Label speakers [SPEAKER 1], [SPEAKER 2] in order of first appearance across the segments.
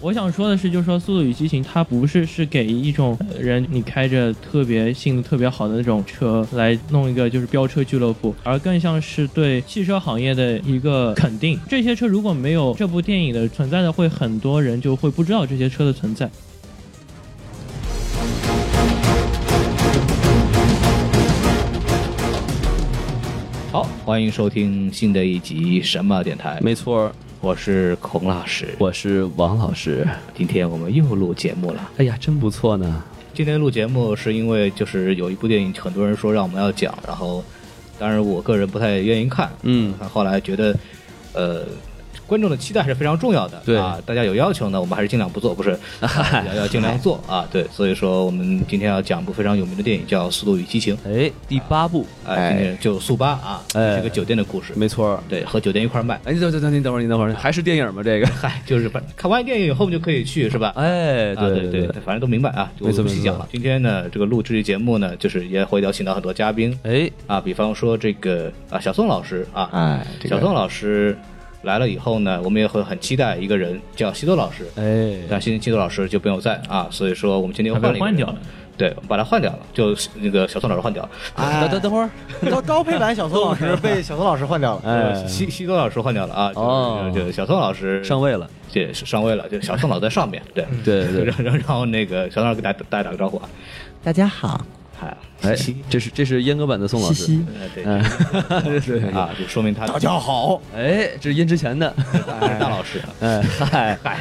[SPEAKER 1] 我想说的是，就是说《速度与激情》，它不是是给一种呃人，你开着特别性能特别好的那种车来弄一个就是飙车俱乐部，而更像是对汽车行业的一个肯定。这些车如果没有这部电影的存在的，会很多人就会不知道这些车的存在。
[SPEAKER 2] 好，欢迎收听新的一集什么电台？
[SPEAKER 3] 没错儿，
[SPEAKER 2] 我是孔老师，
[SPEAKER 3] 我是王老师。
[SPEAKER 2] 今天我们又录节目了。
[SPEAKER 3] 哎呀，真不错呢。
[SPEAKER 2] 今天录节目是因为就是有一部电影，很多人说让我们要讲，然后当然我个人不太愿意看，
[SPEAKER 3] 嗯，
[SPEAKER 2] 但后来觉得呃。观众的期待还是非常重要的，
[SPEAKER 3] 对
[SPEAKER 2] 啊，大家有要求呢，我们还是尽量不做，不 是，啊要要尽量做啊，对，所以说我们今天要讲一部非常有名的电影，叫《速度与激情》，
[SPEAKER 3] 哎，第八部，
[SPEAKER 4] 哎
[SPEAKER 2] 啊，今天就速八啊，
[SPEAKER 3] 哎
[SPEAKER 2] 是个酒店的故事，
[SPEAKER 3] 没错儿。
[SPEAKER 2] 对，和酒店一块儿卖，
[SPEAKER 3] 哎，你等等等，你等会儿，你等会儿，还是电影吗？这 个？
[SPEAKER 2] 嗨，哎就是把看完电影以后我们就可以去，是吧？
[SPEAKER 3] 哎，
[SPEAKER 2] 啊
[SPEAKER 3] 对
[SPEAKER 2] 对
[SPEAKER 3] 对。
[SPEAKER 2] 反正都明白啊，就
[SPEAKER 3] 没错
[SPEAKER 2] 不细讲了。今天呢，这个录这期节目呢，就是也会邀请到很多嘉宾
[SPEAKER 3] 哎，
[SPEAKER 2] 啊，比方说这个啊小宋老师啊，
[SPEAKER 3] 哎，
[SPEAKER 2] 小宋老师来了以后呢，我们也会很期待一个人叫西多老师，
[SPEAKER 3] 哎，
[SPEAKER 2] 但西西多老师就没有在啊，所以说我们今天又
[SPEAKER 1] 把
[SPEAKER 2] 换
[SPEAKER 1] 它
[SPEAKER 2] 了
[SPEAKER 1] 换
[SPEAKER 2] 一个
[SPEAKER 1] 掉
[SPEAKER 2] 人
[SPEAKER 1] 了，
[SPEAKER 2] 对，我们把他换掉了，就那个小宋老师换掉了。
[SPEAKER 3] 等等等会儿，
[SPEAKER 4] 高高配版小宋 老师被小宋老师换掉了。
[SPEAKER 3] 哎，
[SPEAKER 2] 西西多老师换掉了啊，
[SPEAKER 3] 哦
[SPEAKER 2] 就就就小宋老师
[SPEAKER 3] 上位了。
[SPEAKER 2] 这是上位了，就小宋老在上面，对
[SPEAKER 3] 嗯对对对
[SPEAKER 2] 然后然后然后那个小宋老给大家大家打个招呼啊，
[SPEAKER 4] 大家好，
[SPEAKER 2] 嗨，
[SPEAKER 3] 哎
[SPEAKER 2] 嘻，
[SPEAKER 3] 这是这是阉割版的宋老师。
[SPEAKER 4] 嘻，
[SPEAKER 2] 呃对
[SPEAKER 3] 哎，对 啊，
[SPEAKER 2] 啊，就说明他
[SPEAKER 4] 大家好，
[SPEAKER 3] 哎，这是阉之前的。
[SPEAKER 2] 是大老师啊，
[SPEAKER 3] 哎，嗨，
[SPEAKER 2] 嗨，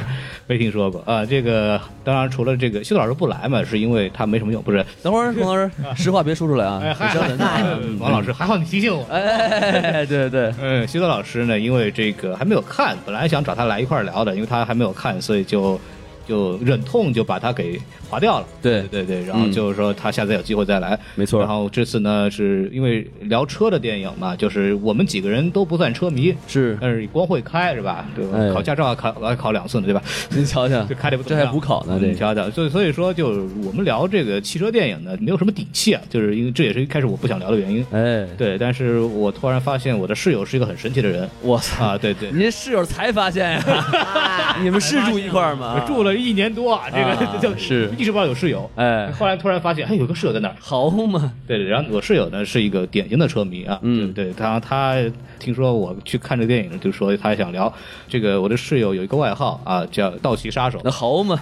[SPEAKER 2] 没听说过啊。这个当然除了这个西多老师不来嘛，是因为他没什么用，不是？哎
[SPEAKER 3] 等会儿，孔老师， 实话别说出来啊，
[SPEAKER 2] 嗨
[SPEAKER 3] 你稍等等
[SPEAKER 2] 嗨
[SPEAKER 3] 啊。
[SPEAKER 2] 王老师，还好你提醒我。
[SPEAKER 3] 哎，对对，
[SPEAKER 2] 嗯，西多老师呢，因为这个还没有看，本来想找他来一块儿聊的，因为他还没有看，所以就就忍痛就把他给划掉了。
[SPEAKER 3] 对
[SPEAKER 2] 对对，然后
[SPEAKER 3] 嗯
[SPEAKER 2] 就是说他下次有机会再来，
[SPEAKER 3] 没错
[SPEAKER 2] 然后这次呢，是因为聊车的电影嘛，就是我们几个人都不算车迷，
[SPEAKER 3] 是
[SPEAKER 2] 但是光会开是吧？对吧？
[SPEAKER 3] 哎
[SPEAKER 2] 考驾照还啊考还考两次呢，对吧？
[SPEAKER 3] 您瞧瞧
[SPEAKER 2] 就，开的不怎
[SPEAKER 3] 这
[SPEAKER 2] 么
[SPEAKER 3] 还
[SPEAKER 2] 样嗯
[SPEAKER 3] 补考呢，
[SPEAKER 2] 你
[SPEAKER 3] 这个。
[SPEAKER 2] 瞧瞧，所以所以说，就是我们聊这个汽车电影呢，没有什么底气啊，就是因为这也是一开始我不想聊的原因。
[SPEAKER 3] 哎，
[SPEAKER 2] 对，但是我突然发现我的室友是一个很神奇的人
[SPEAKER 3] 我操，
[SPEAKER 2] 啊，对对，哎
[SPEAKER 3] 您室友才发 现呀？你们是住一块儿吗？
[SPEAKER 2] 住了一年多啊，这个、
[SPEAKER 3] 嗯啊
[SPEAKER 2] 就是意识不到有室友，
[SPEAKER 3] 哎，
[SPEAKER 2] 后来突然发现，哎，有个室友在那儿。
[SPEAKER 3] 好嘛，
[SPEAKER 2] 对对，然后我室友呢是一个典型的车迷啊，
[SPEAKER 3] 嗯
[SPEAKER 2] 对，对他他听说我去看这个电影，就说他想聊这个。我的室友有一个外号啊，叫“道奇杀手
[SPEAKER 3] 那好嘛，”，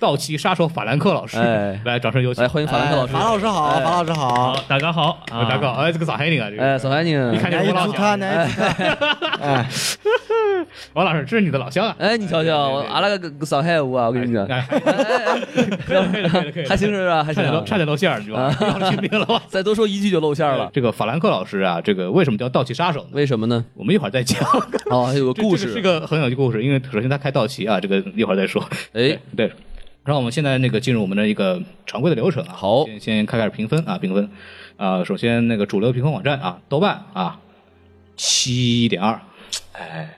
[SPEAKER 2] 道奇杀手法兰克老师，
[SPEAKER 3] 哦哎
[SPEAKER 2] 来，掌声有请
[SPEAKER 3] 来。欢迎法兰克老师
[SPEAKER 4] 法。老师好，
[SPEAKER 3] 哎
[SPEAKER 4] 法老师好，
[SPEAKER 1] 大家好啊，
[SPEAKER 2] 大哥，哎，这个咋黑你啊？这个，
[SPEAKER 3] 哎，早安你。哎
[SPEAKER 2] 一看就是
[SPEAKER 4] 来
[SPEAKER 2] 王老
[SPEAKER 4] 祝他
[SPEAKER 2] 师，
[SPEAKER 4] 来，
[SPEAKER 2] 王老师，这是你的老乡啊。
[SPEAKER 3] 哎，你瞧瞧，我
[SPEAKER 2] 对对对
[SPEAKER 3] 阿拉个上海话，我跟你讲，
[SPEAKER 2] 哎
[SPEAKER 3] 哎哎哎 还行是吧？还
[SPEAKER 2] 差点
[SPEAKER 3] 行
[SPEAKER 2] 露
[SPEAKER 3] 啊，
[SPEAKER 2] 差点露馅儿，你知道吗？ 要亲兵了吧？
[SPEAKER 3] 再多说一句就 露馅儿了。
[SPEAKER 2] 这个法兰克老师啊，这个为什么叫道奇杀手呢？
[SPEAKER 3] 为什么呢？
[SPEAKER 2] 我们一会儿再讲。
[SPEAKER 3] 哦，还有个
[SPEAKER 2] 这
[SPEAKER 3] 故
[SPEAKER 2] 这个是
[SPEAKER 3] 事。
[SPEAKER 2] 个很有趣故事，因为首先他开道奇啊，这个一会儿再说。
[SPEAKER 3] 哎，
[SPEAKER 2] 对。然后我们现在那个进入我们的一个常规的流程啊，
[SPEAKER 3] 好
[SPEAKER 2] 先先开开始评分啊，评分啊、首先那个主流评分网站啊，豆瓣啊，七点二，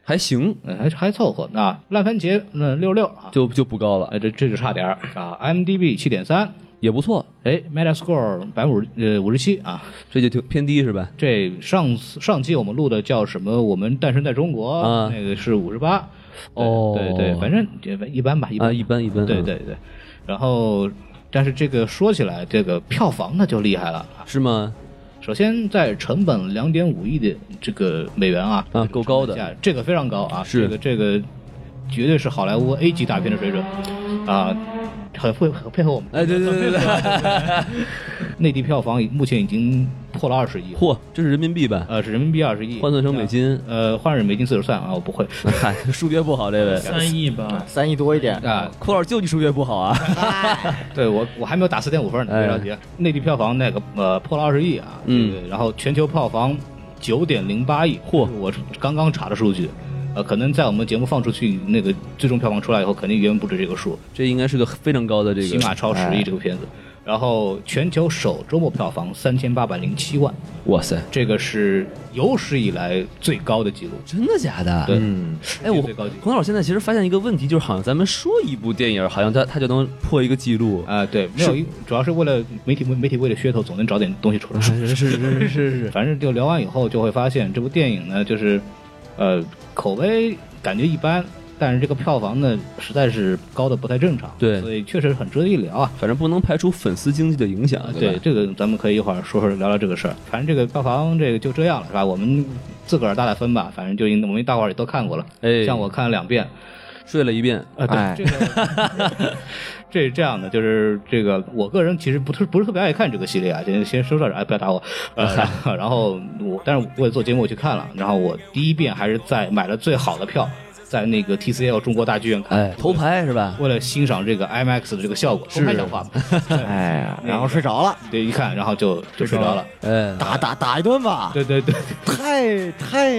[SPEAKER 3] 还行，
[SPEAKER 2] 嗯，还还凑合啊，烂番茄那六六啊，
[SPEAKER 3] 就就不高了，
[SPEAKER 2] 哎这这就差点儿啊，IMDB 七点三，
[SPEAKER 3] 也不错，
[SPEAKER 2] 哎，Metascore 百五呃五十七啊，
[SPEAKER 3] 这就挺偏低是吧？
[SPEAKER 2] 这上次上期我们录的叫什么？我们诞生在中国，
[SPEAKER 3] 啊
[SPEAKER 2] 那个是五十八。
[SPEAKER 3] 哦
[SPEAKER 2] 对对，反正也一般吧，一般
[SPEAKER 3] 啊，一般一般。
[SPEAKER 2] 对
[SPEAKER 3] 嗯，
[SPEAKER 2] 对对，然后但是这个说起来，这个票房那就厉害了。
[SPEAKER 3] 啊是吗？
[SPEAKER 2] 首先，在成本两点五亿的这个美元啊，
[SPEAKER 3] 啊，够高的。
[SPEAKER 2] 价这个非常高啊，
[SPEAKER 3] 是
[SPEAKER 2] 这个这个绝对是好莱坞 A 级大片的水准啊，
[SPEAKER 3] 哎
[SPEAKER 2] 很配很配合我们
[SPEAKER 3] 哎，对对对对对，
[SPEAKER 2] 内地票房已目前已经破了二十亿，
[SPEAKER 3] 嚯，这是人民币吧？
[SPEAKER 2] 呃，是人民币二十亿，
[SPEAKER 3] 换算成美金，
[SPEAKER 2] 呃，换成美金自己算啊，我不会
[SPEAKER 3] 嗨，数学不好，这 位
[SPEAKER 1] 呃三亿吧，
[SPEAKER 4] 三亿多一
[SPEAKER 3] 哎
[SPEAKER 4] 点，
[SPEAKER 2] 啊，
[SPEAKER 3] 库老师就你数学不好啊？
[SPEAKER 2] 对我我还没有打四点五分呢，别着急。内地票房那个呃破了二十亿啊，
[SPEAKER 3] 哎嗯
[SPEAKER 2] 这个然后全球票房九点零八亿，嚯，我是刚刚查的数据。呃，可能在我们节目放出去，那个最终票房出来以后，肯定远远不止这个数，
[SPEAKER 3] 这应该是个非常高的这个，
[SPEAKER 2] 起码超十亿
[SPEAKER 3] 哎
[SPEAKER 2] 这个片子。然后全球首周末票房三千八百零七万，
[SPEAKER 3] 哇塞，
[SPEAKER 2] 这个是有史以来最高的记录。
[SPEAKER 3] 真的假的？
[SPEAKER 2] 对
[SPEAKER 3] 嗯，哎，我
[SPEAKER 2] 最高级
[SPEAKER 3] 孔老师现在其实发现一个问题，就是好像咱们说一部电影，好像它它就能破一个记录。
[SPEAKER 2] 啊、对，没有
[SPEAKER 3] 是
[SPEAKER 2] 一，主要是为了媒体媒体为了噱头，总能找点东西出来。
[SPEAKER 3] 是是是是是，
[SPEAKER 2] 反正就聊完以后，就会发现这部电影呢，就是，呃，口碑感觉一般，但是这个票房呢，实在是高的不太正常。
[SPEAKER 3] 对
[SPEAKER 2] 所以确实很值得一聊啊。
[SPEAKER 3] 反正不能排除粉丝经济的影响，
[SPEAKER 2] 对
[SPEAKER 3] 吧？
[SPEAKER 2] 这个，咱们可以一会儿说说聊聊这个事儿。反正这个票房这个就这样了，是吧？我们自个儿打打分吧。反正就我们大伙儿也都看过了，
[SPEAKER 3] 哎
[SPEAKER 2] 像我看了两遍。
[SPEAKER 3] 睡了一遍，
[SPEAKER 2] 啊，对，
[SPEAKER 4] 哎
[SPEAKER 2] 这个 这是这样的，就是这个，我个人其实不是不是特别爱看这个系列啊，先先说到这儿，哎，不要打我。呃，然后 然后我，但是为了做节目我去看了，然后我第一遍还是在买了最好的票，在那个 TCL 中国大剧院看，
[SPEAKER 3] 哎，头牌是吧？
[SPEAKER 2] 为了欣赏这个 IMAX 的这个效果，
[SPEAKER 3] 是
[SPEAKER 2] 说太像话了。
[SPEAKER 4] 哎呀，然后睡着了，
[SPEAKER 2] 对，一看然后就就睡着了。
[SPEAKER 3] 哎，
[SPEAKER 4] 打打打一顿吧，
[SPEAKER 2] 对对对，
[SPEAKER 4] 太太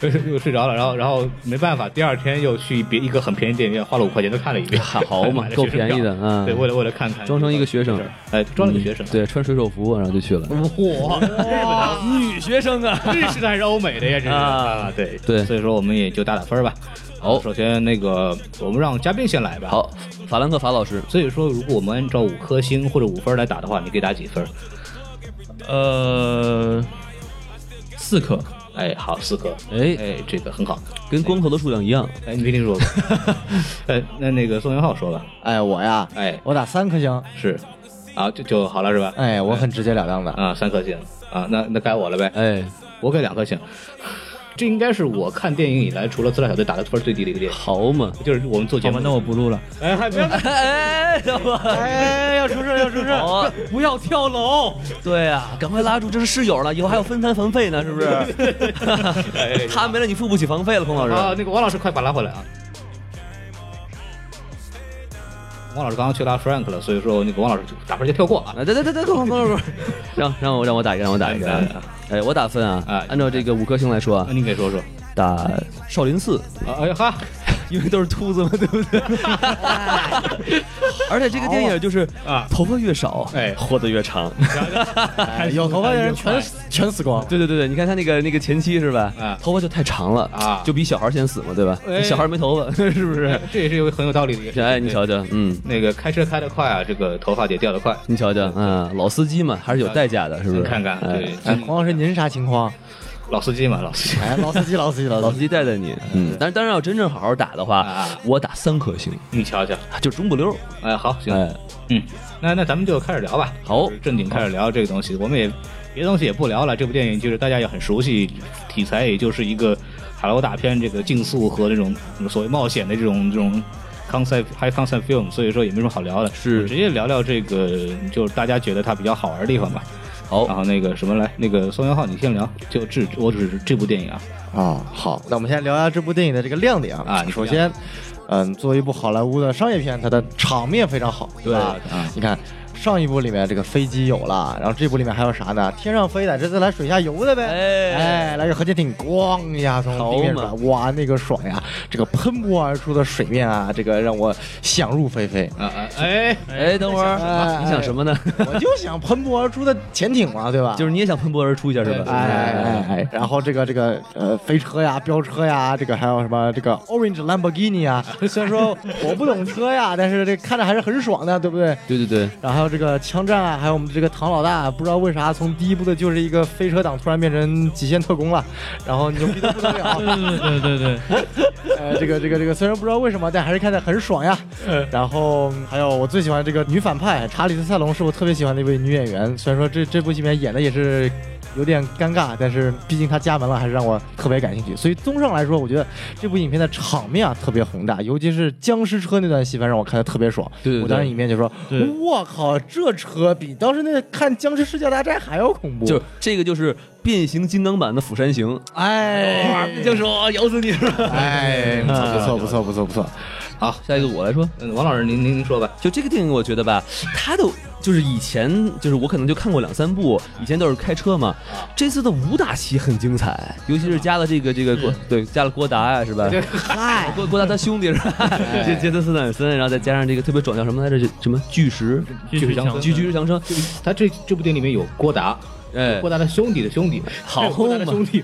[SPEAKER 2] 又睡着了，然后然后没办法，第二天又去别一个很便宜的电影院，花了五块钱都看了一遍，
[SPEAKER 3] 好 嘛
[SPEAKER 2] 买，了
[SPEAKER 3] 够
[SPEAKER 2] 学生
[SPEAKER 3] 便宜
[SPEAKER 2] 票
[SPEAKER 3] 的啊！
[SPEAKER 2] 对，为了为了看看，
[SPEAKER 3] 装成一个学生，
[SPEAKER 2] 哎，装了个学生，
[SPEAKER 3] 对，穿水手服，然后就去了。
[SPEAKER 2] 哇，
[SPEAKER 3] 女学生啊，
[SPEAKER 2] 日式的还是欧美的呀？这是
[SPEAKER 3] 啊，
[SPEAKER 2] 对
[SPEAKER 3] 对
[SPEAKER 2] 所以说我们也就打打分儿吧。
[SPEAKER 3] 好
[SPEAKER 2] 首先那个我们让嘉宾先来吧。，
[SPEAKER 3] 好，法兰克法老师，
[SPEAKER 2] 所以说如果我们按照五颗星或者五分儿来打的话，你给打几分儿？
[SPEAKER 1] 呃，四颗，
[SPEAKER 2] 哎，好，四颗。
[SPEAKER 3] 哎，
[SPEAKER 2] 哎，这个很好。
[SPEAKER 3] 跟光头的数量一样，
[SPEAKER 2] 哎，你没听 说过？哎，那那个宋元浩说吧。
[SPEAKER 4] 哎，我呀，
[SPEAKER 2] 哎，
[SPEAKER 4] 我打三颗星，
[SPEAKER 2] 是，啊，就就好了是吧？
[SPEAKER 4] 哎，我很直截了当的，
[SPEAKER 2] 啊，三颗星啊，那那该我了呗。
[SPEAKER 3] 哎，
[SPEAKER 2] 我给两颗星。这应该是我看电影以来，除了《资料小队》打的分儿最低的一个电影，
[SPEAKER 3] 好嘛，
[SPEAKER 2] 就是我们做节
[SPEAKER 1] 好
[SPEAKER 2] 目
[SPEAKER 1] 吧，。那我不录了。
[SPEAKER 2] 哎，还 没有
[SPEAKER 3] 哎，怎么？
[SPEAKER 4] 哎，要出事要出事
[SPEAKER 3] 哦，
[SPEAKER 1] 不要跳楼！
[SPEAKER 3] 对啊，赶快拉住，这是室友了，以后还要分摊房费呢，是不是？他没了，你付不起房费了，孔老
[SPEAKER 2] 哎啊
[SPEAKER 3] 师。，
[SPEAKER 2] 那个王老师快把他拉回来啊！王老师刚刚去拉 Frank 了，所以说那个王老师就打分就跳过啊。
[SPEAKER 3] 啊，对对对对，孔老师，让让我让我打一个，让我打一个。哎，我打分啊
[SPEAKER 2] 啊，
[SPEAKER 3] 按照这个五颗星来说啊
[SPEAKER 2] 那，你给说说。
[SPEAKER 3] 打少林寺，
[SPEAKER 2] 啊哎哈，
[SPEAKER 3] 因为都是秃 子嘛，对不对？哎而且这个电影就是
[SPEAKER 2] 啊
[SPEAKER 3] 头发越少，
[SPEAKER 2] 哎
[SPEAKER 3] 活得越长。
[SPEAKER 4] 哎有头发的人全死全死光，
[SPEAKER 3] 对对对对，你看他那个那个前妻是吧？
[SPEAKER 2] 啊
[SPEAKER 3] 头发就太长了
[SPEAKER 2] 啊
[SPEAKER 3] 就比小孩先死嘛，对吧？
[SPEAKER 2] 哎
[SPEAKER 3] 小孩没头发是不是？
[SPEAKER 2] 这也是有很有道理的一个事情。
[SPEAKER 3] 哎，你瞧瞧，嗯。
[SPEAKER 2] 那个开车开得快啊，这个头发也掉得快。
[SPEAKER 3] 你瞧瞧，嗯，老司机嘛，还是有代价的，是不是？
[SPEAKER 2] 你看看，
[SPEAKER 3] 哎
[SPEAKER 2] 对，
[SPEAKER 4] 哎，黄老师您是啥情况？
[SPEAKER 2] 老司机嘛，老司机。
[SPEAKER 4] 哎，老司机老司 机
[SPEAKER 3] 老
[SPEAKER 4] 老
[SPEAKER 3] 司
[SPEAKER 4] 司机，
[SPEAKER 3] 机带带你，嗯，但是当然要真正好好打的话
[SPEAKER 2] 啊，
[SPEAKER 3] 我打三颗星，
[SPEAKER 2] 你瞧瞧，
[SPEAKER 3] 就中不溜儿。
[SPEAKER 2] 哎，好，行，
[SPEAKER 3] 哎，
[SPEAKER 2] 嗯，那那咱们就开始聊吧。
[SPEAKER 3] 好
[SPEAKER 2] 就是正经开始聊这个东西，我们也别的东西也不聊了。这部电影就是大家也很熟悉，题材也就是一个海鸥大片，这个竞速和这种所谓冒险的这种这种 concept high concept film，所以说也没什么好聊的。
[SPEAKER 3] 是
[SPEAKER 2] 我直接聊聊这个，就是大家觉得它比较好玩的地方吧。然
[SPEAKER 3] 好，
[SPEAKER 2] 后那个什么来，那个宋元浩，你先聊，就这我只是这部电影啊，
[SPEAKER 4] 啊，好，那我们先聊一下这部电影的这个亮点
[SPEAKER 2] 啊你说
[SPEAKER 4] 首先，嗯，作为一部好莱坞的商业片，它的场面非常好，对吧？
[SPEAKER 2] 啊
[SPEAKER 4] 你看上一部里面这个飞机有了，然后这部里面还有啥呢？天上飞的，这次来水下游的呗。
[SPEAKER 3] 哎
[SPEAKER 4] 哎，来个核潜艇，咣一下从地面
[SPEAKER 3] 好
[SPEAKER 4] 上，哇，那个爽呀！这个喷薄而出的水面啊，这个让我想入非非。
[SPEAKER 2] 啊啊哎，
[SPEAKER 3] 哎，等会儿
[SPEAKER 4] 哎
[SPEAKER 3] 你想什么呢？
[SPEAKER 4] 我就想喷薄而出的潜艇嘛，对吧？
[SPEAKER 3] 就是你也想喷薄而出一下是吧？
[SPEAKER 4] 哎哎哎，哎，然后这个这个呃飞车呀、飙车呀，这个还有什么这个 Orange Lamborghini 啊，虽然说我不懂车呀，但是这看着还是很爽的，对不对？
[SPEAKER 3] 对对对，
[SPEAKER 4] 然后还有这个枪战啊，还有我们这个唐老大，啊不知道为啥从第一部的就是一个飞车党，突然变成极限特工了，然后牛逼的不得了。
[SPEAKER 1] 对对对对对，
[SPEAKER 4] 呃，这个这个这个，虽然不知道为什么，但还是看得很爽呀。然后嗯还有我最喜欢这个女反派查理斯塞隆，是我特别喜欢的一位女演员。虽然说这这部戏里面演的也是有点尴尬，但是毕竟他加盟了，还是让我特别感兴趣。所以综上来说，我觉得这部影片的场面啊特别宏大，尤其是僵尸车那段戏，反正我看的特别爽。
[SPEAKER 2] 对对对
[SPEAKER 4] 我当时影片就说
[SPEAKER 1] 对：“
[SPEAKER 4] 我靠，这车比当时那看《僵尸世界大战》还要恐怖。”
[SPEAKER 3] 就是这个就是变形金刚版的《釜山行》，
[SPEAKER 4] 哎，
[SPEAKER 3] 就是我咬死你！
[SPEAKER 4] 哎，不错不错不错不错，
[SPEAKER 2] 好，
[SPEAKER 3] 下一个我来说，
[SPEAKER 2] 嗯，王老师您您您说吧。
[SPEAKER 3] 就这个电影，我觉得吧，它的就是以前就是我可能就看过两三部，以前都是开车嘛。这次的武打戏很精彩，尤其是加了这个这个郭对加了郭达呀、是吧？
[SPEAKER 4] 嗨，
[SPEAKER 3] 郭郭达他兄弟是吧？杰杰德斯坦森，然后再加上这个特别壮叫什么来着？什么巨石？
[SPEAKER 2] 巨石强森
[SPEAKER 3] 巨巨石强森，
[SPEAKER 2] 他这这部电影里面有郭达，
[SPEAKER 3] 哎
[SPEAKER 2] 郭达的兄弟的兄弟，
[SPEAKER 3] 好
[SPEAKER 2] 还有郭达的
[SPEAKER 3] 嘛
[SPEAKER 2] 兄弟。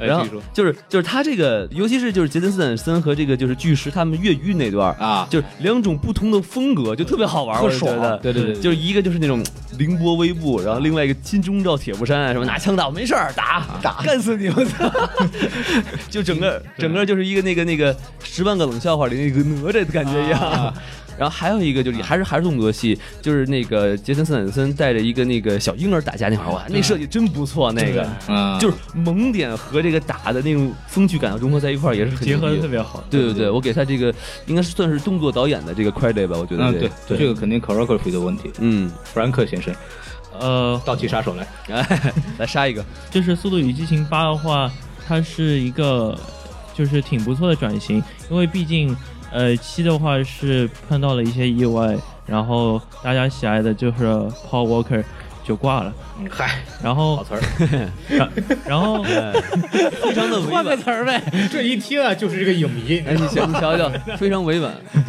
[SPEAKER 2] 哎
[SPEAKER 3] 然后
[SPEAKER 2] 继续说
[SPEAKER 3] 就是就是他这个，尤其是就是杰森斯坦森和这个就是巨石他们越狱那段儿
[SPEAKER 2] 啊
[SPEAKER 3] 就是两种不同的风格，就特别好玩儿，
[SPEAKER 2] 特
[SPEAKER 3] 我就觉
[SPEAKER 2] 爽
[SPEAKER 3] 得
[SPEAKER 2] 对对对对
[SPEAKER 3] 就是一个就是那种凌波微步，然后另外一个金钟罩铁布衫，什么拿枪打我没事儿打
[SPEAKER 2] 啊
[SPEAKER 3] 打干死你，我操！就整个整个就是一个那个那个十万个冷笑话里那个哪吒的感觉一样。
[SPEAKER 2] 啊
[SPEAKER 3] 然后还有一个就是还是还是动作戏，就是那个杰森斯坦森带着一个那个小婴儿打架那会儿，哇，那设计真不错，那个
[SPEAKER 2] 啊，
[SPEAKER 3] 就是萌点和这个打的那种风趣感啊要融合在一块儿，也是很
[SPEAKER 1] 结合的
[SPEAKER 3] 牛逼
[SPEAKER 1] 特别好。
[SPEAKER 3] 对对对，我给他这个应该是算是动作导演的这个 credit 吧，我觉得
[SPEAKER 2] 嗯
[SPEAKER 3] 这
[SPEAKER 2] 对
[SPEAKER 3] 个，
[SPEAKER 2] 这个肯定 choreography 的问题。
[SPEAKER 3] 嗯，
[SPEAKER 2] 弗兰克先生，
[SPEAKER 1] 呃，
[SPEAKER 2] 倒骑杀手来，
[SPEAKER 3] 哎，来杀一个，
[SPEAKER 1] 就是《速度与激情八》的话，它是一个就是挺不错的转型，因为毕竟呃七的话是碰到了一些意外，然后大家喜爱的就是 Paul Walker 就挂了，
[SPEAKER 2] 嗨，
[SPEAKER 1] 然后
[SPEAKER 2] 好词儿。
[SPEAKER 1] 然后
[SPEAKER 3] 非常的委
[SPEAKER 1] 换个
[SPEAKER 3] 婉。
[SPEAKER 1] 词儿呗，
[SPEAKER 2] 这一听啊，就是这个影迷，
[SPEAKER 3] 哎，你瞧，你瞧瞧，非常委婉。嗯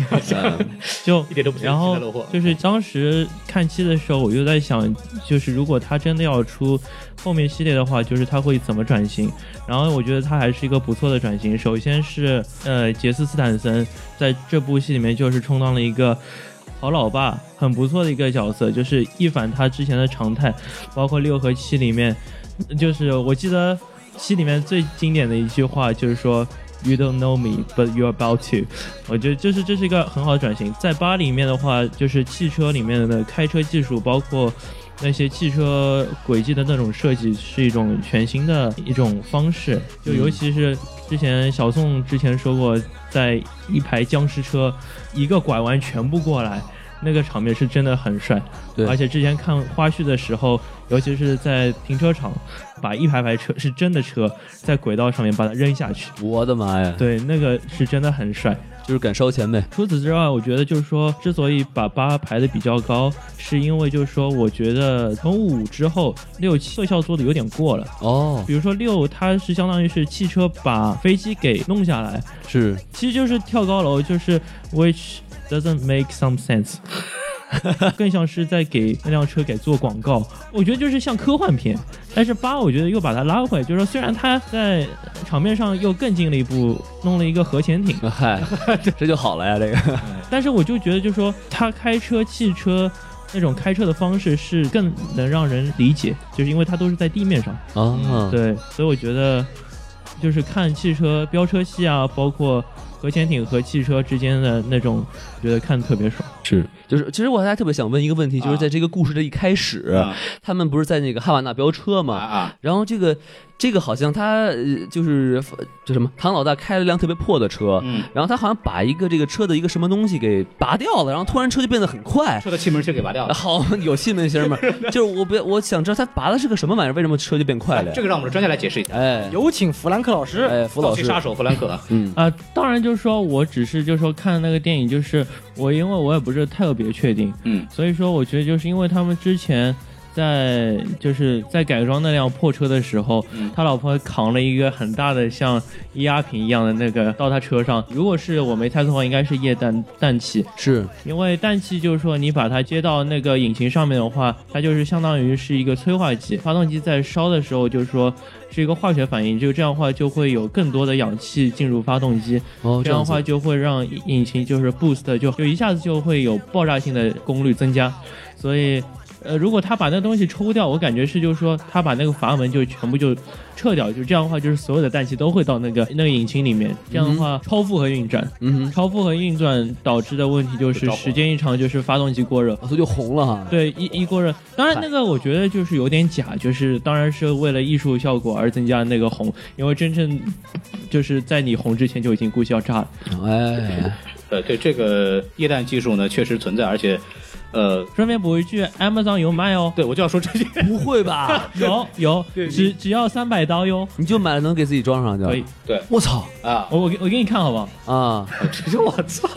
[SPEAKER 1] 就
[SPEAKER 2] 一点都不嫌
[SPEAKER 1] 然
[SPEAKER 2] 弃
[SPEAKER 1] 后
[SPEAKER 2] 的落魄
[SPEAKER 1] 就是当时看七的时候，我就在想，就是如果他真的要出后面系列的话，就是他会怎么转型？然后我觉得他还是一个不错的转型。首先是呃，杰斯斯坦森在这部戏里面就是充当了一个。好老爸很不错的一个角色，就是一反他之前的常态，包括六和七里面，就是我记得七里面最经典的一句话就是说 “You don't know me, but you're about to”，我觉得就是这是一个很好的转型。在八里面的话，就是汽车里面的开车技术，包括那些汽车轨迹的那种设计，是一种全新的一种方式。就尤其是之前小宋之前说过，在一排僵尸车一个拐弯全部过来。那个场面是真的很帅，
[SPEAKER 3] 对
[SPEAKER 1] 而且之前看花絮的时候，尤其是在停车场，把一排排车是真的车在轨道上面把它扔下去，
[SPEAKER 3] 我的妈呀，
[SPEAKER 1] 对，那个是真的很帅。
[SPEAKER 3] 就是敢烧钱呗。
[SPEAKER 1] 除此之外，我觉得就是说，之所以把八排的比较高，是因为就是说，我觉得从五之后，六七特效做的有点过了。
[SPEAKER 3] 哦，
[SPEAKER 1] 比如说六，它是相当于是汽车把飞机给弄下来，
[SPEAKER 3] 是
[SPEAKER 1] 其实就是跳高楼，就是 which doesn't make some sense，更像是在给那辆车给做广告。我觉得就是像科幻片，但是八我觉得又把它拉回来，就是说虽然它在场面上又更进了一步，弄了一个核潜艇，
[SPEAKER 3] 嗨，这就好了呀，这个
[SPEAKER 1] 但是我就觉得，就是说他开车、汽车那种开车的方式是更能让人理解，就是因为它都是在地面上。
[SPEAKER 3] 啊，
[SPEAKER 1] 对，所以我觉得就是看汽车飙车戏啊，包括核潜艇和汽车之间的那种，觉得看得特别爽。
[SPEAKER 3] 是，就是其实我还特别想问一个问题，就是在这个故事的一开始，
[SPEAKER 2] 啊
[SPEAKER 3] 他们不是在那个哈瓦那飙车
[SPEAKER 2] 啊
[SPEAKER 3] 吗？
[SPEAKER 2] 啊，
[SPEAKER 3] 然后这个这个好像他呃就是就什么唐老大开了辆特别破的车，
[SPEAKER 2] 嗯，
[SPEAKER 3] 然后他好像把一个这个车的一个什么东西给拔掉了，然后突然车就变得很快。
[SPEAKER 2] 车的气门先给拔 掉了。
[SPEAKER 3] 好，有气门星吗？就是我不我想知道他拔的是个什么玩意儿，为什么车就变快了呀？
[SPEAKER 2] 哎 这个让我们的专家来解释一下。
[SPEAKER 3] 哎
[SPEAKER 4] 有请弗兰克老师。
[SPEAKER 3] 哎，福老
[SPEAKER 2] 倒骑
[SPEAKER 3] 师，
[SPEAKER 2] 杀手弗兰克，
[SPEAKER 3] 嗯，
[SPEAKER 1] 啊、当然就是说我只是就是说看那个电影，就是我因为我也不是特别确定，
[SPEAKER 2] 嗯，
[SPEAKER 1] 所以说我觉得就是因为他们之前。在就是在改装那辆破车的时候，
[SPEAKER 2] 嗯
[SPEAKER 1] 他老婆扛了一个很大的像液压瓶一样的那个到他车上，如果是我没猜错的话，应该是液氮氮气，
[SPEAKER 3] 是
[SPEAKER 1] 因为氮气就是说你把它接到那个引擎上面的话，它就是相当于是一个催化剂，发动机在烧的时候就是说是一个化学反应，就这样的话就会有更多的氧气进入发动机，
[SPEAKER 3] 哦，
[SPEAKER 1] 这样的话就会让引擎就是 boost 就就一下子就会有爆炸性的功率增加，所以。呃，如果他把那东西抽掉，我感觉是就是说他把那个阀门就全部就撤掉，就这样的话，就是所有的氮气都会到那个那个引擎里面，这样的话、超负荷运转，
[SPEAKER 3] 嗯
[SPEAKER 1] 超负荷运转导致的问题就是
[SPEAKER 3] 着火
[SPEAKER 1] 时间一长就是发动机过热。
[SPEAKER 3] 哼，所以就红了哈。
[SPEAKER 1] 对，一一锅热，当然那个我觉得就是有点假，就是当然是为了艺术效果而增加那个红，因为真正就是在你红之前就已经估计要炸了。
[SPEAKER 3] 哎，
[SPEAKER 2] 呃，对这个液氮技术呢，确实存在，而且，呃，
[SPEAKER 1] 顺便补一句，Amazon 有卖哦，
[SPEAKER 2] 对我就要说这些，
[SPEAKER 3] 不会 吧？
[SPEAKER 1] 有有，只只要三百刀哟，
[SPEAKER 3] 你就买了能给自己装上就？
[SPEAKER 1] 可以。
[SPEAKER 2] 对
[SPEAKER 3] 我操
[SPEAKER 2] 啊，
[SPEAKER 1] 我我给我给你看好不好？
[SPEAKER 3] 啊！
[SPEAKER 2] 这就我操，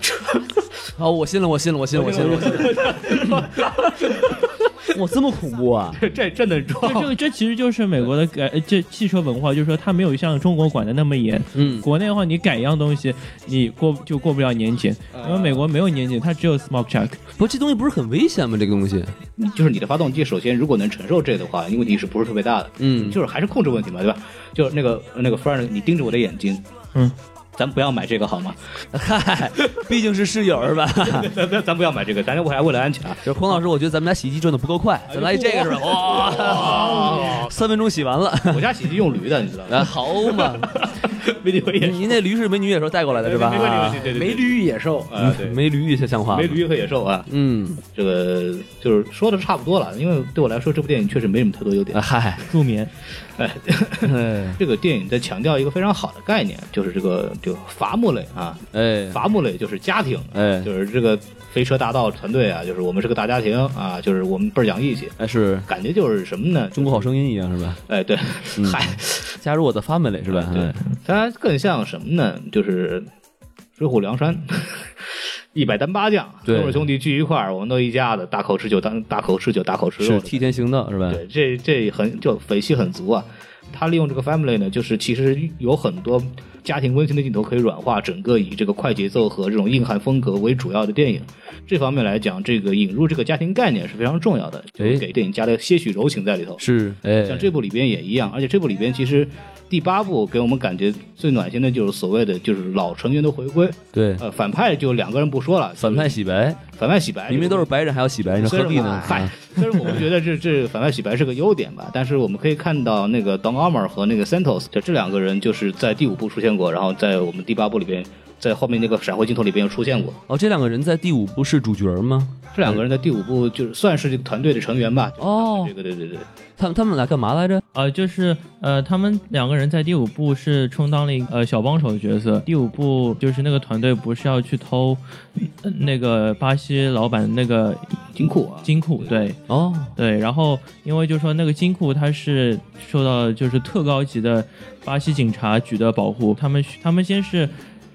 [SPEAKER 2] 这
[SPEAKER 3] 好，我信了，我信了，我信了，我信了，我信了。 哇，这么恐怖啊！
[SPEAKER 2] 这这真能
[SPEAKER 1] 就这
[SPEAKER 2] 装，
[SPEAKER 1] 个这其实就是美国的改呃这汽车文化，就是说它没有像中国管的那么严。
[SPEAKER 3] 嗯，
[SPEAKER 1] 国内的话，你改一样东西，你过就过不了年检，因为美国没有年检，它只有 smoke check。
[SPEAKER 3] 不是这东西不是很危险吗？这个 东西，
[SPEAKER 2] 嗯就是你的发动机首先如果能承受这的话，问题是不是特别大的？
[SPEAKER 3] 嗯，
[SPEAKER 2] 就是还是控制问题嘛，对吧？就是那个那个 friend，你盯着我的眼睛，
[SPEAKER 1] 嗯，
[SPEAKER 2] 咱不要买这个好吗？
[SPEAKER 3] 嗨，毕竟是室友是吧？
[SPEAKER 2] 咱咱咱不要买这个，咱我还为了安全啊。
[SPEAKER 3] 就是洪老师，我觉得咱们家洗衣机转的不够快，
[SPEAKER 2] 哎
[SPEAKER 3] 咱来这个是吧？哇，三分钟洗完了，
[SPEAKER 2] 哦 我家洗衣机用驴的，你知道吗？
[SPEAKER 3] 啊，好嘛！
[SPEAKER 2] 没你也
[SPEAKER 3] 您那驴是美女野兽带过来的是吧？啊
[SPEAKER 2] 没问题，没问题，对对对
[SPEAKER 4] 没驴与野兽，
[SPEAKER 2] 啊，对，
[SPEAKER 3] 嗯没驴像像话吗
[SPEAKER 2] 没，驴和野兽啊，
[SPEAKER 3] 嗯，
[SPEAKER 2] 这个就是说的差不多了。因为对我来说，这部电影确实没什么太多优 点
[SPEAKER 3] 啊。嗨，
[SPEAKER 1] 助眠，
[SPEAKER 2] 哎，这个电影在强调一个非常好的概念，就是这个这个伐木类啊，
[SPEAKER 3] 哎，
[SPEAKER 2] 伐木类就是家庭，
[SPEAKER 3] 哎
[SPEAKER 2] 就是这个飞车大盗团队啊，就是我们是个大家庭啊，就是我们倍儿讲义气。
[SPEAKER 3] 哎是
[SPEAKER 2] 感觉就是什么呢？
[SPEAKER 3] 中国好声音一样是吧？
[SPEAKER 2] 哎，对，
[SPEAKER 3] 嗯
[SPEAKER 2] 嗨，
[SPEAKER 3] 加入我的 family 是吧？
[SPEAKER 2] 对
[SPEAKER 3] 哎，
[SPEAKER 2] 它更像什么呢？就是水浒梁山。一百单八将，
[SPEAKER 3] 对
[SPEAKER 2] 哥们儿兄弟聚一块儿，我们都一家子，大口吃酒当大口吃酒，大口吃肉
[SPEAKER 3] 是
[SPEAKER 2] 的。
[SPEAKER 3] 替天行道是吧？
[SPEAKER 2] 对，这这很就匪气很足啊。他利用这个 family 呢，就是其实有很多家庭温馨的镜头可以软化整个以这个快节奏和这种硬汉风格为主要的电影。这方面来讲，这个引入这个家庭概念是非常重要的，就
[SPEAKER 3] 哎
[SPEAKER 2] 给电影加了些许柔情在里头。
[SPEAKER 3] 是，哎，
[SPEAKER 2] 像这部里边也一样，而且这部里边其实第八部给我们感觉最暖心的就是所谓的就是老成员的回归，
[SPEAKER 3] 对
[SPEAKER 2] 呃，反派就两个人不说了，
[SPEAKER 3] 反派洗白，
[SPEAKER 2] 反派洗白，
[SPEAKER 3] 明明都是白人还要洗白，你
[SPEAKER 2] 虽
[SPEAKER 3] 说
[SPEAKER 2] 然
[SPEAKER 3] 何必
[SPEAKER 2] 我
[SPEAKER 3] 呢？
[SPEAKER 2] 嗨
[SPEAKER 3] 啊，
[SPEAKER 2] 虽然我们觉得 这这反派洗白是个优点吧，但是我们可以看到那个 Don Armor 和那个 Santos，就这两个人就是在第五部出现过，然后在我们第八部里边，在后面那个闪回镜头里边又出现过。
[SPEAKER 3] 哦，这两个人在第五部是主角吗？
[SPEAKER 2] 这两个人在第五部就是算是这个团队的成员吧。
[SPEAKER 3] 哦
[SPEAKER 2] 这，个对对对，
[SPEAKER 3] 他们他们俩干嘛来着？
[SPEAKER 1] 呃，就是呃，他们两个人在第五部是充当了一个呃小帮手的角色。第五部就是那个团队不是要去偷、呃那个巴西老板那个
[SPEAKER 2] 金库啊，
[SPEAKER 1] 金库，对
[SPEAKER 3] 哦，
[SPEAKER 1] 对。然后因为就说那个金库它是受到就是特高级的巴西警察局的保护，他们他们先是。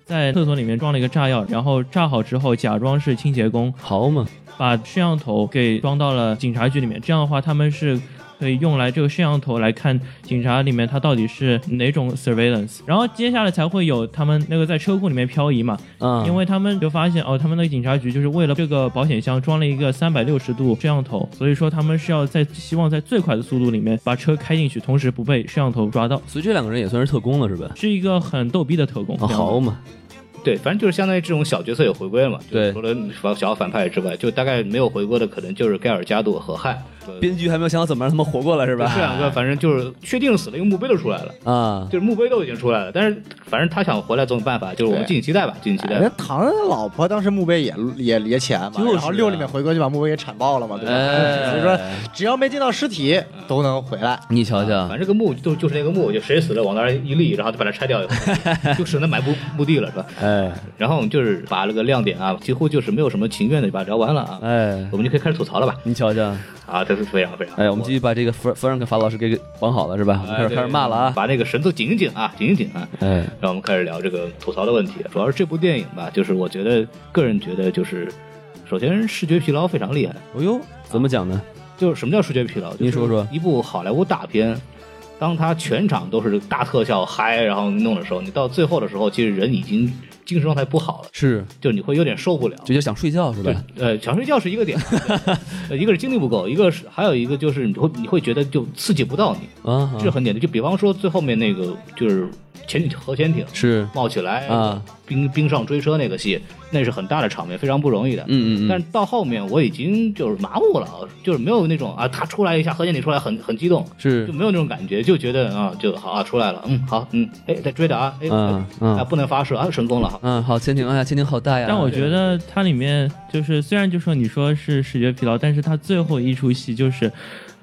[SPEAKER 1] 在厕所里面装了一个炸药，然后炸好之后假装是清洁工，
[SPEAKER 3] 好嘛，
[SPEAKER 1] 把摄像头给装到了警察局里面。这样的话，他们是可以用来这个摄像头来看警察里面他到底是哪种 surveillance。然后接下来才会有他们那个在车库里面漂移嘛，
[SPEAKER 3] 啊，
[SPEAKER 1] 因为他们就发现哦，他们那个警察局就是为了这个保险箱装了一个三百六十度摄像头，所以说他们是要在希望在最快的速度里面把车开进去，同时不被摄像头抓到。
[SPEAKER 3] 所以这两个人也算是特工了是吧？
[SPEAKER 1] 是一个很逗逼的特工，
[SPEAKER 3] 啊，好嘛，
[SPEAKER 2] 对，反正就是相当于这种小角色有回归嘛。就是
[SPEAKER 3] 对
[SPEAKER 2] 除了小小反派之外，就大概没有回归的可能就是盖尔加朵和汉。
[SPEAKER 3] 编剧还没有想好怎么让他们活过来是吧？
[SPEAKER 2] 这两个反正就是确定死了，一个墓碑都出来了。
[SPEAKER 3] 啊，
[SPEAKER 2] 就是墓碑都已经出来了，但是反正他想回来总有办法，就是我们
[SPEAKER 4] 对
[SPEAKER 2] 敬请期待吧，敬请期待
[SPEAKER 4] 哎
[SPEAKER 3] 哎
[SPEAKER 4] 人。家唐人的老婆当时墓碑也也也起来嘛，
[SPEAKER 3] 就是啊
[SPEAKER 4] 然后六里面回归就把墓碑给铲爆了嘛，对吧？
[SPEAKER 3] 哎
[SPEAKER 4] 所以说只要没见到尸体都能回来。
[SPEAKER 3] 你瞧瞧
[SPEAKER 2] 反，正这个墓就就是那个墓，就谁死了往那儿一立，然后就把它拆掉以 后，就省得买墓墓地了，是吧？
[SPEAKER 3] 哎
[SPEAKER 2] 然后就是把那个亮点啊，几乎就是没有什么情愿的就把它聊完了啊，
[SPEAKER 3] 哎，
[SPEAKER 2] 我们就可以开始吐槽了吧？
[SPEAKER 3] 你瞧瞧，
[SPEAKER 2] 啊，这是非常非常。
[SPEAKER 3] 哎，我们继续把这个弗弗兰克法老师给绑好了是吧？我们开
[SPEAKER 2] 哎
[SPEAKER 3] 始开始骂了啊，
[SPEAKER 2] 把那个绳子紧一紧啊，紧一紧啊。
[SPEAKER 3] 哎，
[SPEAKER 2] 然后我们开始聊这个吐槽的问题，主要是这部电影吧，就是我觉得个人觉得就是，首先视觉疲劳非常厉害，
[SPEAKER 3] 哦呦，怎么讲呢？
[SPEAKER 2] 就是什么叫视觉疲劳？就是
[SPEAKER 3] 您说说
[SPEAKER 2] 一部好莱坞大片，当它全场都是大特效嗨，然后弄的时候，你到最后的时候，其实人已经精神状态不好了，
[SPEAKER 3] 是，
[SPEAKER 2] 就你会有点受不了。
[SPEAKER 3] 这就想睡觉是吧
[SPEAKER 2] 对？，呃，想睡觉是一 个点，呃一个是精力不够，一个是还有一个就是你会你会觉得就刺激不到你，
[SPEAKER 3] 啊，
[SPEAKER 2] 这是很简单。就比方说最后面那个就是潜艇核潜艇
[SPEAKER 3] 是，
[SPEAKER 2] 冒起来
[SPEAKER 3] 啊，
[SPEAKER 2] 冰冰上追车那个戏，那是很大的场面，非常不容易的。
[SPEAKER 3] 嗯嗯嗯
[SPEAKER 2] 但是到后面我已经就是麻木了，就是没有那种啊，他出来一下核潜艇出来很很激动，
[SPEAKER 3] 是
[SPEAKER 2] 就没有那种感觉，就觉得啊就好啊出来了，嗯好嗯，哎在追着啊，哎
[SPEAKER 3] 嗯嗯
[SPEAKER 2] 啊不能发射啊成功了，好
[SPEAKER 3] 嗯，好，潜艇，哎呀，潜艇好大呀！
[SPEAKER 1] 但我觉
[SPEAKER 2] 嗯
[SPEAKER 1] 得它里面就是虽然就说你说是视觉疲劳，但是它最后一出戏就是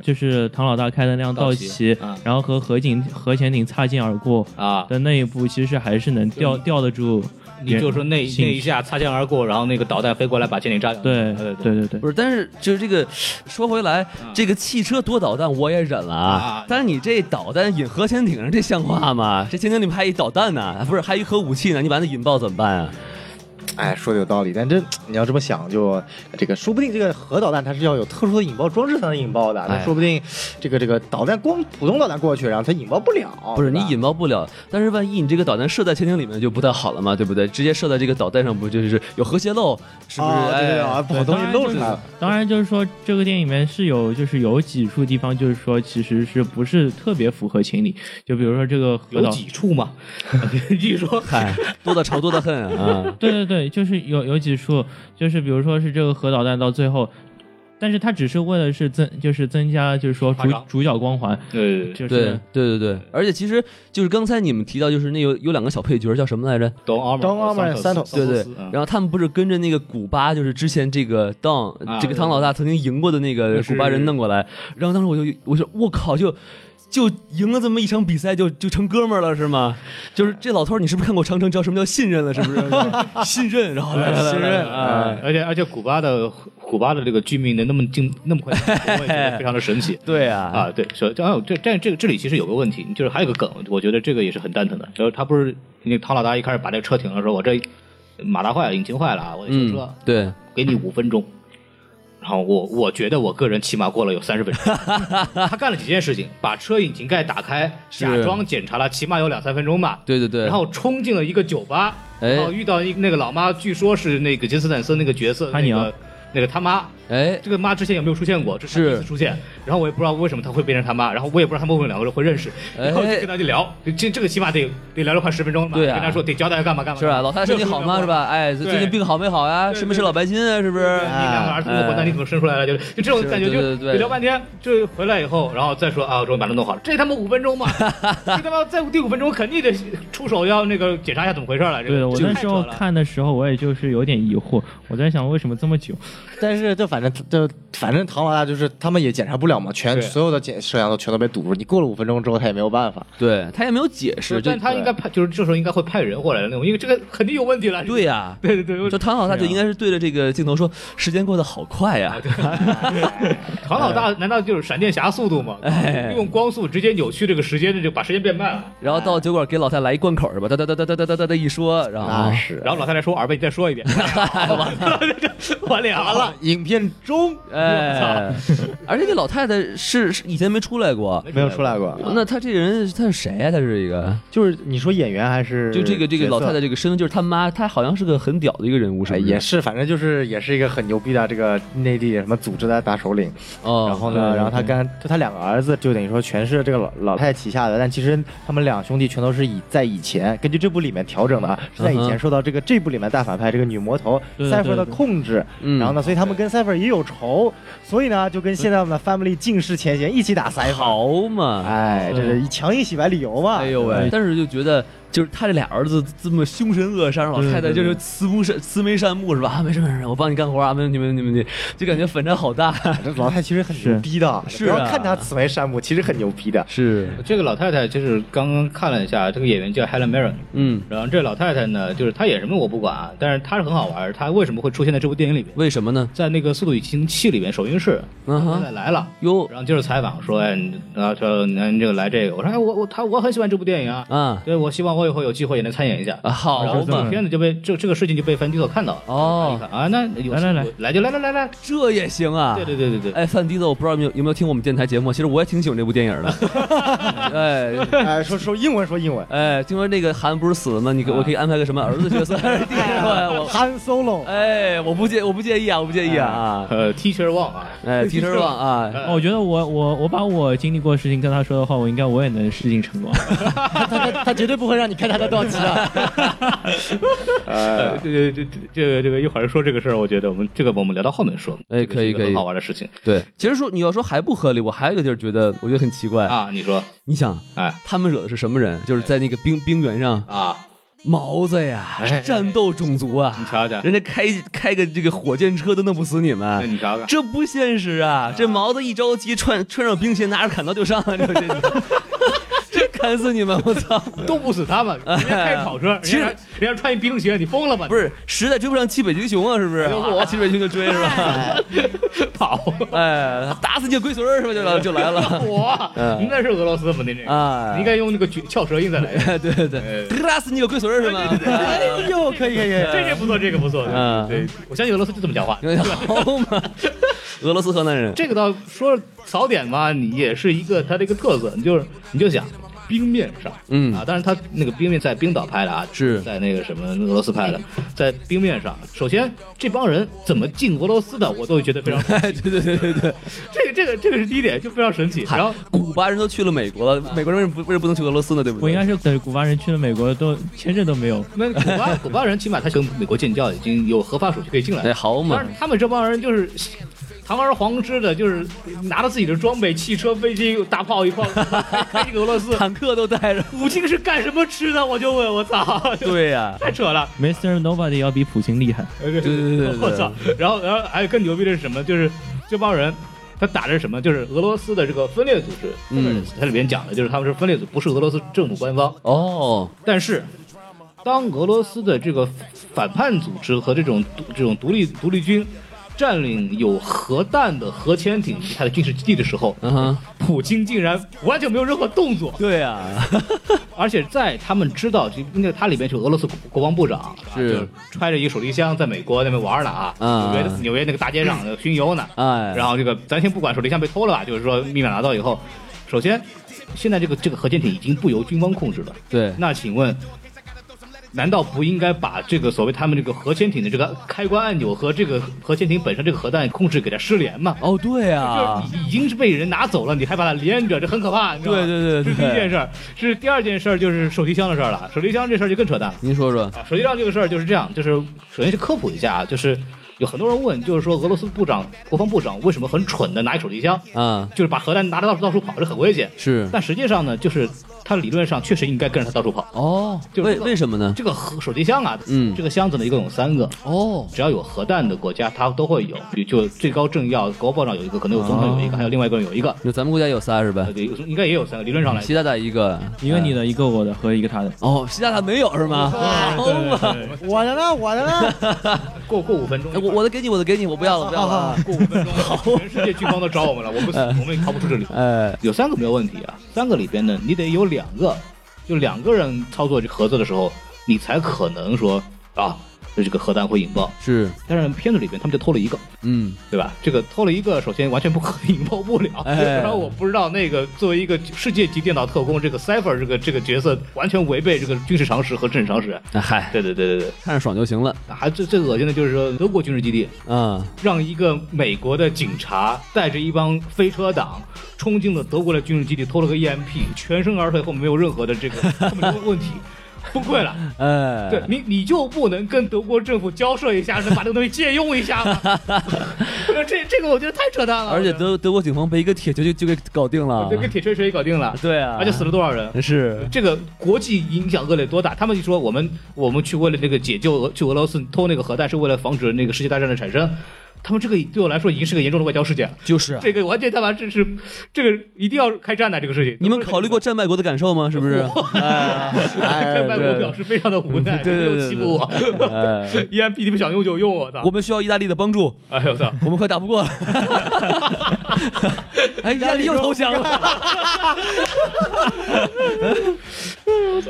[SPEAKER 1] 就是唐老大开的那辆道奇，
[SPEAKER 2] 道奇啊
[SPEAKER 1] 然后和核警核潜艇擦肩而过
[SPEAKER 2] 啊，
[SPEAKER 1] 的那一步，其实还是能吊吊得住
[SPEAKER 2] 你
[SPEAKER 1] 别人。
[SPEAKER 2] 就说那
[SPEAKER 1] 兴
[SPEAKER 2] 那一下擦肩而过，然后那个导弹飞过来把潜艇炸掉，
[SPEAKER 1] 对
[SPEAKER 2] 对
[SPEAKER 1] 对对对
[SPEAKER 3] 不，是，但是就是这个，说回来，
[SPEAKER 4] 嗯
[SPEAKER 3] 这个汽车多导弹我也忍了啊
[SPEAKER 2] 啊，
[SPEAKER 3] 但是你这导弹引核潜艇上，这像话
[SPEAKER 4] 嗯
[SPEAKER 3] 吗？这潜艇里面还一导弹呢、啊不是还一核武器呢？你把它引爆怎么办啊？
[SPEAKER 4] 哎，说的有道理，但这你要这么想就，呃这个说不定这个核导弹它是要有特殊的引爆装置才能引爆的，那
[SPEAKER 3] 哎
[SPEAKER 4] 说不定这个这个导弹光普通导弹过去，然后它引爆不了。
[SPEAKER 3] 不是
[SPEAKER 4] 对
[SPEAKER 3] 你
[SPEAKER 4] 吧
[SPEAKER 3] 引爆不了，但是万一你这个导弹射在潜艇里面就不太好了嘛，对不对？直接射在这个导弹上，不就是有核泄漏？是不是？
[SPEAKER 4] 啊对对对啊，
[SPEAKER 3] 哎，
[SPEAKER 4] 把东
[SPEAKER 1] 当
[SPEAKER 4] 西
[SPEAKER 1] 然
[SPEAKER 4] 露
[SPEAKER 1] 就是
[SPEAKER 4] 出来了。
[SPEAKER 1] 当然就是说这个电影里面是有就是有几处地方就是说其实是不是特别符合情理，就比如说这个核
[SPEAKER 2] 有
[SPEAKER 1] 导。
[SPEAKER 2] 几处 嘛，一说
[SPEAKER 3] 嗨，多的潮，多的恨 啊！
[SPEAKER 1] 对对对，就是有有几处，就是比如说是这个核导弹到最后，但是它只是为了是增，就是增加，就是说
[SPEAKER 2] 夸
[SPEAKER 1] 主
[SPEAKER 2] 张
[SPEAKER 1] 主角光环，
[SPEAKER 2] 呃
[SPEAKER 1] 就是
[SPEAKER 3] 对对对对，而且其实就是刚才你们提到，就是那有有两个小配角叫什么来着？
[SPEAKER 2] 东阿
[SPEAKER 4] Don
[SPEAKER 2] 阿
[SPEAKER 4] Armour 三头
[SPEAKER 3] 对对，然
[SPEAKER 2] 后
[SPEAKER 3] 后他们不是跟着那个古巴，就是之前这个当
[SPEAKER 2] 啊
[SPEAKER 3] 这个唐老大曾经赢过的那个古巴人弄过来，然后当时我就我说我靠，就就赢了这么一场比赛就就成哥们儿了 是吗？就是这老头儿，你是不是看过《长城》，知道什么叫信任了是不是？ 信任，然后来来来
[SPEAKER 4] 信任
[SPEAKER 3] 啊，
[SPEAKER 2] 而且而且古巴的古巴的这个居民能那么近那么快，我也觉 得非常的神奇。
[SPEAKER 3] 对啊，
[SPEAKER 2] 啊，对，所以这这这这这里其实有个问题，就是还有个梗，我觉得这个也是很蛋疼的。就是他不是那个唐老大一开始把这个车停了，说我这马达坏了，引擎坏了啊，我得修车，
[SPEAKER 3] 嗯，对，
[SPEAKER 2] 给你五分钟。然后我我觉得我个人起码过了有三十分 钟，他干了几件事情，把车引擎盖打开，
[SPEAKER 3] 是
[SPEAKER 2] 假装检查了，起码有两三分钟吧。
[SPEAKER 3] 对对对，
[SPEAKER 2] 然后冲进了一个酒吧，
[SPEAKER 3] 哎
[SPEAKER 2] 然后遇到一那个老妈，据说是那个杰斯坦森那个角色，
[SPEAKER 1] 他
[SPEAKER 2] 那
[SPEAKER 1] 娘
[SPEAKER 2] 个那个他妈。
[SPEAKER 3] 哎，
[SPEAKER 2] 这个妈之前有没有出现过？这是她
[SPEAKER 3] 是
[SPEAKER 2] 第一次出现，然后我也不知道为什么她会变成他妈，然后我也不知道他们为什么两个人会认识，
[SPEAKER 3] 哎
[SPEAKER 2] 然后就跟他就聊，这这个起码得得聊了快十分钟了吧？
[SPEAKER 3] 对啊
[SPEAKER 2] 跟他说得交代要干嘛干嘛，
[SPEAKER 3] 是吧？老太太身体好吗？是吧？哎，最近病好没好呀？
[SPEAKER 2] 对
[SPEAKER 3] 是没吃老白金啊？是不
[SPEAKER 2] 对？
[SPEAKER 3] 是
[SPEAKER 2] 你？两个儿子的混蛋，你怎么生出来了？就就这种感觉，
[SPEAKER 3] 是对
[SPEAKER 2] 就
[SPEAKER 3] 对对
[SPEAKER 2] 就聊半天，就回来以后，然后再说啊，我终于把它弄好了，这他妈五分钟 嘛，这他妈在第五分钟肯定得出手要那个检查一下怎么回事了。这个
[SPEAKER 1] 对的。我
[SPEAKER 2] 这个
[SPEAKER 1] 那
[SPEAKER 2] 太
[SPEAKER 1] 时
[SPEAKER 2] 扯
[SPEAKER 1] 候
[SPEAKER 2] 了
[SPEAKER 1] 看的时候，我也就是有点疑惑，我在想为什么这么久？
[SPEAKER 4] 但是就反正就反正唐老大就是他们也检查不了嘛，全
[SPEAKER 2] 对
[SPEAKER 4] 所有的检摄像头全都被堵住，你过了五分钟之后他也没有办法。
[SPEAKER 3] 对哎他也没有解释，就
[SPEAKER 2] 但他应该派，就是这时候应该会派人过来的那种，因为这个肯定有问题了。
[SPEAKER 3] 对呀。
[SPEAKER 2] 对对对，
[SPEAKER 3] 就唐老大就应该是对着啊这个镜头说：“时间过得好快呀
[SPEAKER 2] 唐老大难道就是闪电侠速度吗？
[SPEAKER 3] 哎
[SPEAKER 2] 用光速直接扭曲这个时间，这就把时间变慢了！”。
[SPEAKER 3] 然后到酒馆给老太来一灌口是吧？哒哒哒哒哒哒哒哒哒一说，然后
[SPEAKER 4] 那啊是
[SPEAKER 2] 然后老太太说：“我耳背，你再 说一遍。哎呀” 完了，完
[SPEAKER 4] 完了，影片中
[SPEAKER 3] 哎，而且这老太太是是以前没出来过，
[SPEAKER 4] 没有出来 过。
[SPEAKER 3] 那她这个人她是谁啊呀？她是一个，
[SPEAKER 4] 就是你说演员还是
[SPEAKER 3] 就这个这个
[SPEAKER 4] 角色
[SPEAKER 3] 老太太这个身份就是她妈，她好像是个很屌的一个人物，是
[SPEAKER 4] 哎，
[SPEAKER 3] 不是？
[SPEAKER 4] 也是，反正就是也是一个很牛逼的这个内地什么组织的大首领。
[SPEAKER 3] 哦，
[SPEAKER 4] 然后呢，然后他跟就他两个儿子，就等于说全是这个老老太太旗下的，但其实他们两兄弟全都是以在以前根据这部里面调整的，啊，是在以
[SPEAKER 3] 嗯
[SPEAKER 4] 前
[SPEAKER 3] 哼
[SPEAKER 4] 受到这个这部里面大反派这个女魔头
[SPEAKER 1] 对对
[SPEAKER 4] 赛弗
[SPEAKER 1] 对
[SPEAKER 4] 的
[SPEAKER 1] 对
[SPEAKER 4] 控制。
[SPEAKER 3] 嗯
[SPEAKER 4] 然后呢，所以他们跟赛弗也有仇，所以呢，就跟现在我们的 Family 尽释前嫌，一起打赛弗。
[SPEAKER 3] 好嘛，
[SPEAKER 4] 哎，这是以强硬洗白理由嘛？
[SPEAKER 3] 哎呦喂！但是就觉得，就是他这俩儿子这么凶神恶煞，老太太就是慈不善慈眉善目是吧？啊，没事没事，我帮你干活啊，没问题没问题没问题，就感觉反差好大。
[SPEAKER 4] 这老太太其实很牛逼的，
[SPEAKER 3] 是
[SPEAKER 4] 不
[SPEAKER 3] 是
[SPEAKER 4] 要
[SPEAKER 3] 啊
[SPEAKER 4] 看她慈眉善目，其实很牛逼的。
[SPEAKER 3] 是，
[SPEAKER 2] 这个老太太就是刚刚看了一下，这个演员叫 Helen Mirren。
[SPEAKER 3] 嗯，
[SPEAKER 2] 然后这老太太呢，就是她演什么我不管啊，但是她是很好玩儿。她为什么会出现在这部电影里面？
[SPEAKER 3] 为什么呢？
[SPEAKER 2] 在那个《速度与激情七》里面，首映式，
[SPEAKER 3] 嗯
[SPEAKER 2] 老太
[SPEAKER 3] 哼
[SPEAKER 2] 太，来了。
[SPEAKER 3] 哟
[SPEAKER 2] 然后接着采访说，哎，你然后说您这个来这个，我说哎我我他我很喜欢这部电影啊，
[SPEAKER 3] 啊，
[SPEAKER 2] 对我希望后也会有机会也能参演一下。
[SPEAKER 3] 啊好
[SPEAKER 2] 然后
[SPEAKER 3] 嘛
[SPEAKER 2] 这个片子就被这这个事情就被范迪所看到了。一
[SPEAKER 3] 哦，
[SPEAKER 2] 看啊，那有
[SPEAKER 1] 来来来
[SPEAKER 2] 来就来来来来，
[SPEAKER 3] 这也行啊。
[SPEAKER 2] 对对对对对，
[SPEAKER 3] 哎，范迪子，我不知道你有有没有听我们电台节目，其实我也挺喜欢这部电 影的。哎
[SPEAKER 4] 哎，说说英文，说英文。
[SPEAKER 3] 哎，听说那个韩不是死了吗？你给我可以安排个什么儿子角色？
[SPEAKER 4] 嗯
[SPEAKER 3] 哎 我
[SPEAKER 4] Han Solo，
[SPEAKER 3] 哎，我不介我不介意啊，我不介意
[SPEAKER 4] 嗯
[SPEAKER 3] 啊。
[SPEAKER 2] 呃，Teacher Wang 啊，
[SPEAKER 3] 哎，提车网
[SPEAKER 2] 呃
[SPEAKER 3] 啊，
[SPEAKER 1] 哦我觉得我我我把我经历过的事情跟他说的话，我应该我也能事情成功。啊
[SPEAKER 4] 他 他他绝对不会让你看他的道奇的。
[SPEAKER 2] 呃，这这这这个这个一会儿说这个事儿，我觉得我们这个我们聊到后面说。
[SPEAKER 3] 哎
[SPEAKER 2] 这个
[SPEAKER 3] 可
[SPEAKER 2] 是
[SPEAKER 3] 以
[SPEAKER 2] 一个
[SPEAKER 3] 可以
[SPEAKER 2] 很好玩的事情
[SPEAKER 3] 对，其实说你要说还不合理，我还有一个地儿觉得我觉得很奇怪。
[SPEAKER 2] 啊，你说，
[SPEAKER 3] 你想，
[SPEAKER 2] 哎
[SPEAKER 3] 他们惹的是什么人？就是在那个冰冰原上，
[SPEAKER 2] 啊，
[SPEAKER 3] 毛子呀
[SPEAKER 2] 哎，
[SPEAKER 3] 战斗种族
[SPEAKER 2] 你
[SPEAKER 3] 啊，
[SPEAKER 2] 瞧瞧，
[SPEAKER 3] 人家开开个这个火箭车都弄不死你
[SPEAKER 2] 那
[SPEAKER 3] 们。
[SPEAKER 2] 你瞧瞧，
[SPEAKER 3] 这不现实啊！这毛子一着急，穿穿上冰鞋，拿着砍刀就上，这这这砍死你们！我操！
[SPEAKER 2] 都不死他们，人家开跑车，人
[SPEAKER 3] 其实
[SPEAKER 2] 家人家穿一冰鞋，你疯了吧？哎
[SPEAKER 3] 不是，实在追不上西北极熊啊，是不是？我西北极熊就追是吧？
[SPEAKER 2] 是跑，哎
[SPEAKER 3] 哎，打死你个龟孙儿是吧？就就来了。
[SPEAKER 2] 我
[SPEAKER 3] 嗯
[SPEAKER 2] 应该是俄罗斯吧？那这个，
[SPEAKER 3] 啊，
[SPEAKER 2] 你应该用那个卷翘舌音再来一遍。
[SPEAKER 3] 哎， 对对
[SPEAKER 2] 哎
[SPEAKER 3] 对，打死你个龟孙儿是吗？
[SPEAKER 4] 哎呦，可以可以，可以
[SPEAKER 2] 这个不错，这个不错。
[SPEAKER 3] 嗯
[SPEAKER 2] 对，对我相信俄罗斯就这么讲 话。
[SPEAKER 3] 哎 好嘛，俄罗斯河南人，
[SPEAKER 2] 这个倒说槽点吧，你也是一个它的一个特色，你就是你就想冰面上，
[SPEAKER 3] 嗯
[SPEAKER 2] 啊，当然它那个冰面在冰岛拍的啊，
[SPEAKER 3] 是
[SPEAKER 2] 在那个什么俄罗斯拍的，在冰面上，首先这帮人怎么进俄罗斯的，我都觉得非 常，
[SPEAKER 3] 哎，对对对对对，
[SPEAKER 2] 这个这个这个是第一点，就非常神奇。然后
[SPEAKER 3] 古巴人都去了美国了，美国人为什么不为什么不能去俄罗斯呢？对不
[SPEAKER 1] 我应该
[SPEAKER 3] 对？
[SPEAKER 1] 是等古巴人去了美国都签证都没有，
[SPEAKER 2] 那古巴古巴人起码他跟美国建交已经有合法手续可以进来
[SPEAKER 3] 哎，
[SPEAKER 2] 了，
[SPEAKER 3] 好嘛
[SPEAKER 2] 但，是他们这帮人就是。堂而皇之的，就是拿着自己的装备，汽车、飞机、大炮一炮， 开进俄罗斯，
[SPEAKER 3] 坦克都带着。
[SPEAKER 2] 普京是干什么吃的？我就问，我操，
[SPEAKER 3] 对呀、
[SPEAKER 2] 太扯了！
[SPEAKER 1] Mr. Nobody 要比普京厉害。
[SPEAKER 2] 对
[SPEAKER 3] 对 对对对
[SPEAKER 2] 我操！然后，然后还有更牛逼的是什么？就是这帮人。他打的是什么？就是俄罗斯的这个分裂组织，
[SPEAKER 3] 嗯，
[SPEAKER 2] 它里面讲的就是他们是分裂组，不是俄罗斯政府官方。
[SPEAKER 3] 哦，
[SPEAKER 2] 但是，当俄罗斯的这个反叛组织和这种独这种独立独立军占领有核弹的核潜艇它的军事基地的时候，
[SPEAKER 3] 嗯哼，
[SPEAKER 2] 普京竟然完全没有任何动作，
[SPEAKER 3] 对呀、
[SPEAKER 2] 而且在他们知道，就那个它里面就有俄罗斯国国防部长，啊
[SPEAKER 3] 是
[SPEAKER 2] 就揣着一个手提箱在美国那边玩呢啊，
[SPEAKER 3] 啊
[SPEAKER 2] 纽约纽约那个大街上那个巡游呢，
[SPEAKER 3] 哎，
[SPEAKER 2] 然后这个咱先不管手提箱被偷了吧，就是说密码拿到以后，首先现在这个这个核潜艇已经不由军方控制了，
[SPEAKER 3] 对，
[SPEAKER 2] 那请问？难道不应该把这个所谓他们这个核潜艇的这个开关按钮和这个核潜艇本身这个核弹控制给它失联吗？
[SPEAKER 3] 哦，对呀、
[SPEAKER 2] 就是已经是被人拿走了，你还把它连着，这很可怕，你知道吗？
[SPEAKER 3] 对对
[SPEAKER 2] 这是
[SPEAKER 3] 对对
[SPEAKER 2] 第一件事儿，是第二件事儿就是手提箱的事儿了。手提箱这事儿就更扯淡了。
[SPEAKER 3] 您说说，
[SPEAKER 2] 啊手提箱这个事儿就是这样，就是首先是科普一下啊，就是有很多人问，就是说俄罗斯部长、国防部长为什么很蠢的拿一手提箱，
[SPEAKER 3] 啊，
[SPEAKER 2] 就是把核弹拿着到处到处跑，这很危险。
[SPEAKER 3] 是，
[SPEAKER 2] 但实际上呢，就是他理论上确实应该跟着他到处跑。
[SPEAKER 3] 哦，
[SPEAKER 2] 就是
[SPEAKER 3] 为
[SPEAKER 2] 说
[SPEAKER 3] 为什么呢？
[SPEAKER 2] 这个核手提箱啊，
[SPEAKER 3] 嗯
[SPEAKER 2] 这个箱子呢一共有三个，
[SPEAKER 3] 哦，
[SPEAKER 2] 只要有核弹的国家，它都会有，比如就最高政要、国防部长有一个，可能有总统
[SPEAKER 3] 哦
[SPEAKER 2] 有一个，还有另外一个人有一个，
[SPEAKER 3] 那咱们国家有仨是吧
[SPEAKER 2] 呃？有应该也有三个，理论上来
[SPEAKER 3] 习大大一个，
[SPEAKER 1] 一个你的，一个我的和一个他的。
[SPEAKER 3] 哦，习大大没有是吗？好嘛，
[SPEAKER 4] 我的呢，我的呢，
[SPEAKER 2] 过过五分钟，
[SPEAKER 3] 哎我我的给你，我的给你，我不要了，不要了啊。
[SPEAKER 2] 过五分钟，全世界军方都找我们了，我们我们也逃不出这里。
[SPEAKER 3] 哎，
[SPEAKER 2] 有三个没有问题啊，三个里边呢，你得有两个，就两个人操作这个盒子的时候，你才可能说啊，这个核弹会引爆。
[SPEAKER 3] 是，
[SPEAKER 2] 但是片子里边他们就偷了一个，
[SPEAKER 3] 嗯，
[SPEAKER 2] 对吧？这个偷了一个，首先完全不可能 引爆不了。
[SPEAKER 3] 哎
[SPEAKER 2] 然后我不知道那个作为一个世界级电脑特工，这个 Cipher 这个这个角色完全违背这个军事常识和政治常识。
[SPEAKER 3] 那哎嗨，
[SPEAKER 2] 对对对对对，
[SPEAKER 3] 看着爽就行了，
[SPEAKER 2] 还最最恶心的就是说，德国军事基地
[SPEAKER 3] 啊，
[SPEAKER 2] 让一个美国的警察带着一帮飞车党冲进了德国的军事基地，偷了个 EMP，全身而退后没有任何的这个 根本就问题，崩溃了。
[SPEAKER 3] 哎，
[SPEAKER 2] 对你，你就不能跟德国政府交涉一下，能把这个东西借用一下 吗？这这个我觉得太扯淡了。
[SPEAKER 3] 而且
[SPEAKER 2] 我觉得
[SPEAKER 3] 德德国警方被一个铁球就就给搞定了
[SPEAKER 2] 这，个铁锤锤搞定了，
[SPEAKER 3] 对啊，
[SPEAKER 2] 而 且死了多少人？
[SPEAKER 3] 是
[SPEAKER 2] 这个国际影响恶劣多大？他们就说我们我们去为了那个解救俄去俄罗斯偷那个核弹，是为了防止那个世界大战的产生。他们这个对我来说已经是个严重的外交事件了。
[SPEAKER 3] 就是啊
[SPEAKER 2] 这个完全他妈这是这个一定要开战的这个事情。
[SPEAKER 3] 你们考虑过战败国的感受吗？是不是？哎哎
[SPEAKER 2] 战败国
[SPEAKER 3] 对
[SPEAKER 2] 表示非常的无奈，
[SPEAKER 3] 对对对
[SPEAKER 2] 没有欺负我，
[SPEAKER 3] 哎
[SPEAKER 2] 依然 P D 不想用就用我操
[SPEAKER 3] 我！们需要意大利的帮助，
[SPEAKER 2] 哎呦我操！
[SPEAKER 3] 我们快打不过了。 哎，意大利又投降了。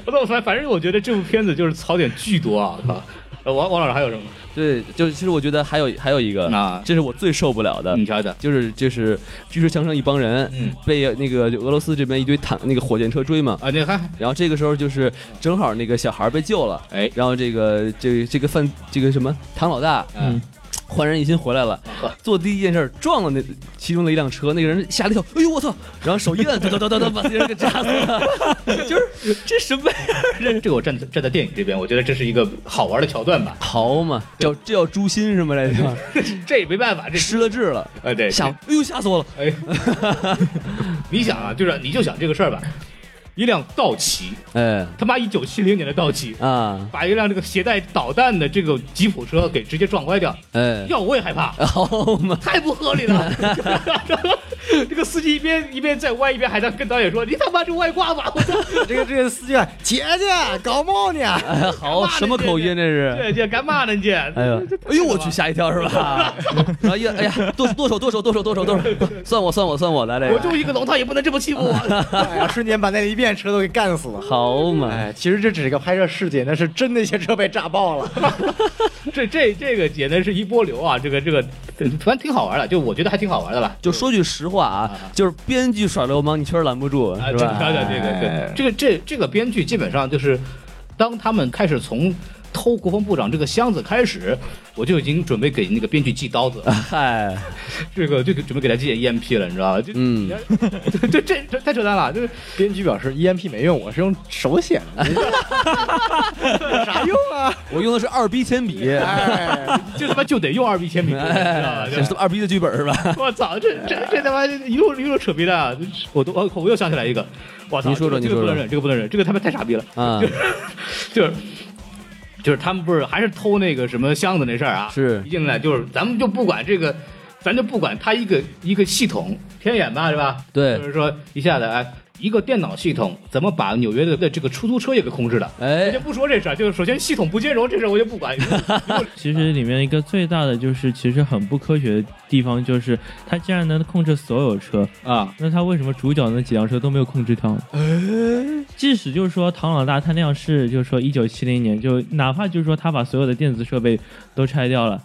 [SPEAKER 2] 我操！反反正我觉得这部片子就是槽点巨多啊！我操！呃王王老师还有什么？
[SPEAKER 3] 对，就是其实我觉得还有还有一个
[SPEAKER 2] 啊
[SPEAKER 3] 这是我最受不了的，
[SPEAKER 2] 呃你瞧瞧，
[SPEAKER 3] 就是就是巨石强盛一帮人
[SPEAKER 2] 嗯
[SPEAKER 3] 被那个俄罗斯这边一堆坦那个火箭车追嘛，
[SPEAKER 2] 啊，你看，
[SPEAKER 3] 然后这个时候就是正好那个小孩被救了，
[SPEAKER 2] 哎
[SPEAKER 3] 然后这个这这个犯这个什么唐老大
[SPEAKER 2] 嗯，
[SPEAKER 3] 焕然一新回来了，做第一件事撞了那其中的一辆车，那个人吓了一跳，哎呦我操！然后手一摁，哒哒哒哒哒，把那人给炸 死了，就是这什么呀？
[SPEAKER 2] 这这个我站在站在电影这边，我觉得这是一个好玩的桥段吧。
[SPEAKER 3] 逃嘛，叫这叫诛心是吗？这叫
[SPEAKER 2] 这也没办法，这
[SPEAKER 3] 失了智了，
[SPEAKER 2] 呃嗯对，
[SPEAKER 3] 吓，哎呦吓死我了！
[SPEAKER 2] 哎，你想啊，就是你就想这个事儿吧，一辆道奇，
[SPEAKER 3] 哎
[SPEAKER 2] 他妈一九七零年的道奇，
[SPEAKER 3] 啊
[SPEAKER 2] 把一辆这个携带导弹的这个吉普车给直接撞歪掉，
[SPEAKER 3] 哎，
[SPEAKER 2] 要我也害怕。
[SPEAKER 3] 好嘛，
[SPEAKER 2] 太不合理 了！这个司机一边一边在歪，一边还在跟导演说：“你他妈是外挂吧！”我操！
[SPEAKER 4] 这个这个司机啊，姐姐搞毛呢？
[SPEAKER 3] 哎好什么口音这是？
[SPEAKER 2] 对，这干嘛呢？这
[SPEAKER 3] 哎呦，哎呦，我去，吓一跳是吧？然后一哎呀，剁手剁手剁手剁手剁手剁手，算我算我算我来这
[SPEAKER 2] 我
[SPEAKER 3] 个，
[SPEAKER 2] 就一个龙套，也不能这么欺负我。
[SPEAKER 4] 哎呀，瞬间把那一遍车都给干死了。
[SPEAKER 3] 好嘛，
[SPEAKER 4] 哎，其实这只是一个拍摄事件，但是真那些车被炸爆了。
[SPEAKER 2] 这这这个简直是一波流啊！这个这个，反正挺好玩的，就我觉得还挺好玩的吧。
[SPEAKER 3] 就说句实话啊，就是编剧耍流氓，你确实拦不住，
[SPEAKER 2] 啊，
[SPEAKER 3] 是
[SPEAKER 2] 这个
[SPEAKER 3] 吧？哎
[SPEAKER 2] 对对对，这个这这个编剧基本上就是，当他们开始从偷国防部长这个箱子开始，我就已经准备给那个编剧寄刀子了。
[SPEAKER 3] 嗨，
[SPEAKER 2] 这个就准备给他寄 EMP 了，你知道 吧？就
[SPEAKER 3] 嗯，
[SPEAKER 2] 这这这太扯淡了，就是
[SPEAKER 4] 编剧表示 EMP 没用，我是用手写的，有啥用啊？
[SPEAKER 3] 我用的是二逼铅笔，
[SPEAKER 4] 哎，
[SPEAKER 2] 就他妈就得用二 B 铅 笔，你知道吧
[SPEAKER 3] 哎，这是他妈二逼的剧本是
[SPEAKER 4] 哎
[SPEAKER 3] 吧？
[SPEAKER 2] 我操，这这这他妈一路一路扯皮的，我都我我又想起来一个，我操，
[SPEAKER 3] 你说说
[SPEAKER 2] 这
[SPEAKER 3] 你
[SPEAKER 2] 个这个
[SPEAKER 3] 说
[SPEAKER 2] 不
[SPEAKER 3] 说
[SPEAKER 2] 能忍，这个不能忍，这个他妈太傻逼了，
[SPEAKER 3] 啊，
[SPEAKER 2] 就是。就是他们不是还是偷那个什么箱子那事儿啊？
[SPEAKER 3] 是
[SPEAKER 2] 一进来就是咱们就不管这个，咱就不管它一个一个系统天眼吧，是吧？就
[SPEAKER 3] 对，
[SPEAKER 2] 是说一下子哎，一个电脑系统怎么把纽约的这个出租车也给控制了？我
[SPEAKER 3] 哎
[SPEAKER 2] 就，不说这事儿，就是首先系统不兼容这事儿我就不 管。
[SPEAKER 1] 其实里面一个最大的就是，其实很不科学的地方就是，它竟然能控制所有车，
[SPEAKER 2] 啊，
[SPEAKER 1] 那他为什么主角那几辆车都没有控制掉呢？即使就是说唐老大他那样是，就是说一九七零年，就哪怕就是说他把所有的电子设备都拆掉了，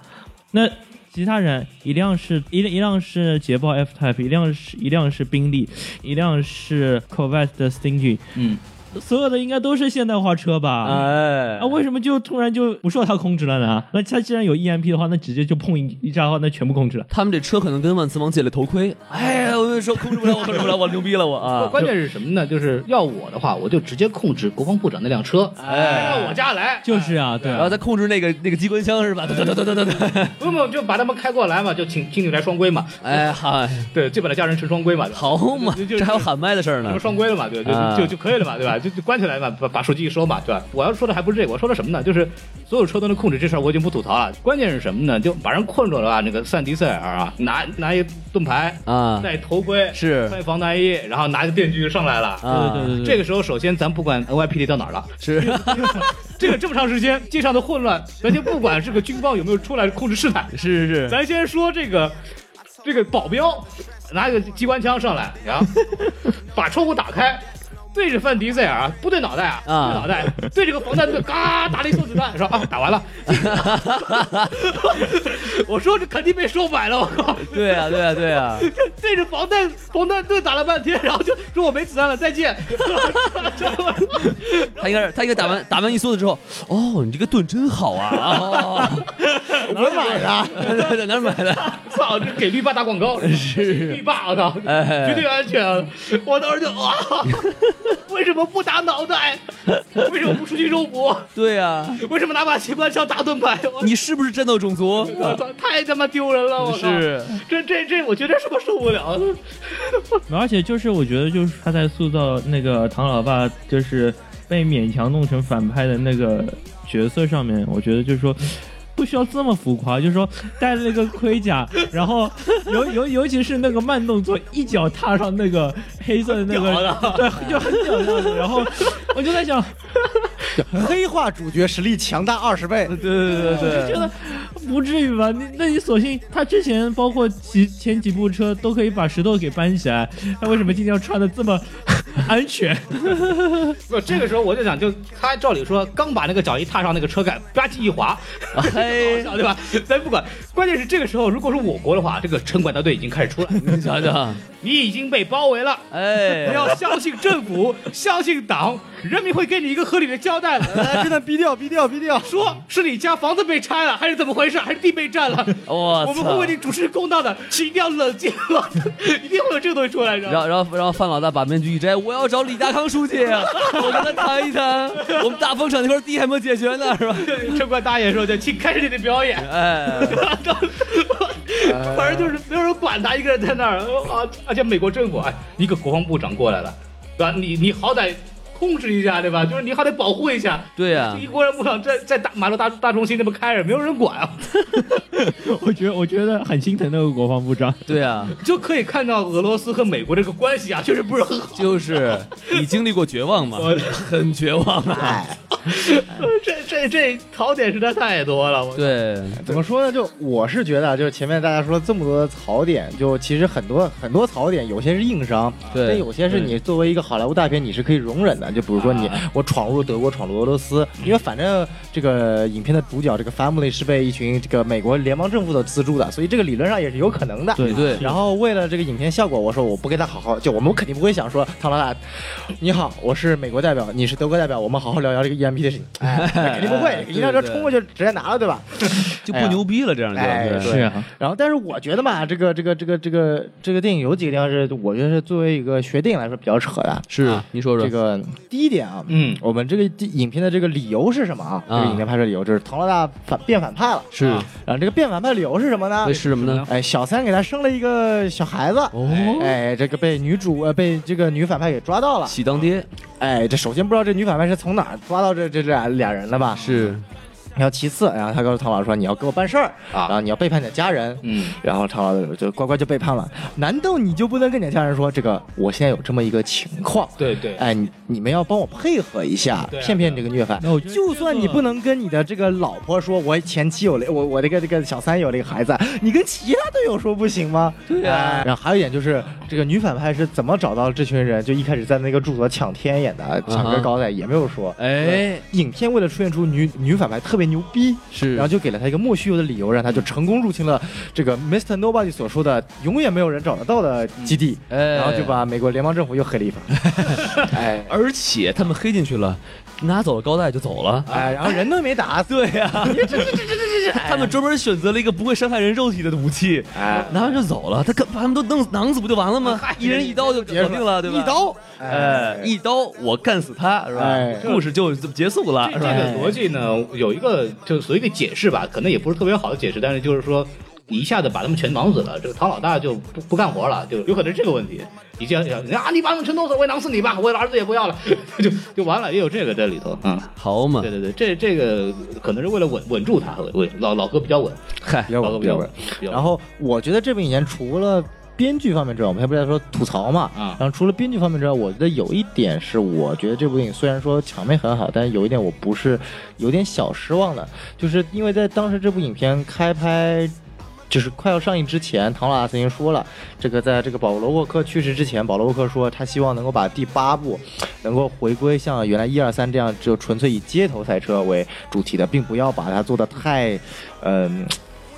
[SPEAKER 1] 那其他人一辆是一一辆是捷豹 F Type，一辆是一辆是宾利，一辆是 Corvette 的 Stingy，
[SPEAKER 2] 嗯，
[SPEAKER 1] 所有的应该都是现代化车吧？
[SPEAKER 3] 哎
[SPEAKER 1] 啊，，为什么就突然就不受他控制了呢？那他既然有 EMP 的话，那直接就碰一一下的话，那全部控制了。
[SPEAKER 3] 他们这车可能跟万磁王借了头盔，哎，我跟你说控制不了，我控制不了，我牛逼了 我啊！
[SPEAKER 2] 关键是什么呢？就是要我的话，我就直接控制国防部长那辆车，
[SPEAKER 3] 哎
[SPEAKER 2] 开到我家来，
[SPEAKER 1] 就是啊，对
[SPEAKER 3] 然后
[SPEAKER 1] 啊，
[SPEAKER 3] 再控制那个那个机关枪是吧？哒哒哒哒哒哒，
[SPEAKER 2] 不不就把他们开过来嘛，就请请你来双规嘛，
[SPEAKER 3] 哎嗨。
[SPEAKER 2] 对，就把他家人成双规嘛，对吧
[SPEAKER 3] 好嘛，
[SPEAKER 2] 就就
[SPEAKER 3] 这还有喊麦的事儿
[SPEAKER 2] 什
[SPEAKER 3] 呢
[SPEAKER 2] 么。双规了嘛，对，就
[SPEAKER 3] 啊
[SPEAKER 2] 就就可以了嘛，对吧？就就关起来嘛，把把手机一收嘛，对吧？我要说的还不是这个，我说的什么呢？就是所有车都能控制这事儿，我已经不吐槽了。关键是什么呢？就把人困住了吧？那个范迪塞尔啊，拿拿一盾牌，
[SPEAKER 3] 啊，
[SPEAKER 2] 戴头盔，
[SPEAKER 3] 是
[SPEAKER 2] 戴防弹衣，然后拿个电锯就上来了。嗯
[SPEAKER 3] 啊，
[SPEAKER 1] 对对对对，
[SPEAKER 2] 这个时候，首先咱不管 NYPD 到哪儿了，
[SPEAKER 3] 是
[SPEAKER 2] 这个这么长时间街上的混乱，咱先不管这个军方有没有出来控制事态，
[SPEAKER 3] 是是是，
[SPEAKER 2] 咱先说这个这个保镖拿一个机关枪上来，然 后把窗户打开。对着范迪塞尔啊，不对脑袋啊，
[SPEAKER 3] 啊
[SPEAKER 2] 不对脑袋，对这个防弹盾，嘎打了一梭子弹，说 啊打完了。 我说这肯定被收买了，我靠！
[SPEAKER 3] 对啊对啊对啊，
[SPEAKER 2] 对着防弹防弹盾打了半天，然后就说我没子弹了，再见。
[SPEAKER 3] 他应该是他应该打完打完一梭子之后，哦，你这个盾真好啊，哦，
[SPEAKER 4] 哪儿买的？
[SPEAKER 3] 在哪儿买的？
[SPEAKER 2] 操，这给绿霸打广告，是绿霸，我操，
[SPEAKER 3] 哎
[SPEAKER 2] 绝对安全啊！我当时就啊， 为什么不打脑袋？为什么不出去肉搏？
[SPEAKER 3] 对啊，
[SPEAKER 2] 为什么拿把机关枪打盾牌？我
[SPEAKER 3] 你是不是战斗种族？
[SPEAKER 2] 我操，太他妈丢人了！我靠，
[SPEAKER 3] 是
[SPEAKER 2] 这这这，我觉得是我受不了。
[SPEAKER 1] 而且就是我觉得就是他在塑造那个唐老爸就是被勉强弄成反派的那个角色上面，我觉得就是说。不不需要这么浮夸，就是说戴了个盔甲，然后 尤尤尤其是那个慢动作，一脚踏上那个黑色的那个，对，就很屌的样子。然后我就在想，
[SPEAKER 4] 黑化主角实力强大二十倍，
[SPEAKER 3] 对对对
[SPEAKER 1] 我就觉得不至于吧？你那你索性他之前包括骑前几部车都可以把石头给搬起来，他为什么今天要穿的这么 安全？
[SPEAKER 2] 不，这个时候我就想，就他照理说刚把那个脚一踏上那个车杆，吧唧一滑，
[SPEAKER 1] 哎
[SPEAKER 3] 嘿，
[SPEAKER 2] 对吧？咱不管，关键是这个时候如果是我国的话，这个城管大队已经开始出来，
[SPEAKER 3] 你瞧瞧，
[SPEAKER 2] 你已经被包围了。
[SPEAKER 3] 哎
[SPEAKER 2] 你，要相信政府，相信党，人民会给你一个合理的交代的。
[SPEAKER 4] 来哎真的逼掉逼掉逼掉，
[SPEAKER 2] 说是你家房子被拆了，还是怎么回事？还是地被占了？
[SPEAKER 3] 我
[SPEAKER 2] 我们
[SPEAKER 3] 操
[SPEAKER 2] 会为你主持公道的，请一定要冷静，一定会有这个东西出来，你知道吗？
[SPEAKER 3] 然后，然后，然后范老大把面具一摘，我要找李大康书记，啊 我跟他谈一谈，我们大风场那块地还没有解决呢，是吧？
[SPEAKER 2] 城管大爷说的，请开始你的表 演。
[SPEAKER 3] 哎，
[SPEAKER 2] 反正就是没有人管他，一个人在那儿啊！而且美国政府，哎，一个国防部长过来了，对吧？你你好歹控制一下，对吧？就是你好歹保护一下。
[SPEAKER 3] 对啊呀、
[SPEAKER 2] 一国人部长在在大马路大大中心那边开着，没有人管啊，
[SPEAKER 1] 我觉得我觉得很心疼那个国防部长。
[SPEAKER 3] 对啊呀、
[SPEAKER 2] 就可以看到俄罗斯和美国这个关系啊，确实不是很好。
[SPEAKER 3] 就是你经历过绝望吗？很绝望啊！
[SPEAKER 2] 这这这槽点实在太多了，我
[SPEAKER 3] 对，
[SPEAKER 4] 怎么说呢？就我是觉得啊，就是前面大家说了这么多的槽点，就其实很多很多槽点，有些是硬伤，
[SPEAKER 3] 对啊
[SPEAKER 4] 但有些是你作为一个好莱坞大片，你是可以容忍的。就比如说你我闯入德国，闯入俄罗斯，
[SPEAKER 3] 嗯
[SPEAKER 4] 因为反正这个影片的主角这个 family 是被一群这个美国联邦政府所资助的，所以这个理论上也是有可能的。
[SPEAKER 1] 对
[SPEAKER 3] 对
[SPEAKER 4] 然后为了这个影片效果，我说我不跟他好好，就我们肯定不会想说唐老大，你好，我是美国代表，你是德国代表，我们好好聊聊这个 EMP 的事情。哎，肯定不
[SPEAKER 3] 哎
[SPEAKER 4] 会，一辆 车
[SPEAKER 3] 对对
[SPEAKER 4] 冲过去直接拿了，对吧？
[SPEAKER 3] 就不牛逼了，这样就、
[SPEAKER 4] 哎
[SPEAKER 3] 对
[SPEAKER 4] 是
[SPEAKER 1] 啊，
[SPEAKER 4] 然后，但是我觉得嘛，这个这个这个这个这个电影有几个地方是我觉得是作为一个学电影来说比较扯的。啊
[SPEAKER 3] 是，你说说
[SPEAKER 4] 这个第一点啊，
[SPEAKER 2] 嗯，
[SPEAKER 4] 我们这个第影片的这个理由是什么啊？这
[SPEAKER 3] 啊
[SPEAKER 4] 个影片拍摄理由就是唐老大反变反派了。
[SPEAKER 3] 是
[SPEAKER 4] 啊然后这个变反派的理由是什么呢
[SPEAKER 3] 那？是什么呢？
[SPEAKER 4] 哎，小三给他生了一个小孩子。
[SPEAKER 3] 哦，
[SPEAKER 4] 哎，这个被女主呃被这个女反派给抓到了。
[SPEAKER 3] 喜当爹
[SPEAKER 4] 哎，这首先不知道这女反派是从哪儿抓到这这这俩俩人的吧？
[SPEAKER 3] 是
[SPEAKER 4] 然后其次，哎然后他告诉唐老师说你要给我办事儿，
[SPEAKER 2] 啊
[SPEAKER 4] 然后你要背叛你的家人，
[SPEAKER 2] 嗯，
[SPEAKER 4] 然后唐老师就乖乖就背叛了。难道你就不能跟你的家人说这个？我现在有这么一个情况，
[SPEAKER 2] 对对
[SPEAKER 4] 哎，你你们要帮我配合一下
[SPEAKER 2] 对，啊
[SPEAKER 4] 骗骗这个虐犯
[SPEAKER 1] 那我。觉得
[SPEAKER 4] 就算你不能跟你的这个老婆说，我前妻有了我我这个这个小三有了一个孩子，你跟其他队友说不行吗？对啊。然后还有一点就是，这个女反派是怎么找到这群人？就一开始在那个住所抢天眼的，抢
[SPEAKER 3] 啊哈
[SPEAKER 4] 个高的也没有说。
[SPEAKER 3] 哎
[SPEAKER 4] 影片为了出现出女女反派特别牛逼，
[SPEAKER 3] 是，
[SPEAKER 4] 然后就给了他一个莫须有的理由，让他就成功入侵了这个 Mr. Nobody 所说的永远没有人找得到的基地，
[SPEAKER 3] 哎，
[SPEAKER 4] 然后就把美国联邦政府又黑了一番。哎
[SPEAKER 3] 而且他们黑进去了，拿走了高带就走了。
[SPEAKER 4] 哎，然后人都没打，对呀、
[SPEAKER 3] 他们专门选择了一个不会伤害人肉体的武器，
[SPEAKER 4] 哎，
[SPEAKER 3] 拿完就走了。他干把他们都弄囊死不就完了吗？一人一刀就搞定了，对吧？
[SPEAKER 4] 一，刀，
[SPEAKER 3] 哎，一刀我干死他，是
[SPEAKER 4] 哎
[SPEAKER 3] 吧？故事就这么结束了，
[SPEAKER 2] 这
[SPEAKER 3] 是
[SPEAKER 2] 这
[SPEAKER 3] 吧？
[SPEAKER 2] 个逻辑呢，有一个就所谓的解释吧，可能也不是特别好的解释，但是就是说，你一下子把他们全囊死了，这个唐老大就不不干活了，就有可能是这个问题。你 这样想啊，你把他们全弄死，我也囊死你吧，我的儿子也不要了， 就就完了，也有这个在里头。嗯，
[SPEAKER 3] 好嘛
[SPEAKER 2] 对，对对，这这个可能是为了稳稳住他，稳老老哥比较稳，
[SPEAKER 3] 嗨
[SPEAKER 4] 比，较
[SPEAKER 2] 老哥
[SPEAKER 4] 稳，
[SPEAKER 2] 比
[SPEAKER 4] 比较
[SPEAKER 2] 稳
[SPEAKER 4] 稳。，
[SPEAKER 2] 比较稳
[SPEAKER 4] 然后我觉得这部影片除了。编剧方面之外，我们还不是在说吐槽嘛？
[SPEAKER 2] 啊
[SPEAKER 4] 然后除了编剧方面之外，我觉得有一点是，我觉得这部电影虽然说场面很好，但是有一点我不是有点小失望的，就是因为在当时这部影片开拍。就是快要上映之前，唐老大曾经说了，这个在这个保罗沃克去世之前，保罗沃克说他希望能够把第八部能够回归像原来一二三这样，就纯粹以街头赛车为主题的，并不要把它做的太，嗯、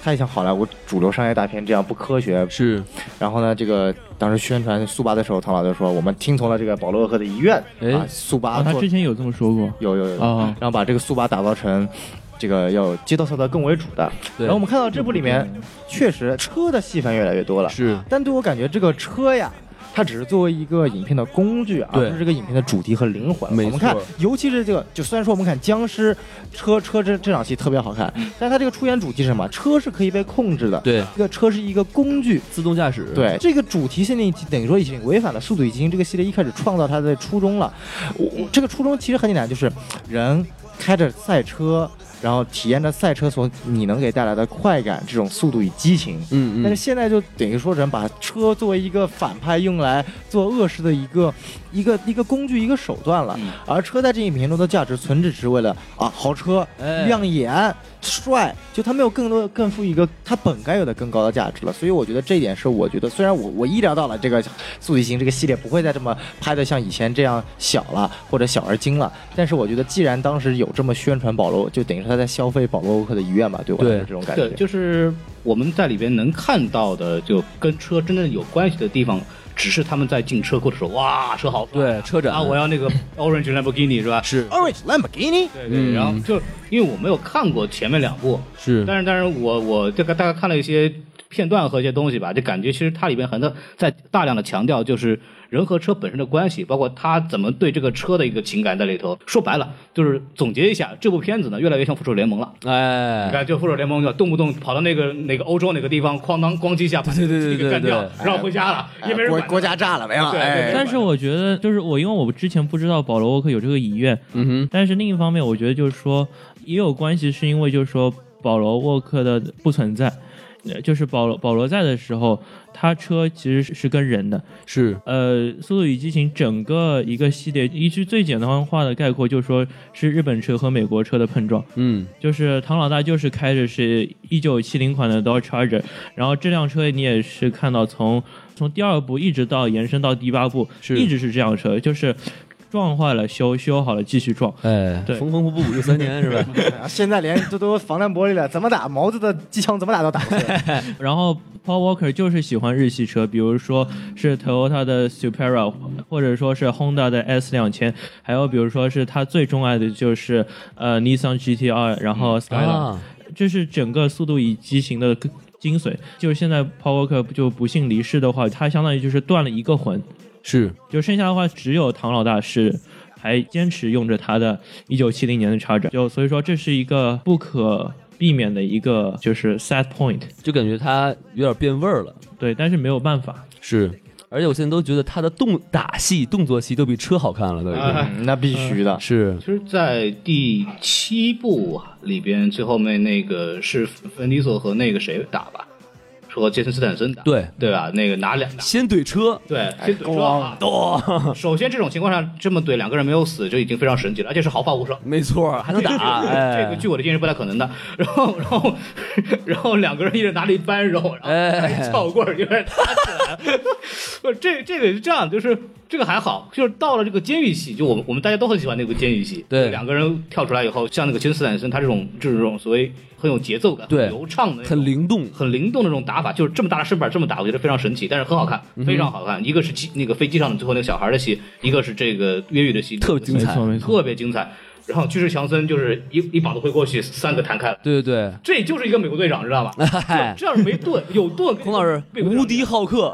[SPEAKER 4] 太像好莱坞主流商业大片这样不科学、
[SPEAKER 3] 是，
[SPEAKER 4] 然后呢，这个当时宣传速八的时候，唐老就说我们听从了这个保罗沃克的遗愿，
[SPEAKER 3] 哎
[SPEAKER 4] 啊，速八
[SPEAKER 1] 啊，他
[SPEAKER 4] 做
[SPEAKER 1] 之前有这么说过。
[SPEAKER 4] 有有有，
[SPEAKER 3] 啊
[SPEAKER 1] 哦
[SPEAKER 4] 然后把这个速八打造成。这个要街道赛道更为主的，
[SPEAKER 3] 对
[SPEAKER 4] 然后我们看到这部里面确实车的戏份越来越多了，
[SPEAKER 3] 是
[SPEAKER 4] 但对我感觉这个车呀，它只是作为一个影片的工具，而
[SPEAKER 3] 对
[SPEAKER 4] 不是这个影片的主题和灵魂。
[SPEAKER 3] 没错
[SPEAKER 4] 我们看，尤其是这个，就虽然说我们看僵尸车车这这场戏特别好看，但它这个出演主题是什么？车是可以被控制的，，
[SPEAKER 3] 嗯对，
[SPEAKER 4] 这个车是一个工具，
[SPEAKER 3] 自动驾驶，
[SPEAKER 4] 对这个主题限定，等于说已经违反了《速度与激情》这个系列一开始创造它的初衷了。我我这个初衷其实很简单，就是人开着赛车，然后体验着赛车所你能给带来的快感、这种速度与激情。
[SPEAKER 3] 嗯
[SPEAKER 4] 但是现在就等于说人把车作为一个反派用来做恶事的一个一个一个工具一个手段了，
[SPEAKER 2] 嗯
[SPEAKER 4] 而车在这影片中的价值纯只是为了啊豪车、
[SPEAKER 3] 哎
[SPEAKER 4] 亮眼、帅，就它没有更多更赋予一个它本该有的更高的价值了。所以我觉得这一点是我觉得虽然我我意料到了这个《速度与激情》这个系列不会再这么拍的像以前这样小了或者小而精了，但是我觉得既然当时有这么宣传保罗，就等于是他在消费保罗沃克的遗愿吧，对我来说
[SPEAKER 3] 对
[SPEAKER 4] 这种感觉
[SPEAKER 2] 对，。就是我们在里边能看到的，就跟车真正有关系的地方，只是他们在进车库的时候，哇，车好帅
[SPEAKER 3] 对车展
[SPEAKER 2] 啊，我要 那个 orange Lamborghini 是吧？
[SPEAKER 3] 是
[SPEAKER 4] Orange Lamborghini，
[SPEAKER 2] 对
[SPEAKER 3] 嗯
[SPEAKER 2] 对，然后就因为我没有看过前面两部，
[SPEAKER 3] 是
[SPEAKER 2] 但是但是我我这个大概看了一些片段和一些东西吧，就感觉其实它里边很多在大量的强调就是人和车本身的关系，包括他怎么对这个车的一个情感在里头。说白了，就是总结一下，这部片子呢越来越像复仇者联盟了。你
[SPEAKER 3] 哎，
[SPEAKER 2] 看，就复仇联盟就动不动跑到那个哪个欧洲哪个地方，哐当咣叽一下把
[SPEAKER 3] 对对对
[SPEAKER 2] 这个干掉
[SPEAKER 3] 对，哎
[SPEAKER 2] 然后回家了，也没人
[SPEAKER 4] 国
[SPEAKER 2] 管他。
[SPEAKER 4] 国家炸了没了，
[SPEAKER 2] 对
[SPEAKER 4] 哎
[SPEAKER 2] 对对
[SPEAKER 1] 但是我觉得，就是我，因为我之前不知道保罗沃克有这个遗愿，
[SPEAKER 3] 嗯哼，
[SPEAKER 1] 但是另一方面，我觉得就是说也有关系，是因为就是说保罗沃克的不存在，呃就是保罗保罗在的时候，他车其实是是跟人的。
[SPEAKER 3] 是
[SPEAKER 1] 呃，《速度与激情》整个一个系列，一句最简单化的概括，就是说是日本车和美国车的碰撞。
[SPEAKER 3] 嗯
[SPEAKER 1] 就是唐老大就是开着是一九七零款的 Dodge Charger，然后这辆车你也是看到从从第二部一直到延伸到第八部，
[SPEAKER 3] 是
[SPEAKER 1] 一直是这辆车，就是撞坏了修，修好了继续撞。
[SPEAKER 3] 哎，
[SPEAKER 1] 对
[SPEAKER 3] 缝缝补补补就三年是吧？
[SPEAKER 4] 啊 现在连这都防弹玻璃了，怎么打毛子的机枪怎么打都打 不碎。
[SPEAKER 1] 然后 Paul Walker 就是喜欢日系车，比如说是 Toyota 的 Supra，或者说是 Honda 的 S 两千，还有比如说是他最钟爱的就是呃 Nissan GT R，然后 Skyline，、
[SPEAKER 3] 啊，
[SPEAKER 1] 这是整个《速度与激情》的精髓。就是现在 Paul Walker 就不幸离世的话，他相当于就是断了一个魂，
[SPEAKER 3] 是
[SPEAKER 1] 就剩下的话只有唐老大是。还坚持用着他的1970年的 Charger，就所以说这是一个不可避免的一个就是 sad point，
[SPEAKER 3] 就感觉它有点变味儿了。
[SPEAKER 1] 对，但是没有办法，
[SPEAKER 3] 是，而且我现在都觉得他的动打戏、动作戏都比车好看了，都已经。
[SPEAKER 2] 哎
[SPEAKER 4] 嗯那必须的，
[SPEAKER 3] 啊是
[SPEAKER 2] 其实，在第七部啊里边，最后面那个是芬迪索和那个谁打吧，说杰森斯坦森打，
[SPEAKER 3] 对
[SPEAKER 2] 对吧？那个拿两拿
[SPEAKER 3] 先怼车，
[SPEAKER 2] 对，先怼车啊。 首先，这种情况下这么怼，两个人没有死就已经非常神奇了，而且是毫发无伤。
[SPEAKER 3] 没错，还能打，哎，
[SPEAKER 2] 这个据我的经验是不太可能的。然后，然后，然后两个人一人拿了一扳手，然后
[SPEAKER 3] 哎
[SPEAKER 2] 一撬棍儿就开始打起来了。 不，这这个是这样，就是这个还好，就是到了这个监狱戏，就我们我们大家都很喜欢那个监狱戏。
[SPEAKER 3] 对
[SPEAKER 2] 两个人跳出来以后，像那个金斯坦森，他这种这种所谓很有节奏感、
[SPEAKER 3] 对
[SPEAKER 2] 很流畅的那种、
[SPEAKER 3] 很灵动，
[SPEAKER 2] 很灵动的那种打法，就是这么大的身板这么打，我觉得非常神奇，但是很好看，
[SPEAKER 3] 嗯
[SPEAKER 2] 非常好看。一个是机那个飞机上的最后那个小孩的戏，一个是这个越狱的戏，
[SPEAKER 3] 特别精
[SPEAKER 1] 没
[SPEAKER 3] 彩
[SPEAKER 1] 错。没错。
[SPEAKER 2] 特别精彩。然后巨石强森就是一一膀子挥过去，三个弹开了。
[SPEAKER 3] 对对对，
[SPEAKER 2] 这就是一个美国队长，知道吧？这这要是没盾，有盾，
[SPEAKER 3] 哎孔老师
[SPEAKER 2] 美国队长
[SPEAKER 3] 无敌好客，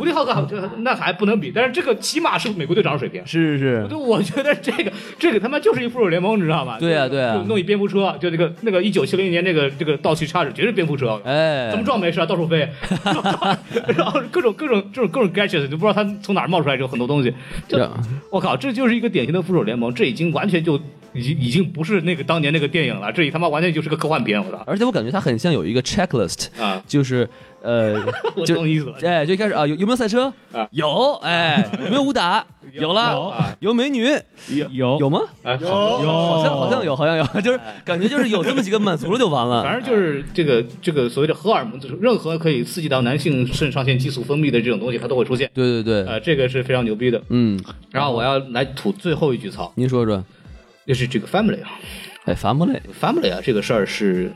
[SPEAKER 2] 无敌浩克，这那还不能比，但是这个起码是美国队长的水平。
[SPEAKER 3] 是是
[SPEAKER 2] 就我觉得这个这个他妈就是一复仇者联盟，你知道吧？
[SPEAKER 3] 对啊
[SPEAKER 2] 就是
[SPEAKER 3] 对啊
[SPEAKER 2] 就弄一蝙蝠车，就那个那个一九七零年那个这个倒骑叉是绝对蝙蝠车，
[SPEAKER 3] 是，哎，
[SPEAKER 2] 怎么撞没事啊，到处 飞，然后各种各种这种各种 gadget，就不知道他从哪儿冒出来，就很多东西。就
[SPEAKER 3] 呀
[SPEAKER 2] 我靠，这就是一个典型的复仇联盟，这已经完全就已经已经不是那个当年那个电影了，这他妈完全就是个科幻片，我操
[SPEAKER 3] 而且我感觉他很像有一个 checklist，
[SPEAKER 2] 啊！
[SPEAKER 3] 就是呃，
[SPEAKER 2] 我
[SPEAKER 3] 就
[SPEAKER 2] 懂你意思了。
[SPEAKER 3] 哎，就一开始啊，有有没有赛车
[SPEAKER 2] 啊？
[SPEAKER 3] 有，哎，有没有 武打？有了，啊有美女，
[SPEAKER 1] 有
[SPEAKER 3] 有吗？
[SPEAKER 2] 哎，好
[SPEAKER 1] 有
[SPEAKER 3] 好像好像有，好像有， 就是感觉就是有这么几个满足了就完了。
[SPEAKER 2] 哎反正就是这个这个所谓的荷尔蒙，就是任何可以刺激到男性肾上腺激素分泌的这种东西，它都会出现。
[SPEAKER 3] 对对对，
[SPEAKER 2] 呃，这个是非常牛逼的。
[SPEAKER 3] 嗯，
[SPEAKER 2] 然后我要来吐最后一句槽，
[SPEAKER 3] 您说说，
[SPEAKER 2] 就是这个 family 啊
[SPEAKER 3] 哎，伐木累，
[SPEAKER 2] ，family 啊，这个事儿是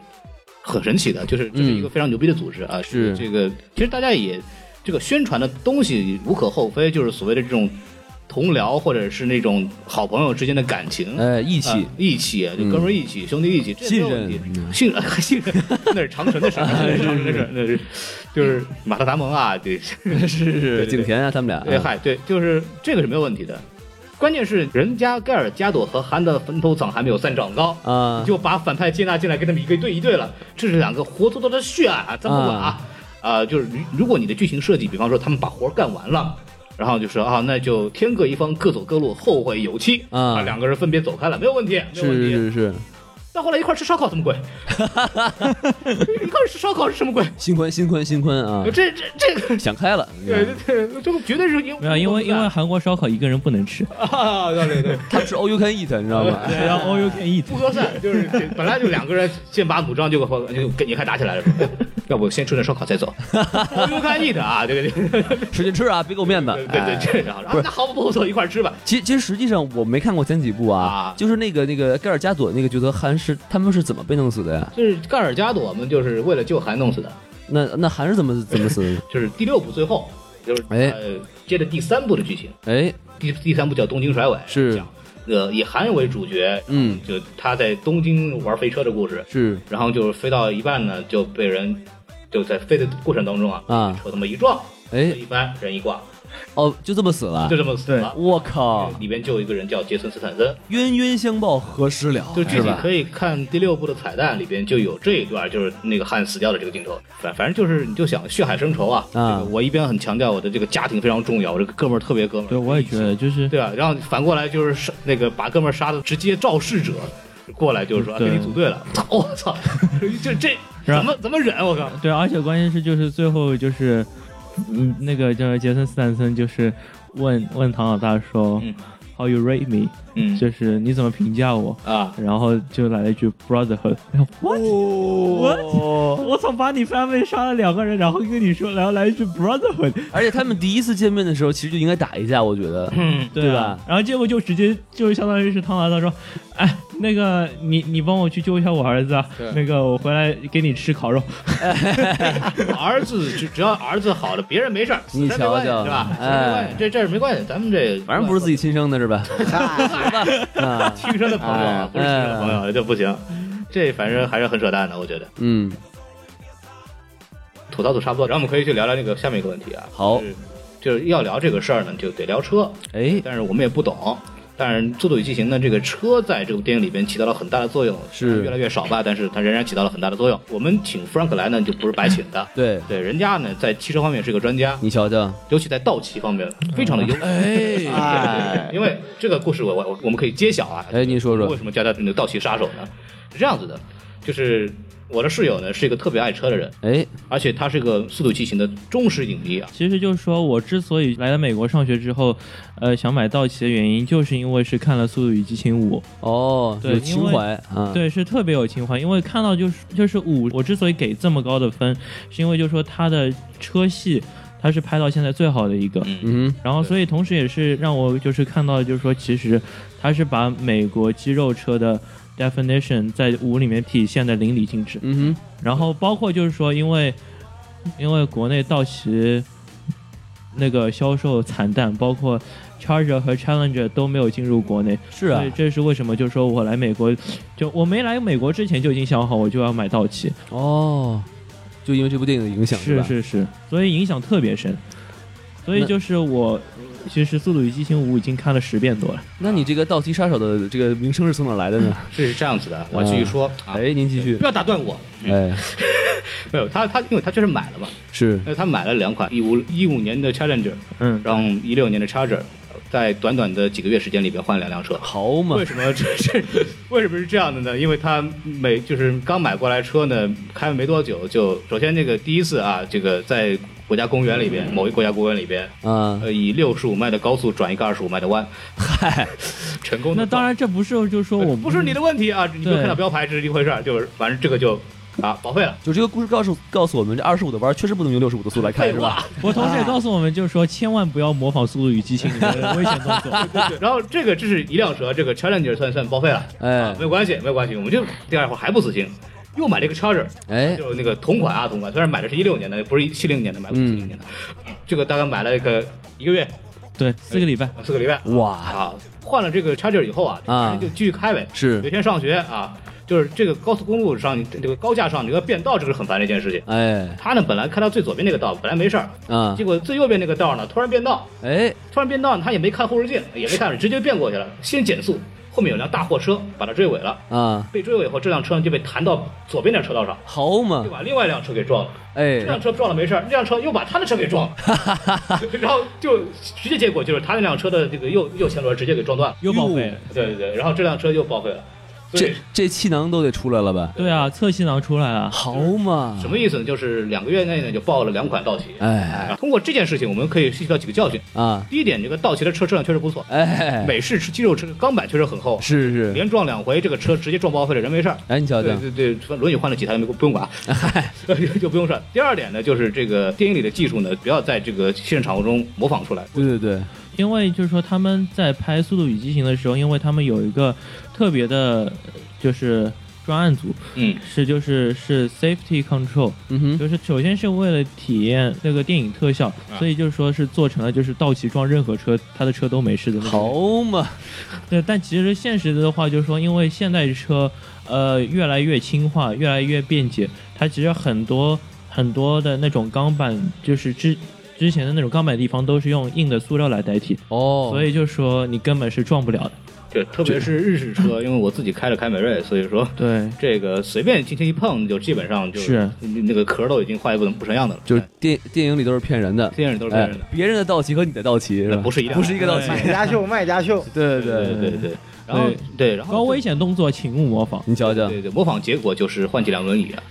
[SPEAKER 2] 很神奇的，就是这是一个非常牛逼的组织啊。
[SPEAKER 3] 嗯是
[SPEAKER 2] 这个，其实大家也这个宣传的东西无可厚非，就是所谓的这种同僚或者是那种好朋友之间的感情。
[SPEAKER 3] 哎，义
[SPEAKER 2] 啊
[SPEAKER 3] 气，
[SPEAKER 2] 义气，就哥们儿义气，兄弟义气，这没
[SPEAKER 3] 信
[SPEAKER 2] 有问
[SPEAKER 3] 任啊
[SPEAKER 2] 题信任， 还信任，那是长城的事儿，那是长城的事儿，那是就是马特达蒙啊，对，
[SPEAKER 3] 是是
[SPEAKER 2] 对对
[SPEAKER 3] 景甜啊，他们俩，
[SPEAKER 2] 对，哎嗨，对，就是这个是没有问题的。关键是人家盖尔加朵和韩的坟头草还没有散长高，
[SPEAKER 3] 啊，
[SPEAKER 2] 就把反派接纳进来，跟他们一个对一对了，这是两个活脱脱的血案啊！咱们管啊，啊，就是如如果你的剧情设计，比方说他们把活儿干完了。然后就说啊，那就天各一方，各走各路，后会有期
[SPEAKER 3] 啊
[SPEAKER 2] 两个人分别走开了，没有问题，没有问题。
[SPEAKER 3] 是是是，
[SPEAKER 2] 再后来一块儿吃烧烤，什么 鬼？一块儿吃烧烤是什么鬼？
[SPEAKER 3] 心宽心宽心宽啊！
[SPEAKER 2] 这这这个，
[SPEAKER 3] 想开了， 嗯
[SPEAKER 2] 对对对，这个绝对是因
[SPEAKER 1] 没有，因为因为韩国烧烤一个人不能吃，
[SPEAKER 2] 啊，对对对，
[SPEAKER 3] 他们是 all you can eat，你知道吗？
[SPEAKER 1] 对，要 all you can eat。
[SPEAKER 2] 不合算，就是这本来就两个人剑拔弩张，结果就跟你看打起来了，说哎要不先吃顿烧烤再 走，我就看你的啊，这个这 个，
[SPEAKER 3] 使劲吃啊，别给我面子。
[SPEAKER 2] 对对
[SPEAKER 3] 哎
[SPEAKER 2] 对，然后
[SPEAKER 3] 不是
[SPEAKER 2] 啊那好不好走一块儿吃吧，
[SPEAKER 3] 其其实实际上我没看过前几部啊
[SPEAKER 2] 啊，
[SPEAKER 3] 就是那个那个盖尔加朵那个角色韩是他们是怎么被弄死的呀？
[SPEAKER 2] 就是盖尔加朵，我们就是为了救韩弄死的，
[SPEAKER 3] 那那韩是怎么怎么死的？
[SPEAKER 2] 就是第六部最后，就是
[SPEAKER 3] 哎
[SPEAKER 2] 呃接着第三部的剧情，
[SPEAKER 3] 哎，
[SPEAKER 2] 第第三部叫东京甩尾，
[SPEAKER 3] 是
[SPEAKER 2] 讲呃以韩为主角，
[SPEAKER 3] 嗯，
[SPEAKER 2] 就他在东京玩飞车的故事，
[SPEAKER 3] 是
[SPEAKER 2] 然后就是飞到一半呢就被人就在飞的过程当中啊，
[SPEAKER 3] 啊，
[SPEAKER 2] 车他妈一撞，车
[SPEAKER 3] 哎
[SPEAKER 2] 一翻人一挂，
[SPEAKER 3] 哦，就这么死了
[SPEAKER 2] 就。这么死了。
[SPEAKER 3] 我靠，
[SPEAKER 2] 里边就有一个人叫杰森斯坦森，
[SPEAKER 3] 冤冤相报何时了？
[SPEAKER 2] 就具
[SPEAKER 3] 是
[SPEAKER 2] 体
[SPEAKER 3] 吧？
[SPEAKER 2] 可以看第六部的彩蛋里边就有这一段，就是那个汉死掉的这个镜头。反反正就是你就想血海深仇啊，这
[SPEAKER 3] 啊
[SPEAKER 2] 个我一边很强调我的这个家庭非常重要，我这个哥们儿特别哥们儿，
[SPEAKER 1] 对，我也觉得就是
[SPEAKER 2] 对吧？啊然后反过来就是杀那个把哥们儿杀的，直接肇事者过来就是说啊
[SPEAKER 1] 对
[SPEAKER 2] 跟你组队了， 我操，这这
[SPEAKER 1] 是吧
[SPEAKER 2] 怎么怎么忍？啊我 靠！
[SPEAKER 1] 对，而且关键是就是最后就是，嗯，那个叫杰森斯坦森就是问问唐老大说、
[SPEAKER 2] 嗯
[SPEAKER 1] h o w you rate me？、
[SPEAKER 2] 嗯
[SPEAKER 1] 就是你怎么评价我？
[SPEAKER 2] 啊，
[SPEAKER 1] 然后就来了一句 brotherhood，然后 what？、
[SPEAKER 3] 哦，
[SPEAKER 1] 我操！把你 family 杀了两个人，然后跟你说，然后来一句 brotherhood，
[SPEAKER 3] 而且他们第一次见面的时候，其实就应该打一架，我觉得。
[SPEAKER 2] 嗯，
[SPEAKER 1] 对
[SPEAKER 3] 对
[SPEAKER 1] 啊
[SPEAKER 3] 吧？
[SPEAKER 1] 然后结果就直接就相当于是唐老大说：“哎，那个你你帮我去救一下我儿子啊，那个我回来给你吃烤肉。
[SPEAKER 2] 儿子只只要儿子好了，别人没事儿，死
[SPEAKER 3] 你
[SPEAKER 2] 人没关系
[SPEAKER 3] 瞧瞧
[SPEAKER 2] 是吧？死人没关
[SPEAKER 3] 哎
[SPEAKER 2] 系，这这是没关系，咱们这
[SPEAKER 3] 反正不是自己亲生的 是吧？啊，
[SPEAKER 2] 亲生的朋友
[SPEAKER 3] 哎
[SPEAKER 2] 啊，不是亲生的朋友这不行，这反正还是很扯淡的，我觉得
[SPEAKER 3] 嗯，
[SPEAKER 2] 吐槽都差不多，然后我们可以去聊聊那个下面一个问题啊，
[SPEAKER 3] 好
[SPEAKER 2] 就，是就是要聊这个事儿呢，就得聊车，
[SPEAKER 3] 哎，
[SPEAKER 2] 但是我们也不懂。但是《速度与激情》呢，这个车在这部电影里边起到了很大的作用，
[SPEAKER 3] 是
[SPEAKER 2] 越来越少吧，但是它仍然起到了很大的作用。我们请 Frank 来呢，就不是白请的，
[SPEAKER 3] 对
[SPEAKER 2] 对，人家呢在汽车方面是个专家，
[SPEAKER 3] 你瞧瞧，
[SPEAKER 2] 尤其在倒骑方面非常的优秀。
[SPEAKER 3] 哎，
[SPEAKER 4] 哎，
[SPEAKER 2] 因为这个故事我我我我们可以揭晓啊。
[SPEAKER 3] 哎你说说
[SPEAKER 2] 为什么叫他那个盗骑杀手呢？是这样子的，就是我的室友呢是一个特别爱车的人，
[SPEAKER 3] 哎，
[SPEAKER 2] 而且他是一个《速度与激情》的忠实影迷啊。
[SPEAKER 1] 其实就是说我之所以来了美国上学之后，呃，想买道奇的原因，就是因为是看了《速度与激情五》
[SPEAKER 3] 哦，
[SPEAKER 1] 对
[SPEAKER 3] 有情怀啊，，
[SPEAKER 1] 对，是特别有情怀。因为看到就是就是五，我之所以给这么高的分，是因为就是说它的车戏，它是拍到现在最好的一个。
[SPEAKER 2] 嗯
[SPEAKER 3] 嗯
[SPEAKER 1] 然后，所以同时也是让我就是看到，就是说，其实它是把美国肌肉车的 definition 在五里面体现的淋漓尽致。
[SPEAKER 3] 嗯
[SPEAKER 1] 然后包括就是说，因为因为国内道奇那个销售惨淡，包括 Charger 和 Challenger 都没有进入国内，
[SPEAKER 3] 哼，是啊
[SPEAKER 1] 所以，这是为什么？就是说我来美国，就我没来美国之前就已经想好我就要买道奇，
[SPEAKER 3] 哦，就因为这部电影的影响
[SPEAKER 1] 是
[SPEAKER 3] 吧？
[SPEAKER 1] 是是，所以影响特别深。所以
[SPEAKER 3] 那
[SPEAKER 1] 就是我其实《速度与激情五》已经看了十遍多了。
[SPEAKER 3] 那你这个倒骑杀手的这个名声是从哪来的呢？
[SPEAKER 2] 是这样子的，我继续说啊。
[SPEAKER 3] 哎，您继续
[SPEAKER 2] 不，要打断我。
[SPEAKER 3] 哎，
[SPEAKER 2] 没有他，他因为他确实买了嘛，呃
[SPEAKER 3] 是，
[SPEAKER 2] 那他买了两款，一五一五年的 Challenger，
[SPEAKER 1] 嗯，
[SPEAKER 2] 然后一六年的 Charger，在短短的几个月时间里边换了两辆车。
[SPEAKER 3] 好嘛
[SPEAKER 2] 为，什么这这为什么是这样的呢？因为他每就是刚买过来车呢，开了没多久就首先这个第一次啊，这个在国家公园里边，某一国家公园里边，
[SPEAKER 3] 啊，
[SPEAKER 2] 呃，以六十五迈的高速转一个二十五迈的弯，
[SPEAKER 3] 嗨，
[SPEAKER 2] 成功地
[SPEAKER 1] 那当然这不是就是说
[SPEAKER 2] 转，
[SPEAKER 1] 我嗯
[SPEAKER 2] 呃不是你的问题啊，你没有
[SPEAKER 1] 对
[SPEAKER 2] 看到标牌这是一回事儿，就是反正这个就啊报 废了，
[SPEAKER 3] 就这个故事告诉告诉我们，这二十五的弯确实不能用六十五的速来开，
[SPEAKER 2] 废
[SPEAKER 3] 是
[SPEAKER 2] 话
[SPEAKER 3] 吧？。
[SPEAKER 1] 我同时也告诉我们，就是说千万不要模仿《速度与激情》里面的危险动 作。
[SPEAKER 2] 然后这个这是一辆车，这个 Challenger 算算报废了，啊
[SPEAKER 3] 哎
[SPEAKER 2] 没有关系，没有关系，我们就第二回还不死心，又买了一个 Charger。
[SPEAKER 3] 哎，
[SPEAKER 2] 就是那个同款啊，同款，虽然买的是一六年的，不是七零年的，买不是七零年的，
[SPEAKER 1] 嗯
[SPEAKER 2] 这个大概买了一个一个月
[SPEAKER 1] 对，四个礼拜。
[SPEAKER 2] 四个礼拜
[SPEAKER 3] 哇，
[SPEAKER 2] 啊，换了这个 Charger 以后啊，
[SPEAKER 3] 啊
[SPEAKER 2] 就继续开呗。有
[SPEAKER 3] 是
[SPEAKER 2] 一，天上学啊，就是这个高速公路上，这个高架上，你要变道，这个是很烦的一件事情。
[SPEAKER 3] 哎，
[SPEAKER 2] 他呢，本来开到最左边那个道，本来没事儿，
[SPEAKER 3] 啊
[SPEAKER 2] 结，果最右边那个道呢，突然变道，
[SPEAKER 3] 哎，
[SPEAKER 2] 突然变道，他也没看后视镜，也没看，直接变过去了，先减速，后面有辆大货车把他追尾了，
[SPEAKER 3] 啊，
[SPEAKER 2] 被追尾以后，这辆车呢就被弹到左边那车道上，
[SPEAKER 3] 好嘛
[SPEAKER 2] 就，把另外一辆车给撞了。
[SPEAKER 3] 哎
[SPEAKER 2] 这，辆车撞了没事儿，那辆车又把他的车给撞了，然后就直接结果就是他那辆车的这个右右前轮直接给撞断了。
[SPEAKER 1] 又报废了，
[SPEAKER 2] 对对对，然后这辆车又报废了。
[SPEAKER 3] 这这气囊都得出来了吧？
[SPEAKER 1] 对啊，侧气囊出来了，
[SPEAKER 3] 好嘛，
[SPEAKER 2] 什么意思呢？就是两个月内呢就报了两款道奇。
[SPEAKER 3] 哎
[SPEAKER 2] 哎通过这件事情，我们可以吸取到几个教训。
[SPEAKER 3] 啊，
[SPEAKER 2] 第一点，这个道奇的车质量确实不错，
[SPEAKER 3] 哎，
[SPEAKER 2] 美式肌肉车钢板确实很厚，
[SPEAKER 3] 是是，
[SPEAKER 2] 连撞两回，这个车直接撞报废了，人没事儿。
[SPEAKER 3] 哎，你瞧瞧
[SPEAKER 2] 对，对对，反正轮椅换了几台，没不用管， 就不用算。第二点呢，就是这个电影里的技术呢，不要在这个现实场合中模仿出来。
[SPEAKER 3] 对对对，
[SPEAKER 1] 因为就是说他们在拍《速度与激情》的时候，因为他们有一个特别的，就是专案组，
[SPEAKER 2] 嗯，
[SPEAKER 1] 是就是是 safety control，
[SPEAKER 3] 嗯哼，
[SPEAKER 1] 就是首先是为了体验那个电影特效，
[SPEAKER 2] 啊
[SPEAKER 1] 所以就是说是做成了就是道奇撞任何车，他的车都没事的那种。
[SPEAKER 3] 好嘛，
[SPEAKER 1] 对，但其实现实的话，就是说，因为现代车，呃，越来越轻化，越来越便捷，它其实很多很多的那种钢板，就是之之前的那种钢板地方都是用硬的塑料来代替，
[SPEAKER 3] 哦，
[SPEAKER 1] 所以就是说你根本是撞不了的。
[SPEAKER 2] 对，特别是日式车，因为我自己开了凯美瑞，所以说
[SPEAKER 1] 对，
[SPEAKER 2] 这个随便轻轻一碰，就基本上就是那个壳都已经坏不不成样子了。哎
[SPEAKER 3] 就是电电影里都是骗人的，
[SPEAKER 2] 电影都是别
[SPEAKER 3] 哎
[SPEAKER 2] 人的，，
[SPEAKER 3] 别人的道奇和你的道奇是吧？
[SPEAKER 2] 不是一样哎
[SPEAKER 3] 不是一个道奇，
[SPEAKER 4] 买家秀，卖家秀，
[SPEAKER 3] 对
[SPEAKER 2] 对
[SPEAKER 3] 对
[SPEAKER 2] 对对。然后对，然后
[SPEAKER 1] 高危险动作请勿模仿。
[SPEAKER 3] 你瞧瞧，
[SPEAKER 2] 对对，模仿结果就是换几辆轮椅啊。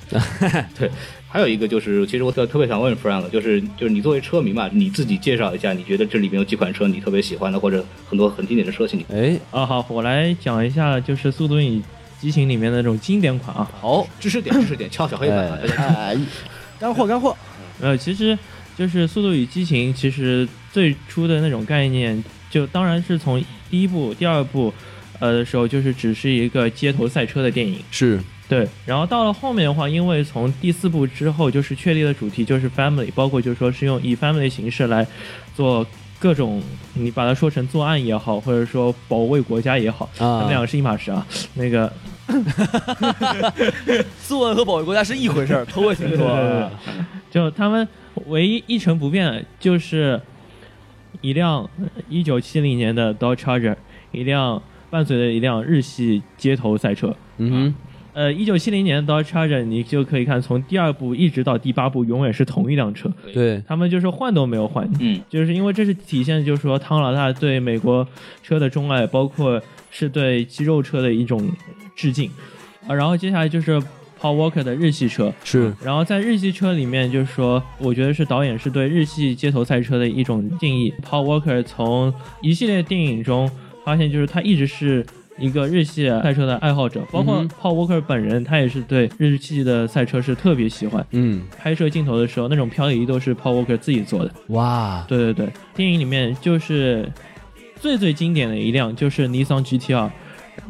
[SPEAKER 2] 对，还有一个就是，其实我特特别想问 Frank，就是就是你作为车迷嘛，你自己介绍一下，你觉得这里面有几款车你特别喜欢的，或者很多很经典的车型？
[SPEAKER 3] 哎，
[SPEAKER 1] 啊，好，我来讲一下，就是《速度与激情》里面的那种经典款啊。
[SPEAKER 3] 好，
[SPEAKER 2] 知识点，知识点，敲小黑板啊。
[SPEAKER 4] 哎，干货干货，
[SPEAKER 1] 呃，其实就是《速度与激情》，其实最初的那种概念，就当然是从第一部、第二部，呃的时候，就是只是一个街头赛车的电影。
[SPEAKER 3] 是
[SPEAKER 1] 对，然后到了后面的话，因为从第四部之后，就是确立的主题就是 family，包括就是说是用以 family 形式来做各种，你把它说成作案也好，或者说保卫国家也好，他
[SPEAKER 3] 啊
[SPEAKER 1] 们，两个是一码事啊。那个
[SPEAKER 3] 作案和保卫国家是一回事儿，头我听说啊，
[SPEAKER 1] 就他们唯一一成不变的就是一辆呃一九七零年的 Dodge Charger，一辆伴随着一辆日系街头赛车。
[SPEAKER 3] 嗯
[SPEAKER 1] 呃，一九七零年的 Dodge Charger，你就可以看从第二部一直到第八部，永远是同一辆车，
[SPEAKER 3] 哼，对，
[SPEAKER 1] 他们就是换都没有换。
[SPEAKER 2] 嗯，
[SPEAKER 1] 就是因为这是体现，就是说汤老大对美国车的钟爱，包括是对肌肉车的一种致敬。啊，然后接下来就是 Paul Walker 的日系车，
[SPEAKER 3] 是
[SPEAKER 1] 然后在日系车里面，就是说，我觉得是导演是对日系街头赛车的一种定义。Paul Walker 从一系列电影中发现，就是他一直是一个日系赛车的爱好者，包括
[SPEAKER 3] 嗯
[SPEAKER 1] Paul Walker 本人，他也是对日系的赛车是特别喜欢。
[SPEAKER 3] 嗯，
[SPEAKER 1] 拍摄镜头的时候，那种漂移都是 Paul Walker 自己做的。
[SPEAKER 3] 哇，
[SPEAKER 1] 对对对，电影里面就是最最经典的一辆就是尼桑 GT 2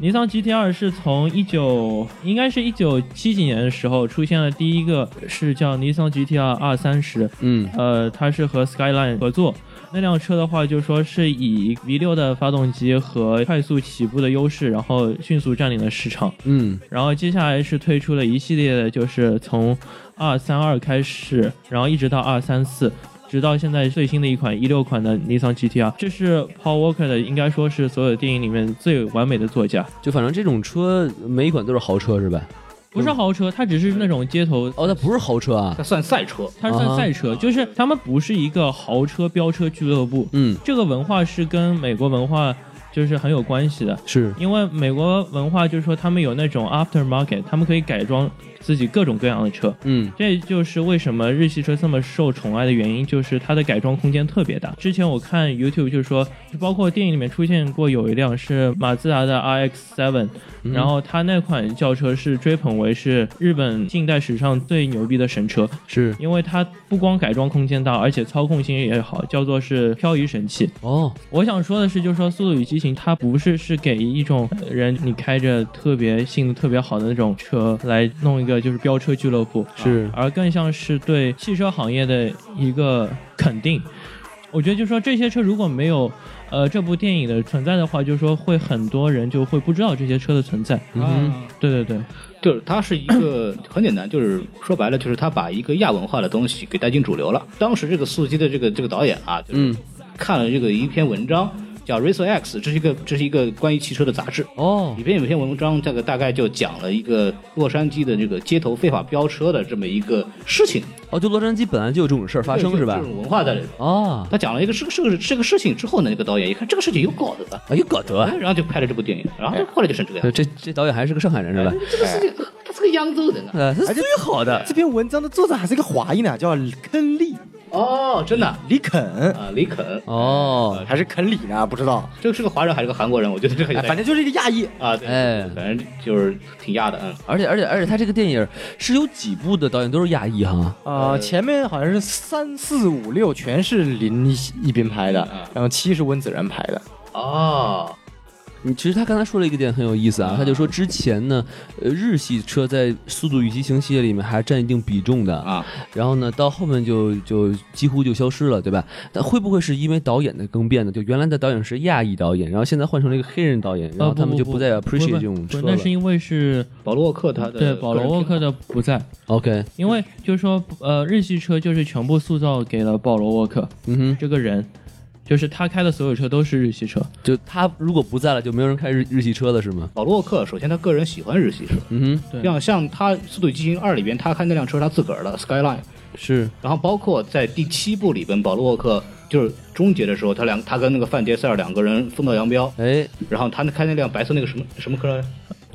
[SPEAKER 1] 尼桑 GT 2是从一九应该是一九七几年的时候出现了第一个是叫尼桑 GT 2 R 三十，
[SPEAKER 3] 嗯
[SPEAKER 1] 呃，它是和 Skyline 合作。那辆车的话，就说是以 V 6的发动机和快速起步的优势，然后迅速占领了市场。
[SPEAKER 3] 嗯，
[SPEAKER 1] 然后接下来是推出了一系列的，就是从二三二开始，然后一直到二三四，直到现在最新的一款一六款的尼桑 GTR，这是 Paul Walker 的，应该说是所有电影里面最完美的座驾，
[SPEAKER 3] 就反正这种车每一款都是豪车是吧？
[SPEAKER 1] 不是豪车，它只是那种街头，
[SPEAKER 3] 哦，它不是豪车啊，
[SPEAKER 2] 它算赛车，
[SPEAKER 1] 它算赛车，就是他们不是一个豪车飙车俱乐部，
[SPEAKER 3] 嗯，
[SPEAKER 1] 这个文化是跟美国文化就是很有关系的。
[SPEAKER 3] 是
[SPEAKER 1] 因为美国文化就是说，他们有那种 aftermarket，他们可以改装自己各种各样的车，
[SPEAKER 3] 嗯
[SPEAKER 1] 这就是为什么日系车这么受宠爱的原因，就是它的改装空间特别大。之前我看 YouTube 就是说，就包括电影里面出现过有一辆是马自达的 RX-7，、然后它那款轿车是追捧为是日本近代史上最牛逼的神车，
[SPEAKER 3] 是
[SPEAKER 1] 因为它不光改装空间大，而且操控性也好，叫做是漂移神器。
[SPEAKER 3] 哦，
[SPEAKER 1] 我想说的是，就是说《速度与激情》它不是是给一种呃人你开着特别性能特别好的那种车来弄一个就是飙车俱乐部，啊
[SPEAKER 3] 是
[SPEAKER 1] 而更像是对汽车行业的一个肯定。我觉得就是说这些车如果没有呃这部电影的存在的话，就是说会很多人就会不知道这些车的存在。
[SPEAKER 3] 嗯哼
[SPEAKER 1] 对对对，
[SPEAKER 2] 就是它是一个很简单，就是说白了，就是它把一个亚文化的东西给带进主流了。当时这个速激的这个这个导演啊，就是
[SPEAKER 3] 嗯
[SPEAKER 2] 看了这个一篇文章。叫《Racer X》，这是一个这是一个关于汽车的杂志。
[SPEAKER 3] 哦
[SPEAKER 2] 里边有一篇文章，这个大概就讲了一个洛杉矶的这个街头非法飙车的这么一个事情
[SPEAKER 3] 哦，就洛杉矶本来就有这种事儿发生是吧
[SPEAKER 2] 这？种文化在里边。
[SPEAKER 3] 啊，
[SPEAKER 2] 他讲了一个这个这个这个事情之后呢，这个导演一看这个事情有搞头的，
[SPEAKER 3] 哎呦，搞得，
[SPEAKER 2] 哎然后就拍了这部电影，然后后来就成这个样
[SPEAKER 3] 呃
[SPEAKER 2] 子。
[SPEAKER 3] 这这导演还是个上海人是吧？
[SPEAKER 2] 这个事情他是个扬州人啊！
[SPEAKER 3] 呃，他是最好的
[SPEAKER 4] 这篇文章的作者还是个华裔呢，叫肯利
[SPEAKER 2] 哦，真的啊，
[SPEAKER 4] 李肯，
[SPEAKER 2] 李肯，
[SPEAKER 3] 哦，
[SPEAKER 4] 还是肯里呢？不知道，
[SPEAKER 2] 这个是个华人还是个韩国人？我觉得这个有
[SPEAKER 4] 哎
[SPEAKER 2] 点
[SPEAKER 4] 反正就是一个亚裔。
[SPEAKER 2] 啊，对
[SPEAKER 3] 哎
[SPEAKER 2] 反正就是挺亚的，嗯。
[SPEAKER 3] 而且而且而且他这个电影是有几部的导演都是亚裔哈，
[SPEAKER 4] 呃，前面好像是三四五六全是林一斌拍的
[SPEAKER 2] 嗯，
[SPEAKER 4] 然后七是温子仁拍的。
[SPEAKER 2] 哦，
[SPEAKER 3] 你嗯其实他刚才说了一个点很有意思啊，他就说之前呢，呃，日系车在《速度与激情》系列里面还占一定比重的
[SPEAKER 2] 啊，
[SPEAKER 3] 然后呢，到后面就就几乎就消失了，对吧？但会不会是因为导演的更变呢？就原来的导演是亚裔导演，然后现在换成了一个黑人导演，然后他们就不再 appreciate 这种车
[SPEAKER 1] 啊呃不，那是
[SPEAKER 3] 了。
[SPEAKER 1] 因为是
[SPEAKER 2] 保罗沃克他的
[SPEAKER 1] 对保罗沃克的不在，
[SPEAKER 3] OK，
[SPEAKER 1] 因为就是说呃日系车就是全部塑造给了保罗沃克
[SPEAKER 3] 嗯哼，
[SPEAKER 1] 这个人，就是他开的所有车都是日系车，
[SPEAKER 3] 就他如果不在了，就没有人开日日系车了，是吗？
[SPEAKER 2] 保罗沃克，首先他个人喜欢日系车，
[SPEAKER 3] 嗯
[SPEAKER 1] 对
[SPEAKER 2] 像像他《速度与激情二》里边，他开那辆车他自个儿的 Skyline，
[SPEAKER 3] 哼，是
[SPEAKER 2] 然后包括在第七部里边，保罗沃克就是终结的时候，他两他跟那个范杰塞尔两个人分道扬镳，
[SPEAKER 3] 哎，
[SPEAKER 2] 然后他那开那辆白色那个什么什么车，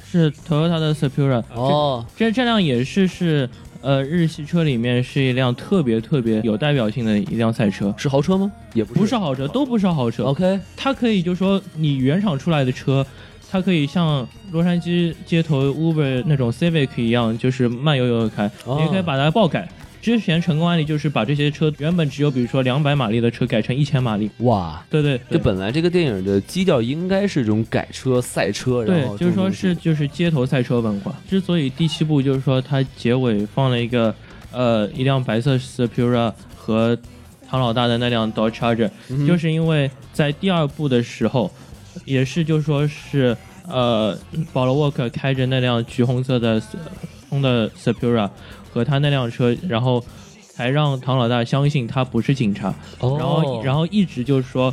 [SPEAKER 1] 是 Toyota 的 Supra，
[SPEAKER 3] 哦，
[SPEAKER 1] 这这辆也是是呃日系车里面是一辆特别特别有代表性的一辆赛车，
[SPEAKER 3] 是豪车吗？也不是，
[SPEAKER 1] 不是豪车，都不是豪车。
[SPEAKER 3] OK，
[SPEAKER 1] 它可以就说你原厂出来的车，它可以像洛杉矶街头 Uber 那种 Civic 一样，就是慢悠悠的开，
[SPEAKER 3] 哦
[SPEAKER 1] 你也可以把它爆改。之前成功案例就是把这些车原本只有比如说两百马力的车改成一千马力，
[SPEAKER 3] 哇。
[SPEAKER 1] 对对
[SPEAKER 3] 就
[SPEAKER 1] 对。
[SPEAKER 3] 本来这个电影的基调应该是这种改车、赛车，然
[SPEAKER 1] 对
[SPEAKER 3] 后，这
[SPEAKER 1] 就
[SPEAKER 3] 种
[SPEAKER 1] 是说
[SPEAKER 3] 东西
[SPEAKER 1] 是就是街头赛车文化。之所以第七部就是说它结尾放了一个呃一辆白色 Supra 和唐老大的那辆 Dodge Charger，、就是
[SPEAKER 3] 嗯
[SPEAKER 1] 因为在第二部的时候，也是就说是呃保罗沃克开着那辆橘红色的红的 Supra 和他那辆车，然后才让唐老大相信他不是警察。
[SPEAKER 3] 哦，
[SPEAKER 1] 然后然后一直就是说，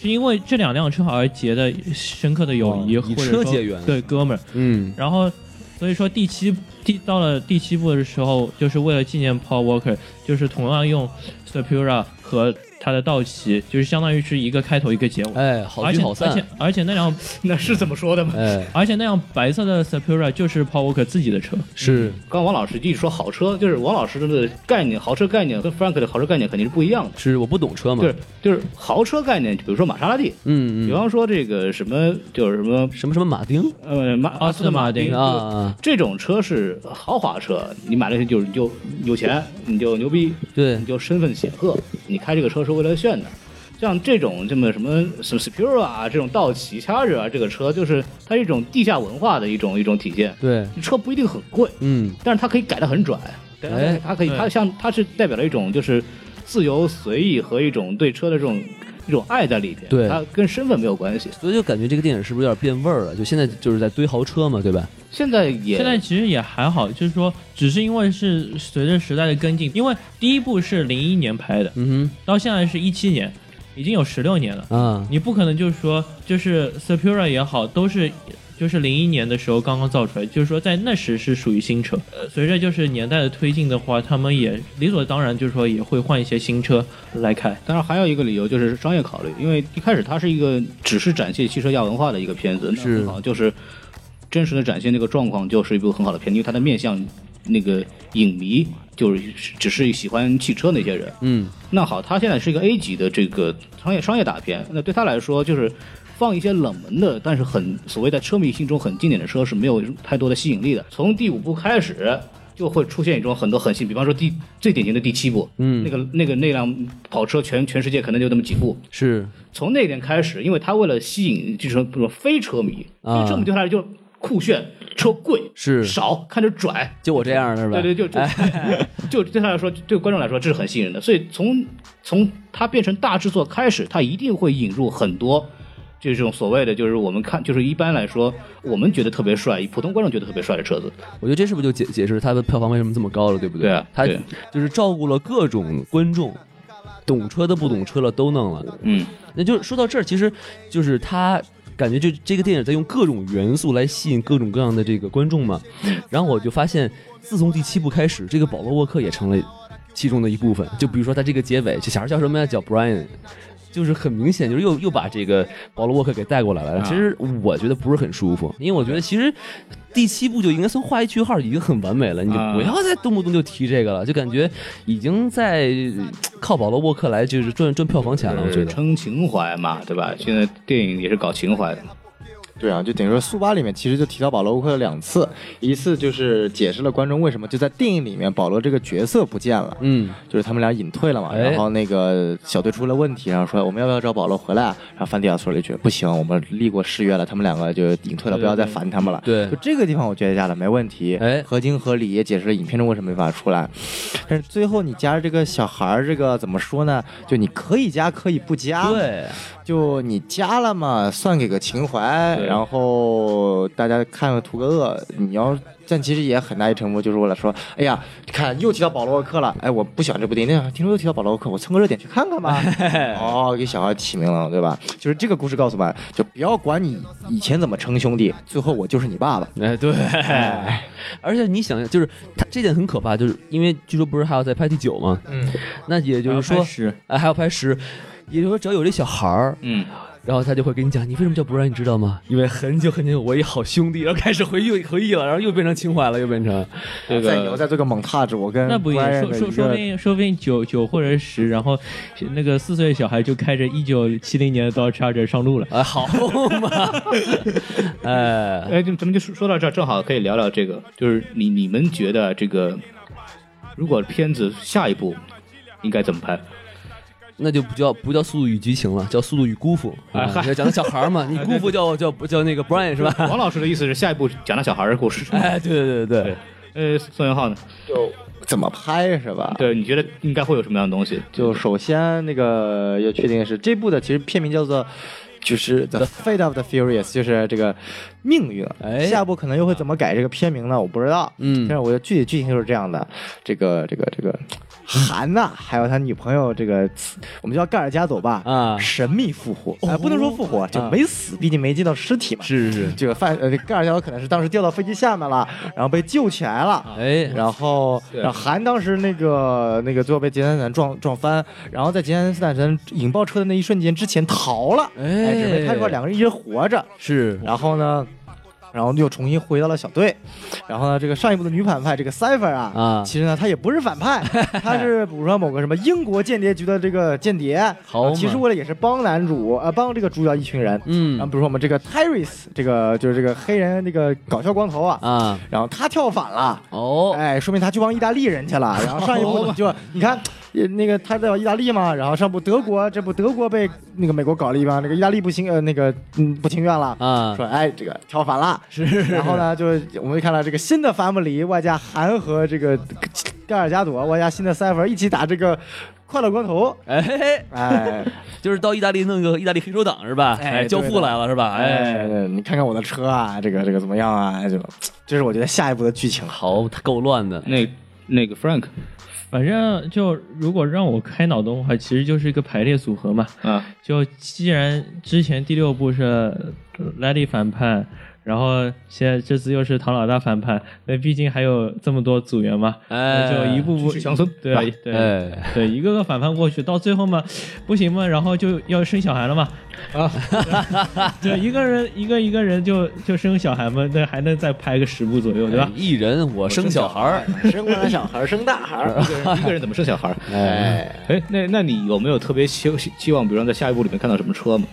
[SPEAKER 1] 是因为这两辆车而结的深刻的友谊，
[SPEAKER 3] 哦
[SPEAKER 1] 或
[SPEAKER 3] 以
[SPEAKER 1] 者
[SPEAKER 3] 车
[SPEAKER 1] 说
[SPEAKER 3] 结缘
[SPEAKER 1] 对哥们儿。
[SPEAKER 3] 嗯，
[SPEAKER 1] 然后所以说第七第到了第七部的时候，就是为了纪念 Paul Walker，就是同样用 Supra 和他的道奇，就是相当于是一个开头一个结尾。
[SPEAKER 3] 哎，好
[SPEAKER 1] 而
[SPEAKER 3] 聚
[SPEAKER 1] 且
[SPEAKER 3] 好
[SPEAKER 1] 而且
[SPEAKER 3] 散，
[SPEAKER 1] 而且那辆
[SPEAKER 2] 那是怎么说的吗？
[SPEAKER 3] 哎，
[SPEAKER 1] 而且那辆白色的 Supra 就是 Paul Walker 自己的车，
[SPEAKER 3] 是
[SPEAKER 2] 刚王老师一直说豪车，就是王老师的概念，豪车概念跟 Frank 的豪车概念肯定是不一样的。
[SPEAKER 3] 是，我不懂车嘛
[SPEAKER 2] 就，是就是豪车概念，比如说玛莎拉蒂，
[SPEAKER 3] 嗯
[SPEAKER 2] 比
[SPEAKER 3] 嗯，
[SPEAKER 2] 方说这个什么就是什么
[SPEAKER 3] 什么什么马丁
[SPEAKER 2] 呃马
[SPEAKER 1] 阿斯顿马丁
[SPEAKER 2] 这个
[SPEAKER 3] 啊，
[SPEAKER 2] 这种车是豪华车，你买了就是你就有钱，你就牛逼，
[SPEAKER 3] 对
[SPEAKER 2] 你，就身份显赫，你开这个车是为了炫的。像这种这么什么什么 Supra 啊，这种道奇、Charger 啊，这个车就是它是一种地下文化的一种一种体现。
[SPEAKER 3] 对，
[SPEAKER 2] 车不一定很贵，
[SPEAKER 3] 嗯，
[SPEAKER 2] 但是它可以改得很拽，改得
[SPEAKER 3] 哎
[SPEAKER 2] 它可以
[SPEAKER 1] 对
[SPEAKER 2] 它像它是代表了一种就是自由随意和一种对车的这种一种爱在里边。
[SPEAKER 3] 对
[SPEAKER 2] 它跟身份没有关系。
[SPEAKER 3] 所以就感觉这个电影是不是有点变味儿了？就现在就是在堆豪车嘛，对吧？
[SPEAKER 2] 现在也
[SPEAKER 1] 现在其实也还好，就是说只是因为是随着时代的跟进，因为第一部是零一年拍的，
[SPEAKER 3] 嗯
[SPEAKER 1] 到现在是一七年，已经有十六年了。
[SPEAKER 3] 哼，啊，
[SPEAKER 1] 你不可能就是说，就是 Supra 也好，都是就是零一年的时候刚刚造出来，就是说在那时是属于新车。呃，随着就是年代的推进的话，他们也理所当然就是说也会换一些新车来开。
[SPEAKER 2] 当然还有一个理由就是商业考虑，因为一开始它是一个只是展现汽车亚文化的一个片子，那
[SPEAKER 3] 是
[SPEAKER 2] 很好，就是真实的展现那个状况，就是一部很好的片，因为它的面向那个影迷就是只是喜欢汽车那些人。
[SPEAKER 3] 嗯，
[SPEAKER 2] 那好，它现在是一个 A 级的这个商业商业大片，那对他来说就是。放一些冷门的，但是很所谓在车迷心中很经典的车是没有太多的吸引力的。从第五部开始，就会出现一种很多很新，比方说第最典型的第七部，
[SPEAKER 3] 嗯
[SPEAKER 2] 那个那个那辆跑车全全世界可能就那么几部，
[SPEAKER 3] 是，
[SPEAKER 2] 从那点开始，因为他为了吸引这种这种非车迷，
[SPEAKER 3] 啊
[SPEAKER 2] 非车迷对他来说就是酷炫、车贵、
[SPEAKER 3] 是
[SPEAKER 2] 少，看着拽。
[SPEAKER 3] 就我这样的是吧？
[SPEAKER 2] 对对，就就、 就对他来说，对观众来说，这是很吸引人的。所以从从他变成大制作开始，他一定会引入很多这种所谓的，就是我们看，就是一般来说，我们觉得特别帅，普通观众觉得特别帅的车子，
[SPEAKER 3] 我觉得这是不是就解解释它的票房为什么这么高了，对不
[SPEAKER 2] 对啊
[SPEAKER 3] 它
[SPEAKER 2] 对
[SPEAKER 3] 就是照顾了各种观众。懂车的不懂车了都弄了。
[SPEAKER 2] 嗯，
[SPEAKER 3] 那就说到这儿，其实就是他感觉就这个电影在用各种元素来吸引各种各样的这个观众嘛。然后我就发现，自从第七部开始，这个保罗沃克也成了其中的一部分。就比如说他这个结尾，这小孩叫什么呀？叫 Brian。就是很明显，就是又又把这个保罗沃克给带过来了。
[SPEAKER 2] 啊
[SPEAKER 3] 其实我觉得不是很舒服，因为我觉得其实第七部就应该算画一句号，已经很完美了。你就
[SPEAKER 2] 啊
[SPEAKER 3] 不要再动不动就提这个了，就感觉已经在呃靠保罗沃克来就是赚赚票房钱了。我觉得
[SPEAKER 2] 撑呃情怀嘛，对吧？现在电影也是搞情怀的嘛。
[SPEAKER 4] 对啊，就等于说《速八》里面其实就提到保罗·沃克两次，一次就是解释了观众为什么就在电影里面保罗这个角色不见了，
[SPEAKER 3] 嗯，
[SPEAKER 4] 就是他们俩隐退了嘛，
[SPEAKER 3] 哎
[SPEAKER 4] 然后那个小队出了问题，然后说我们要不要找保罗回来啊？然后范迪亚说了一句不行，我们立过誓约了，他们两个就隐退
[SPEAKER 3] 对
[SPEAKER 4] 了，不要再烦他们了。
[SPEAKER 3] 对
[SPEAKER 4] 就这个地方我觉得下了没问题，
[SPEAKER 3] 哎
[SPEAKER 4] 合情合理，也解释了影片中为什么没法出来。但是最后你加这个小孩儿，这个怎么说呢？就你可以加，可以不加。。
[SPEAKER 3] 对，
[SPEAKER 4] 就你加了嘛，算给个情怀，
[SPEAKER 2] 对
[SPEAKER 4] 然后大家看了图个乐。你要，但其实也很大一程度就是为了说，哎呀，你看又提到保罗沃克了，哎，我不喜欢这部电影，但听说又提到保罗沃克，我蹭个热点去看 看吧。哦，给小孩起名了，对吧？就是这个故事告诉我们，就不要管你以前怎么称兄弟，最后我就是你爸爸。
[SPEAKER 3] 哎对，而且你想，就是他这点很可怕，就是因为据说不是还要再拍第九吗？
[SPEAKER 4] 嗯，
[SPEAKER 3] 那也就是
[SPEAKER 1] 然后
[SPEAKER 3] 说
[SPEAKER 1] 开，始
[SPEAKER 3] 哎，还要拍十，也就是说只要有这小孩儿，
[SPEAKER 2] 嗯，
[SPEAKER 3] 然后他就会跟你讲，你为什么叫不让你知道吗？因为很久很久我一好兄弟，然后开始回忆回忆了，然后又变成情怀了，又变成
[SPEAKER 2] 这
[SPEAKER 4] 再以后
[SPEAKER 2] 个
[SPEAKER 4] 再做个 montage，我跟
[SPEAKER 1] 那不一定，
[SPEAKER 4] Brian
[SPEAKER 1] 说说
[SPEAKER 4] 的一
[SPEAKER 1] 说
[SPEAKER 4] 个
[SPEAKER 1] 不定说不定九九或者十，然后那个四岁小孩就开着一九七零年的 Dodge Charger 上路了。
[SPEAKER 3] 哎好 嘛，哎，
[SPEAKER 2] 哎，就咱们就说说到这儿，正好可以聊聊这个，就是你你们觉得这个，如果片子下一步应该怎么 拍？
[SPEAKER 3] 那就不叫不叫《速度与激情》了，叫《速度与姑父》啊，要讲的小孩儿嘛，你姑父叫叫叫那个 Brian 是吧？
[SPEAKER 2] 王老师的意思是下一步讲那小孩儿的故事。
[SPEAKER 3] 哎，对对对对，
[SPEAKER 2] 呃，宋元浩呢？
[SPEAKER 4] 怎么拍是吧？
[SPEAKER 2] 对，你觉得应该会有什么样的东西？
[SPEAKER 3] 嗯
[SPEAKER 4] 就首先那个要确定的是这部的其实片名叫做。就是 The Fate of the Furious，就是这个命运。
[SPEAKER 3] 哎
[SPEAKER 4] 下部可能又会怎么改这个片名呢？我不知道。
[SPEAKER 3] 嗯
[SPEAKER 4] 但是我的具体剧情就是这样的。这个这个这个，韩呐、还有他女朋友这个，我们叫盖尔加朵吧，
[SPEAKER 3] 啊哦
[SPEAKER 4] 神秘复活，哎、不能说复活，就没死，毕竟没见到尸体嘛。
[SPEAKER 3] 是是是，
[SPEAKER 4] 这个范呃盖尔加朵可能是当时掉到飞机下面了，然后被救起来了。
[SPEAKER 3] 哎，
[SPEAKER 4] 然后，
[SPEAKER 2] 对
[SPEAKER 4] 然后韩当时那个那个最后被杰森斯坦撞撞翻，然后在杰森斯坦神引爆车的那一瞬间之前逃了，
[SPEAKER 3] 哎
[SPEAKER 4] 哎，只没他这块两个人一直活着。
[SPEAKER 3] 是
[SPEAKER 4] 然后呢，然后又重新回到了小队。然后呢，这个上一部的女反派这个 Cipher 啊，
[SPEAKER 3] 啊
[SPEAKER 4] 其实呢她也不是反派，她是比如说某个什么英国间谍局的这个间谍，
[SPEAKER 3] 好嘛
[SPEAKER 4] 其实为了也是帮男主呃帮这个主角一群人。然后
[SPEAKER 3] 嗯
[SPEAKER 4] 比如说我们这个 Tyrese 这个就是这个黑人那个搞笑光头啊，
[SPEAKER 3] 啊
[SPEAKER 4] 然后他跳反了。
[SPEAKER 3] 哦，
[SPEAKER 4] 哎，说明他去帮意大利人去 了。然后上一部就你看， 呃那个他代表意大利嘛，然后上部德国，这不德国被那个美国搞了一帮，那个意大利不情呃那个嗯不情愿了。
[SPEAKER 3] 啊
[SPEAKER 4] 说哎，这个跳反了，是。然后呢，就是我们就看到这个新的 family 外加韩和这个盖尔加朵外加新的 Cypher 一起打这个快乐光 头，
[SPEAKER 3] 哎，
[SPEAKER 4] 哎
[SPEAKER 3] 就是到意大利弄个意大利黑手党是吧？
[SPEAKER 4] 哎
[SPEAKER 3] 哎，教
[SPEAKER 4] 对
[SPEAKER 3] 父
[SPEAKER 4] 的
[SPEAKER 3] 来了是吧？哎。
[SPEAKER 4] 哎，你看看我的车啊，这个这个怎么样啊？就这是我觉得下一步的剧情啊了。
[SPEAKER 3] 好，他够乱的。
[SPEAKER 2] 那那个 Frank
[SPEAKER 1] 反正就如果让我开脑洞的话，其实就是一个排列组合嘛。
[SPEAKER 2] 啊，
[SPEAKER 1] 就既然之前第六部是莱利反叛，然后现在这次又是唐老大反叛，那毕竟还有这么多组员嘛，
[SPEAKER 3] 哎
[SPEAKER 1] 那就一步步
[SPEAKER 2] 是乡村
[SPEAKER 1] 对啊
[SPEAKER 2] 吧
[SPEAKER 1] 对、
[SPEAKER 3] 哎
[SPEAKER 1] 对，一个个反叛过去，到最后嘛，不行嘛，然后就要生小孩了嘛，啊， 对，一个人一个一个人就就生小孩嘛，那还能再拍个十部左右，对吧？
[SPEAKER 3] 哎一人我生小孩儿，
[SPEAKER 4] 生过来小孩儿，生大孩儿。
[SPEAKER 2] 一个人一个人怎么生小孩儿？
[SPEAKER 3] 哎，
[SPEAKER 2] 哎，那那你有没有特别希希望，比如说在下一部里面看到什么车吗？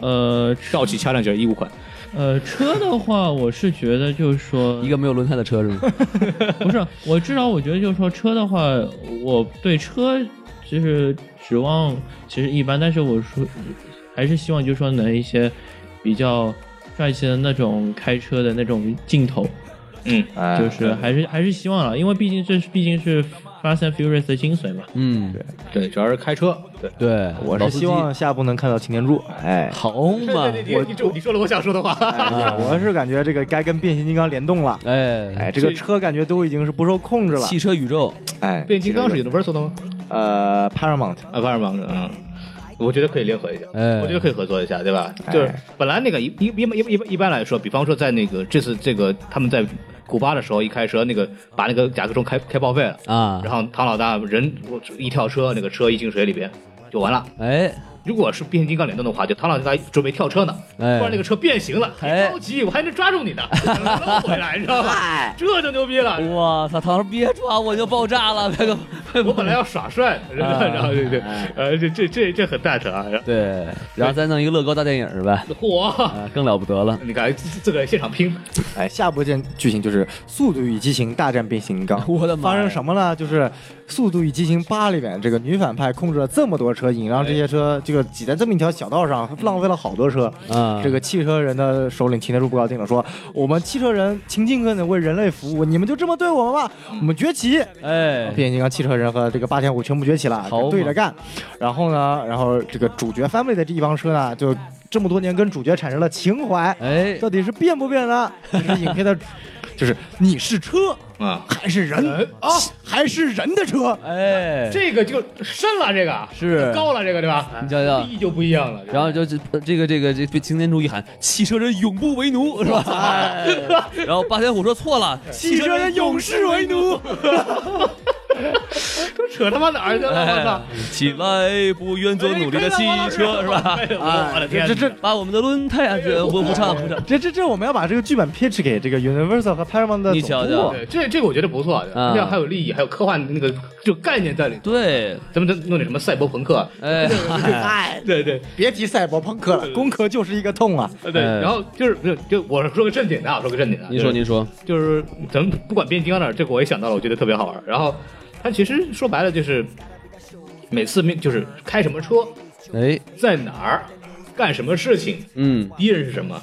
[SPEAKER 1] 呃
[SPEAKER 2] 道奇 Challenger 一五款，
[SPEAKER 1] 呃，车的话，我是觉得就是说
[SPEAKER 3] 一个没有轮胎的车是吗？
[SPEAKER 1] 不是，我至少我觉得就是说车的话，我对车就是指望其实一般，但是我说还是希望就是说能一些比较帅气的那种开车的那种镜头，
[SPEAKER 2] 嗯，
[SPEAKER 1] 就是还是还是希望了，因为毕竟这是毕竟是 Fast and Furious 的精髓嘛。
[SPEAKER 3] 嗯，
[SPEAKER 2] 对，主要是开车，对。
[SPEAKER 3] 对，
[SPEAKER 4] 我是希望下部能看到擎天柱，哎，
[SPEAKER 3] 好嘛，
[SPEAKER 2] 你你你说了我想说的话，
[SPEAKER 4] 我是感觉这个该跟变形金刚联动了，
[SPEAKER 3] 哎，
[SPEAKER 4] 哎，这个车感觉都已经是不受控制了，
[SPEAKER 3] 汽车宇宙，
[SPEAKER 4] 哎，
[SPEAKER 2] 变形金刚是 Universal 的吗？
[SPEAKER 4] 呃 Paramount，
[SPEAKER 2] 啊，巴尔芒的，嗯，我觉得可以联合一下，
[SPEAKER 5] 哎
[SPEAKER 2] 我觉得可以合作一下，对吧？
[SPEAKER 4] 哎
[SPEAKER 2] 就是本来那个一一一一一一般来说，比方说在那个这次这个他们在古巴的时候，一开车那个把那个甲壳虫开开报废
[SPEAKER 3] 哎
[SPEAKER 2] 了，
[SPEAKER 5] 啊，
[SPEAKER 2] 然后唐老大人我一跳车，那个车一进水里边就完了。
[SPEAKER 5] 哎
[SPEAKER 2] 如果是变形金刚联动的话，就唐老大准备跳车呢，
[SPEAKER 5] 哎
[SPEAKER 2] 突然那个车变形了，
[SPEAKER 5] 哎
[SPEAKER 2] 别着急，我还能抓住 你呢，捞回来，你知道吧？
[SPEAKER 5] 哎，
[SPEAKER 2] 这就牛逼了。
[SPEAKER 5] 我操，唐老师别抓我就爆炸了，那个
[SPEAKER 2] 我本来要耍帅，
[SPEAKER 5] 嗯
[SPEAKER 2] 然后 然后对对，呃，这这这这很蛋疼啊。然后
[SPEAKER 5] 对，然后再弄一个乐高大电影儿呗，
[SPEAKER 2] 嚯！
[SPEAKER 3] 哎
[SPEAKER 5] 啊，更了不得了。
[SPEAKER 2] 你看自自个儿现场拼，
[SPEAKER 4] 哎，下部件剧情就是《速度与激情大战变形金刚》。
[SPEAKER 5] 我的妈呀
[SPEAKER 4] 发生什么呢？就是《速度与激情八》里面这个女反派控制了这么多车，引让这些
[SPEAKER 5] 哎
[SPEAKER 4] 车这个挤在这么一条小道上，
[SPEAKER 5] 嗯
[SPEAKER 4] 浪费了好多车。
[SPEAKER 5] 啊
[SPEAKER 4] 这个汽车人的首领停得住不高兴了，说：“我们汽车人勤勤恳恳为人类服务，你们就这么对我们吧，我们崛起。”
[SPEAKER 5] 嗯哎，
[SPEAKER 4] 变形金刚汽车人和这个霸天虎全部崛起了
[SPEAKER 5] 好嘛，
[SPEAKER 4] 对着干。然后呢，然后这个主角 family 的这一帮车呢，就这么多年跟主角产生了情怀。
[SPEAKER 5] 哎，
[SPEAKER 4] 到底是变不变呢？这是影片的， 就是你是车
[SPEAKER 2] 啊，
[SPEAKER 4] 还是人
[SPEAKER 2] 人啊，
[SPEAKER 4] 还是人的车？
[SPEAKER 5] 哎，
[SPEAKER 2] 这个就深了，这个
[SPEAKER 5] 是
[SPEAKER 2] 高了，这个对吧？
[SPEAKER 5] 你瞧瞧
[SPEAKER 2] 意义就不一样了。
[SPEAKER 5] 然后就这呃这个这个这擎天柱一喊，汽车人永不为奴， 是吧？然后霸天虎说错了，哎汽车人永世为奴。
[SPEAKER 2] 这扯他妈哪儿去了？我操！
[SPEAKER 5] 起来，不愿做努力的汽 车，是吧？
[SPEAKER 2] 哎我的天，
[SPEAKER 4] 这这
[SPEAKER 5] 把我们的轮胎啊，这不不唱不唱。
[SPEAKER 4] 这这这，我们要把这个剧本 pitch 给这个 Universal 和 Paramount 的
[SPEAKER 5] 你
[SPEAKER 4] 总
[SPEAKER 5] 瞧
[SPEAKER 4] 部
[SPEAKER 5] 瞧
[SPEAKER 2] 对这这个我觉得不错，
[SPEAKER 5] 啊
[SPEAKER 2] 这样还有利益，还有科幻那个就概念在里头。
[SPEAKER 5] 对，
[SPEAKER 2] 咱们再弄点什么赛博朋克？啊
[SPEAKER 5] 哎，
[SPEAKER 2] 对对呃
[SPEAKER 4] 别提赛博朋克了，工科就是一个痛啊！
[SPEAKER 2] 对，
[SPEAKER 5] 哎
[SPEAKER 2] 然后就是就就我说个正经的啊，说个正经的啊，
[SPEAKER 5] 您说
[SPEAKER 2] 就是
[SPEAKER 5] 您说，
[SPEAKER 2] 就是咱们不管变形金刚那儿，这个我也想到了，我觉得特别好玩。然后它其实说白了就是每次面就是开什么车，
[SPEAKER 5] 哎，
[SPEAKER 2] 在哪儿，干什么事情，
[SPEAKER 5] 嗯，
[SPEAKER 2] 敌人是什么，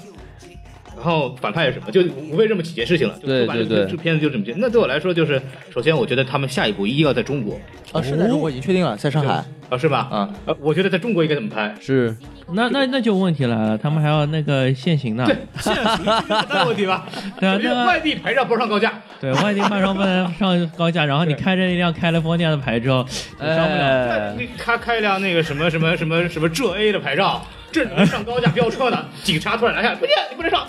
[SPEAKER 2] 然后反派是什么，就无非这么几件事情了。就
[SPEAKER 5] 对
[SPEAKER 2] 说白了
[SPEAKER 5] 对对
[SPEAKER 2] 这片子就这么些。那对我来说，就是首先我觉得他们下一步一定要在中国
[SPEAKER 4] 啊，是在中国已经确定了，在上海。
[SPEAKER 2] 啊，是吧？
[SPEAKER 4] 啊，
[SPEAKER 2] 呃，我觉得在中国应该怎么拍？
[SPEAKER 5] 是
[SPEAKER 1] 那那那就问题来了，他们还要那个限行呢，
[SPEAKER 2] 现实大问题吧？
[SPEAKER 1] 对啊
[SPEAKER 2] 因为
[SPEAKER 1] 那个
[SPEAKER 2] 外地牌照不上高架，
[SPEAKER 1] 对外地卖商不能上高架，然后你开着一辆 California 的牌照，你上不了。
[SPEAKER 5] 哎，
[SPEAKER 2] 你他开一辆那个什么什么什么什么浙 A 的牌照，正能上高架飙车呢，警察突然拦下，不行，你不能上，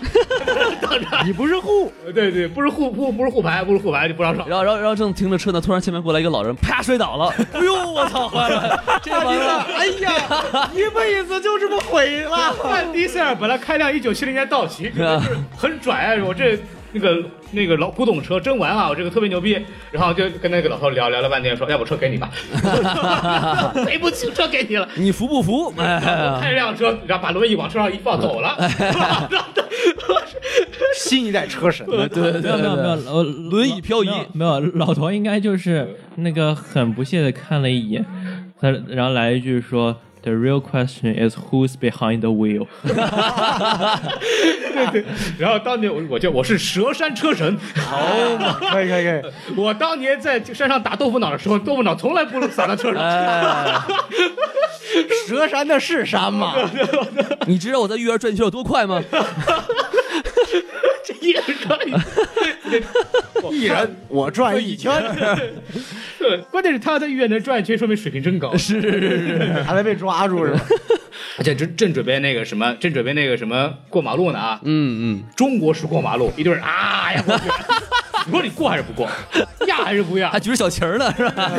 [SPEAKER 2] 等着。
[SPEAKER 4] 你不是沪，
[SPEAKER 2] 对对，不是沪不不是沪牌，不是沪牌就不让上。
[SPEAKER 5] 然后然后然后正停着车呢，突然前面过来一个老人，啪摔 倒了，哎呦我操，坏了，这玩意儿，
[SPEAKER 4] 哎呀，一辈子就这么毁了。
[SPEAKER 2] 范迪塞尔本来开辆一九七零年道奇，就是很拽，我这那个那个老古董车真玩啊，我这个特别牛逼。然后就跟那个老头聊聊了半天，说要不车给你吧，赔不起车给你了。
[SPEAKER 5] 你服不服？哎
[SPEAKER 3] 嗯
[SPEAKER 2] 然后
[SPEAKER 5] 呀，
[SPEAKER 2] 开辆车，然后把轮椅往车上一放，走了。
[SPEAKER 4] 新一代车神，
[SPEAKER 5] 对对
[SPEAKER 1] 没有没有没有，
[SPEAKER 5] 对，
[SPEAKER 1] 呃，
[SPEAKER 5] 轮椅漂移
[SPEAKER 1] 没有没有，老头应该就是那个很不屑的看了一眼，他然后来一句说：“The real question is who's behind the wheel。
[SPEAKER 2] 然后当年我我就我是蛇山车神，
[SPEAKER 4] 可以可以可以。
[SPEAKER 2] 我当年在山上打豆腐脑的时候，豆腐脑从来不洒到车上。
[SPEAKER 5] 哎。
[SPEAKER 4] 蛇山的是山吗？
[SPEAKER 5] 你知道我在育儿转圈有多快 吗？
[SPEAKER 2] 这一人可以，
[SPEAKER 4] 一人我转一圈，
[SPEAKER 2] 对关键是他在医院能转一圈，说明水平真高。是，
[SPEAKER 4] 还没被抓住 是吧？
[SPEAKER 2] 而且正正准备那个什么，正准备那个什么过马路呢啊！
[SPEAKER 5] 嗯嗯，
[SPEAKER 2] 中国式过马路，一堆人啊呀过去，你说你过还是不过？压还是不压
[SPEAKER 5] 还？举着小旗儿呢，是 吧？
[SPEAKER 4] 啊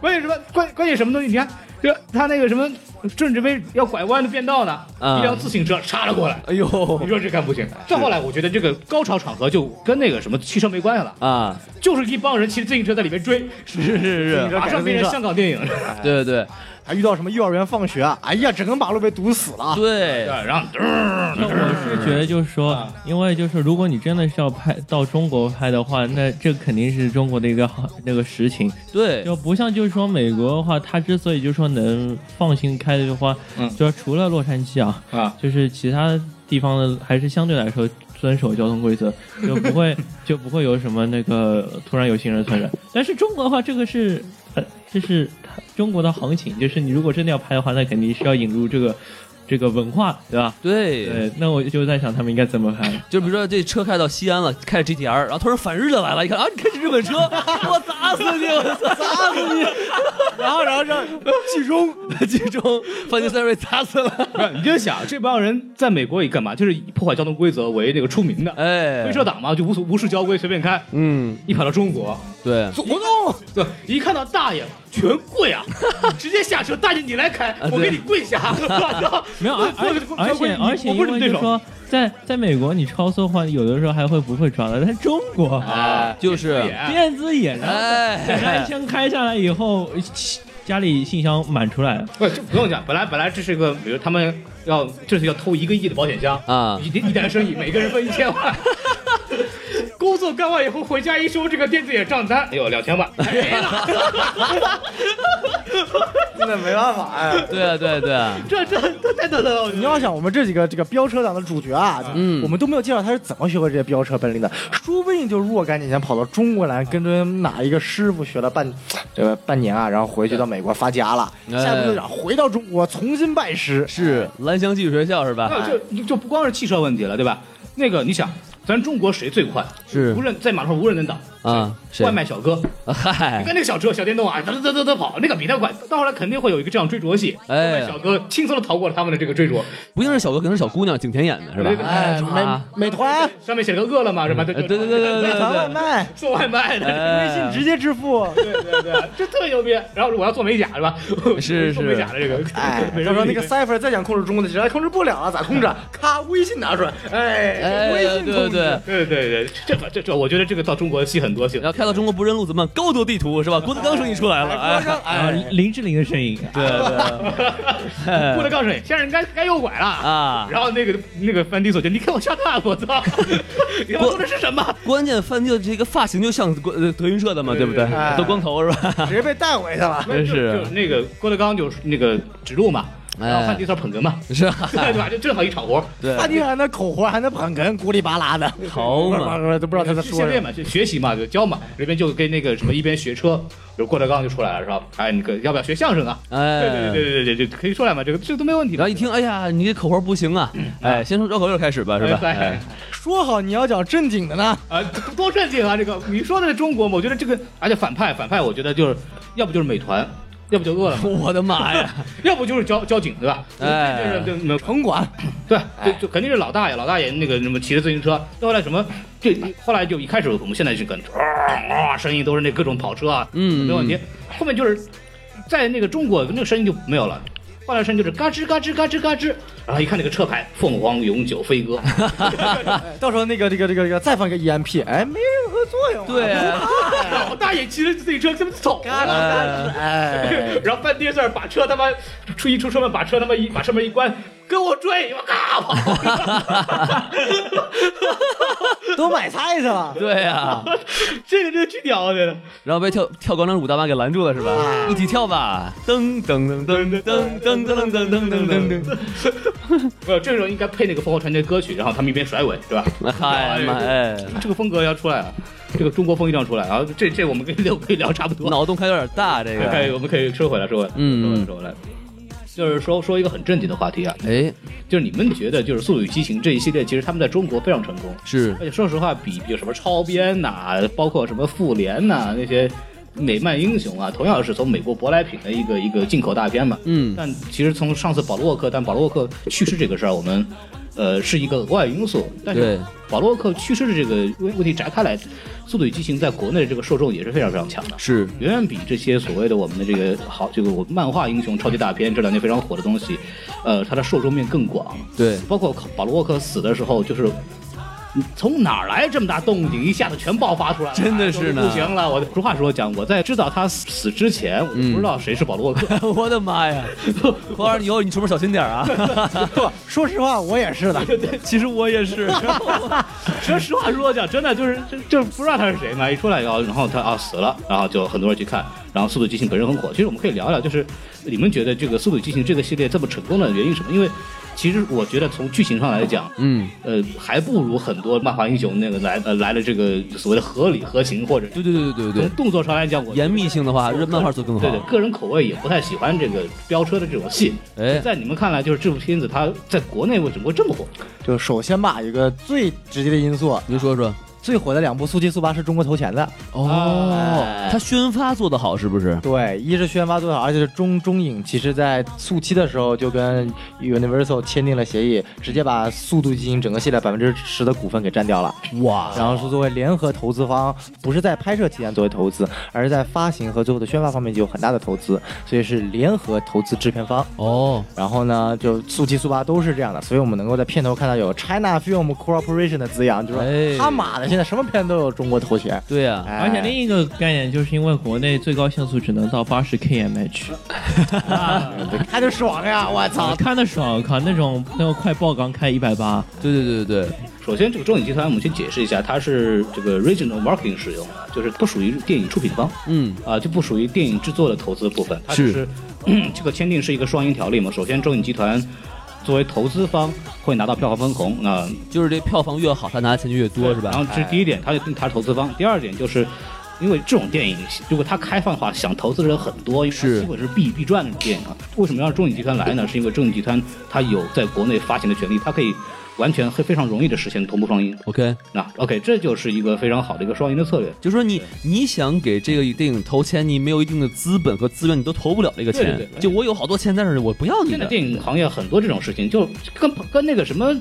[SPEAKER 2] 关键什么？关关键什么东西？你看，这他那个什么正准备要拐弯的变道呢，
[SPEAKER 5] 啊
[SPEAKER 2] 一辆自行车插了过来。
[SPEAKER 5] 哎呦
[SPEAKER 2] 你说这干不行？再后来，我觉得这个高潮场合就跟那个什么汽车没关系了，
[SPEAKER 5] 啊，
[SPEAKER 2] 就是一帮人骑着自行车在里面追，
[SPEAKER 5] 是是是是，
[SPEAKER 2] 马上变成香港电影。
[SPEAKER 5] 对对对
[SPEAKER 4] 还遇到什么幼儿园放学啊？哎呀，整个马路被堵死 了。
[SPEAKER 5] 对，
[SPEAKER 2] 然后，
[SPEAKER 1] 那 我是觉得就是说，因为就是如果你真的是要拍到中国拍的话，那这肯定是中国的一个好那个实情，
[SPEAKER 5] 对，
[SPEAKER 1] 就不像就是说美国的话，它之所以就是说能放心开的话，
[SPEAKER 2] 嗯
[SPEAKER 1] 就是除了洛杉矶啊，
[SPEAKER 2] 啊，
[SPEAKER 1] 就是其他地方的还是相对来说遵守交通规 则，就不会就不会有什么那个突然有行人突然。但是中国的话，这个是呃，这是它中国的行情，就是你如果真的要拍的话，那肯定是要引入这个。这个文化，对吧？
[SPEAKER 3] 对，
[SPEAKER 1] 对，那我就在想他们应该怎么拍。
[SPEAKER 3] 就比如说这车开到西安了，开着 GTR，然后突然反日的来了，一看啊，你开着日本车， 我砸死你，我砸死你！ 然后然后让 剧中 剧中范迪塞瑞砸死了，
[SPEAKER 2] 不是，呃你就想这帮人在美国也干嘛？就是以破坏交通规则为这个出名的，
[SPEAKER 3] 哎
[SPEAKER 2] 黑，车党嘛，就无所无视交规，随便开。
[SPEAKER 6] 嗯，
[SPEAKER 2] 一跑到中国，
[SPEAKER 3] 对，
[SPEAKER 2] 左动，对，一看到大爷全 跪啊，直接下车，大爷你来开，我给你跪下。
[SPEAKER 1] 没 有，而而啊而且而且，
[SPEAKER 2] 我
[SPEAKER 1] 因
[SPEAKER 2] 不是你
[SPEAKER 1] 为
[SPEAKER 2] 对
[SPEAKER 1] 就是
[SPEAKER 2] 手。
[SPEAKER 1] 说，在在美国你超速的话，有的时候还会不会抓的，在中国
[SPEAKER 2] 哎，
[SPEAKER 3] 就是，
[SPEAKER 2] 哎
[SPEAKER 1] 电子眼呢，本来
[SPEAKER 3] 哎，
[SPEAKER 1] 先开下来以后，家里信箱满出来了，
[SPEAKER 2] 不是，这不用讲，本来本来这是个，比如他们要这是要偷一个亿的保险箱
[SPEAKER 3] 啊
[SPEAKER 2] 一一单生意，每个人分一 千万。工作干完以后回家一收这个电子眼账单，哎呦两千 万，赔了，
[SPEAKER 4] 那没办法呀。
[SPEAKER 3] 对啊对啊对啊，
[SPEAKER 2] 这这这太得了，
[SPEAKER 4] 你要想我们这几个这个飙车党的主角啊，
[SPEAKER 3] 嗯
[SPEAKER 4] 我们都没有介绍他是怎么学会这些飙车本领的，说不定就若干年前跑到中国来，跟着哪一个师傅学了半这个半年啊，然后回去到美国发家了，
[SPEAKER 3] 哎
[SPEAKER 4] 下面就想回到中国重新拜师。
[SPEAKER 3] 是兰香技术学校是吧？
[SPEAKER 2] 那 就就不光是汽车问题了，对吧？那个你想，咱中国谁最快？
[SPEAKER 3] 是
[SPEAKER 2] 无人在马路上无人能挡
[SPEAKER 3] 啊谁
[SPEAKER 2] 外卖小哥，你
[SPEAKER 3] 嗨，
[SPEAKER 2] 看那个小车、小电动啊，噔噔噔噔跑，那个比他快。到后来肯定会有一个这样追逐戏，
[SPEAKER 3] 哎
[SPEAKER 2] 外卖小哥轻松的逃过了他们的这个追逐。
[SPEAKER 3] 不一定是小哥，可能是小姑娘，景甜演的是吧？
[SPEAKER 4] 哎，
[SPEAKER 3] 啊
[SPEAKER 4] 美美团
[SPEAKER 2] 上面写了个饿了么，是吧？对
[SPEAKER 3] 嗯哎对对对对对哎
[SPEAKER 4] 美团外卖，
[SPEAKER 2] 送外卖的。
[SPEAKER 4] 微信直接支付。
[SPEAKER 2] 对对对，这特别牛逼。然后我要做美甲是吧？
[SPEAKER 3] 是
[SPEAKER 2] 做美甲的这个，
[SPEAKER 4] 哎，
[SPEAKER 2] 美
[SPEAKER 4] 他
[SPEAKER 2] 容
[SPEAKER 4] 说
[SPEAKER 2] 美
[SPEAKER 4] 那个 Cipher 再想控制中国的，实在控制不了啊，咋控制啊？咔，微信拿出来，哎，
[SPEAKER 3] 哎，
[SPEAKER 4] 微
[SPEAKER 3] 对
[SPEAKER 4] 信
[SPEAKER 3] 对
[SPEAKER 4] 控制。
[SPEAKER 3] 对。
[SPEAKER 2] 对对对，这这这，我觉得这个到中国戏很多戏。
[SPEAKER 3] 然后开到中国不认路怎么办？高德地图是吧？郭德纲声音出来了，哎，
[SPEAKER 1] 啊，林志玲的声音，
[SPEAKER 3] 对对
[SPEAKER 2] 郭德纲说：“先生，该该右拐了啊！”
[SPEAKER 3] 哎啊！
[SPEAKER 2] 然后那个那个范迪索就：“你给我下蛋，我操！你要做的是什么
[SPEAKER 3] 关键范迪这个发型就像国呃德云社的嘛，对不对
[SPEAKER 2] 对对
[SPEAKER 4] 对？
[SPEAKER 3] 都光头是 吧？
[SPEAKER 4] 直接被带回去了？”。
[SPEAKER 3] 真
[SPEAKER 2] 就是
[SPEAKER 4] 啊
[SPEAKER 2] 就是那个郭德纲就是那个指路嘛，
[SPEAKER 4] 哎
[SPEAKER 2] 然后范迪索捧哏 嘛，
[SPEAKER 3] 是吧？
[SPEAKER 2] 对吧？就正好一场活。
[SPEAKER 3] 对，
[SPEAKER 4] 他你还那口活，还能捧哏，孤里巴拉的，
[SPEAKER 3] 好嘛，
[SPEAKER 4] 都不知道他在说
[SPEAKER 2] 现
[SPEAKER 4] 什
[SPEAKER 2] 在
[SPEAKER 4] 么。
[SPEAKER 2] 嘛，就学习嘛，就教嘛，这边就跟那个什么一边学车，比如郭德纲就出来了，是吧？哎，你可要不要学相声啊？
[SPEAKER 3] 哎，
[SPEAKER 2] 对对对对对对，可以出来嘛，这个这个都没问题的。
[SPEAKER 3] 然后一听，哎呀，你这口活不行啊！哎，先从绕口令开始吧，是吧？
[SPEAKER 2] 哎
[SPEAKER 3] 哎
[SPEAKER 4] 说好你要讲正经的呢，
[SPEAKER 2] 啊，多正经啊！这个你说的是中国嘛？我觉得这个，而且反派反派，我觉得就是要不就是美团，要不就饿了么，
[SPEAKER 3] 我的妈呀！
[SPEAKER 2] 要不就是交交警，对吧？
[SPEAKER 3] 哎
[SPEAKER 2] 就是就
[SPEAKER 4] 城管
[SPEAKER 2] 对，就就肯定是老大爷，老大爷那个什么骑着自行车，到后来什么，就后来就一开始我们现在就跟啊啊声音都是那各种跑车啊，
[SPEAKER 3] 嗯
[SPEAKER 2] 没问题。后面就是在那个中国那个声音就没有了。后来声音就是嘎吱嘎吱嘎吱嘎吱，然后一看那个车牌，凤凰永久飞鸽，
[SPEAKER 4] 哎到时候那个这个这个这个再放个 EMP，哎，没任何作用啊。
[SPEAKER 3] 对啊，
[SPEAKER 2] 老大爷骑着自行车这么走
[SPEAKER 4] 嘎
[SPEAKER 2] 啊，
[SPEAKER 4] 啦，
[SPEAKER 3] 嗯
[SPEAKER 4] 哎，
[SPEAKER 2] 然后半跌事儿把车他妈出一出车门，把车他妈一把车门一关，跟我追，我嘎跑，
[SPEAKER 4] 都买菜去了。
[SPEAKER 3] 对呀，
[SPEAKER 2] 这个真巨屌，我觉得。
[SPEAKER 3] 然后被跳跳广场舞大妈给拦住了，是吧？一起跳吧！噔噔噔噔噔噔噔噔噔噔噔 噔
[SPEAKER 2] 没有，这个时候应该配那个凤凰传奇的歌曲，然后他们一边甩尾，对吧？
[SPEAKER 3] 噔！嗨妈哎，
[SPEAKER 2] 这个风格要出来啊，这个中国风一定要出来啊！这这我们跟聊可以聊差不多，
[SPEAKER 3] 脑洞开有点大，这
[SPEAKER 2] 可以
[SPEAKER 3] 个。
[SPEAKER 2] 我们可以收回来，收回来，
[SPEAKER 3] 嗯
[SPEAKER 2] 收回来，收回来。就是说说一个很正经的话题啊，
[SPEAKER 3] 哎，
[SPEAKER 2] 就是你们觉得就是《速度与激情》这一系列，其实他们在中国非常成功，
[SPEAKER 3] 是
[SPEAKER 2] 而且哎说实话，比比什么超编呐、包括什么复联呐、那些美漫英雄啊，同样是从美国舶来品的一个一个进口大片嘛。
[SPEAKER 3] 嗯
[SPEAKER 2] 但其实从上次保罗沃克，但保罗沃克去世这个事儿，我们呃是一个额外因素。但
[SPEAKER 3] 对
[SPEAKER 2] 是保罗沃克去世的这个问问题摘开来，《速度与激情》在国内的这个受众也是非常非常强的。
[SPEAKER 3] 是，
[SPEAKER 2] 远远比这些所谓的我们的这个好，这个我漫画英雄超级大片这两年非常火的东西，呃，它的受众面更广。
[SPEAKER 3] 对，
[SPEAKER 2] 包括保罗沃克死的时候，就是嗯从哪儿来这么大动静，一下子全爆发出来了，哎
[SPEAKER 3] 真的是呢
[SPEAKER 2] 不行了。我实话说讲，我在知道他死之前，我
[SPEAKER 3] 嗯
[SPEAKER 2] 不知道谁是保罗沃克。
[SPEAKER 3] 我的妈呀！花儿，以后你出门小心点儿啊！
[SPEAKER 4] 说实话，我也是的。
[SPEAKER 3] 其实 我也是，
[SPEAKER 2] 说实话说讲，真的就是就就不知道他是谁嘛，一出来以后，然后他啊死了，然后就很多人去看，然后《速度与激情》本身很火。其实我们可以聊聊，就是你们觉得这个《速度与激情》这个系列这么成功的原因是什么？因为其实我觉得从剧情上来讲，
[SPEAKER 3] 嗯，
[SPEAKER 2] 呃，还不如很多漫画英雄那个来呃来的这个所谓的合理合情，或者
[SPEAKER 3] 对对对对对
[SPEAKER 2] 从
[SPEAKER 3] 对，
[SPEAKER 2] 动作上来讲，我
[SPEAKER 3] 严密性的话，
[SPEAKER 2] 我
[SPEAKER 3] 日漫画做更好。
[SPEAKER 2] 对对，个人口味也不太喜欢这个飙车的这种戏。
[SPEAKER 3] 哎，
[SPEAKER 2] 在你们看来，就是这部片子它在国内为什么会这么火？
[SPEAKER 4] 就首先吧，有一个最直接的因素，
[SPEAKER 3] 您说说
[SPEAKER 4] 最火的两部《速七》《速八》是中国投钱的。
[SPEAKER 3] 哦
[SPEAKER 2] 哎，
[SPEAKER 3] 他宣发做得好是不是？
[SPEAKER 4] 对，一是宣发多少，而且是中中影其实在速七的时候就跟 Universal 签订了协议，直接把速度基金整个系列百分之十的股份给占掉了。
[SPEAKER 3] 哇，
[SPEAKER 4] 然后是作为联合投资方，不是在拍摄期间作为投资，而是在发行和最后的宣发方面就有很大的投资，所以是联合投资制片方。
[SPEAKER 3] 哦，
[SPEAKER 4] 然后呢，就速七速八都是这样的，所以我们能够在片头看到有 China Film Corporation 的字样，就
[SPEAKER 3] 哎
[SPEAKER 4] 是他妈的，现在什么片都有中国投钱。
[SPEAKER 3] 对呀，
[SPEAKER 4] 哎
[SPEAKER 1] 而且另 一个概念就是因为国内最高限速只能到八十 kmh，
[SPEAKER 4] 看着爽呀，我
[SPEAKER 3] 啊
[SPEAKER 4] 操！
[SPEAKER 1] 看得爽，靠那种那个快爆缸开一百八，
[SPEAKER 3] 对对对对对，
[SPEAKER 2] 首先，这个中影集团，我们先解释一下，它是这个 regional marketing 使用的，就是不属于电影出品方
[SPEAKER 3] 嗯，
[SPEAKER 2] 啊、就不属于电影制作的投资部分。它只是 这个签订是一个双赢条例嘛。首先，中影集团作为投资方会拿到票房分红啊、
[SPEAKER 3] 就是这票房越好，他拿的钱就越多是吧？
[SPEAKER 2] 然后这是第一点，他他是投资方。第二点就是。因为这种电影，如果它开放的话，想投资的人很多，因为它
[SPEAKER 3] 是
[SPEAKER 2] 基本是必必赚的电影啊。为什么要让中影集团来呢？是因为中影集团它有在国内发行的权利，它可以完全会非常容易的实现同步双赢。
[SPEAKER 3] OK，
[SPEAKER 2] 那 OK，这就是一个非常好的一个双赢的策略。
[SPEAKER 3] 就说你你想给这个电影投钱，你没有一定的资本和资源，你都投不了这个钱。
[SPEAKER 2] 对对对
[SPEAKER 3] 就我有好多钱，但是我不要你
[SPEAKER 2] 现在
[SPEAKER 3] 的。
[SPEAKER 2] 电影行业很多这种事情，就跟跟那个什么。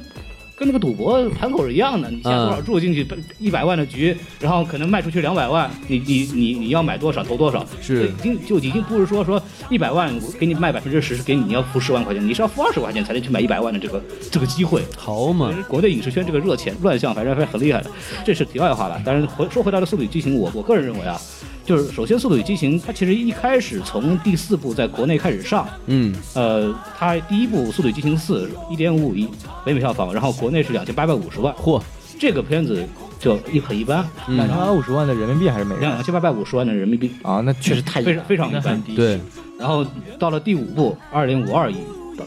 [SPEAKER 2] 跟那个赌博盘口是一样的，你下多少注进去，一百万的局，然后可能卖出去两百万，你你你你要买多少投多少，就
[SPEAKER 3] 是
[SPEAKER 2] 已经就已经不是说说一百万我给你卖百分之十是给你你要付十万块钱，你是要付二十块钱才能去买一百万的这个这个机会。
[SPEAKER 3] 好嘛
[SPEAKER 2] 其，实国内影视圈这个热钱乱象反正还是很厉害的，这是题外话了。但是回说回到这《速度与激情》，我我个人认为啊，就是首先《速度与激情》它其实一开始从第四部在国内开始上，
[SPEAKER 3] 嗯，
[SPEAKER 2] 呃，它第一部《速度与激情四》一点五五亿北美票房，然后国内是两千八百五十万，
[SPEAKER 3] 嚯，
[SPEAKER 2] 这个片子就一很一般，
[SPEAKER 4] 两千八百五十万的人民币还是美
[SPEAKER 2] 两
[SPEAKER 4] 元
[SPEAKER 2] 千八百五十万的人民币，
[SPEAKER 4] 啊？那确实太
[SPEAKER 2] 非常非常一
[SPEAKER 1] 那
[SPEAKER 2] 般
[SPEAKER 1] 很。低。
[SPEAKER 3] 对，
[SPEAKER 2] 然后到了第五部二点五二亿，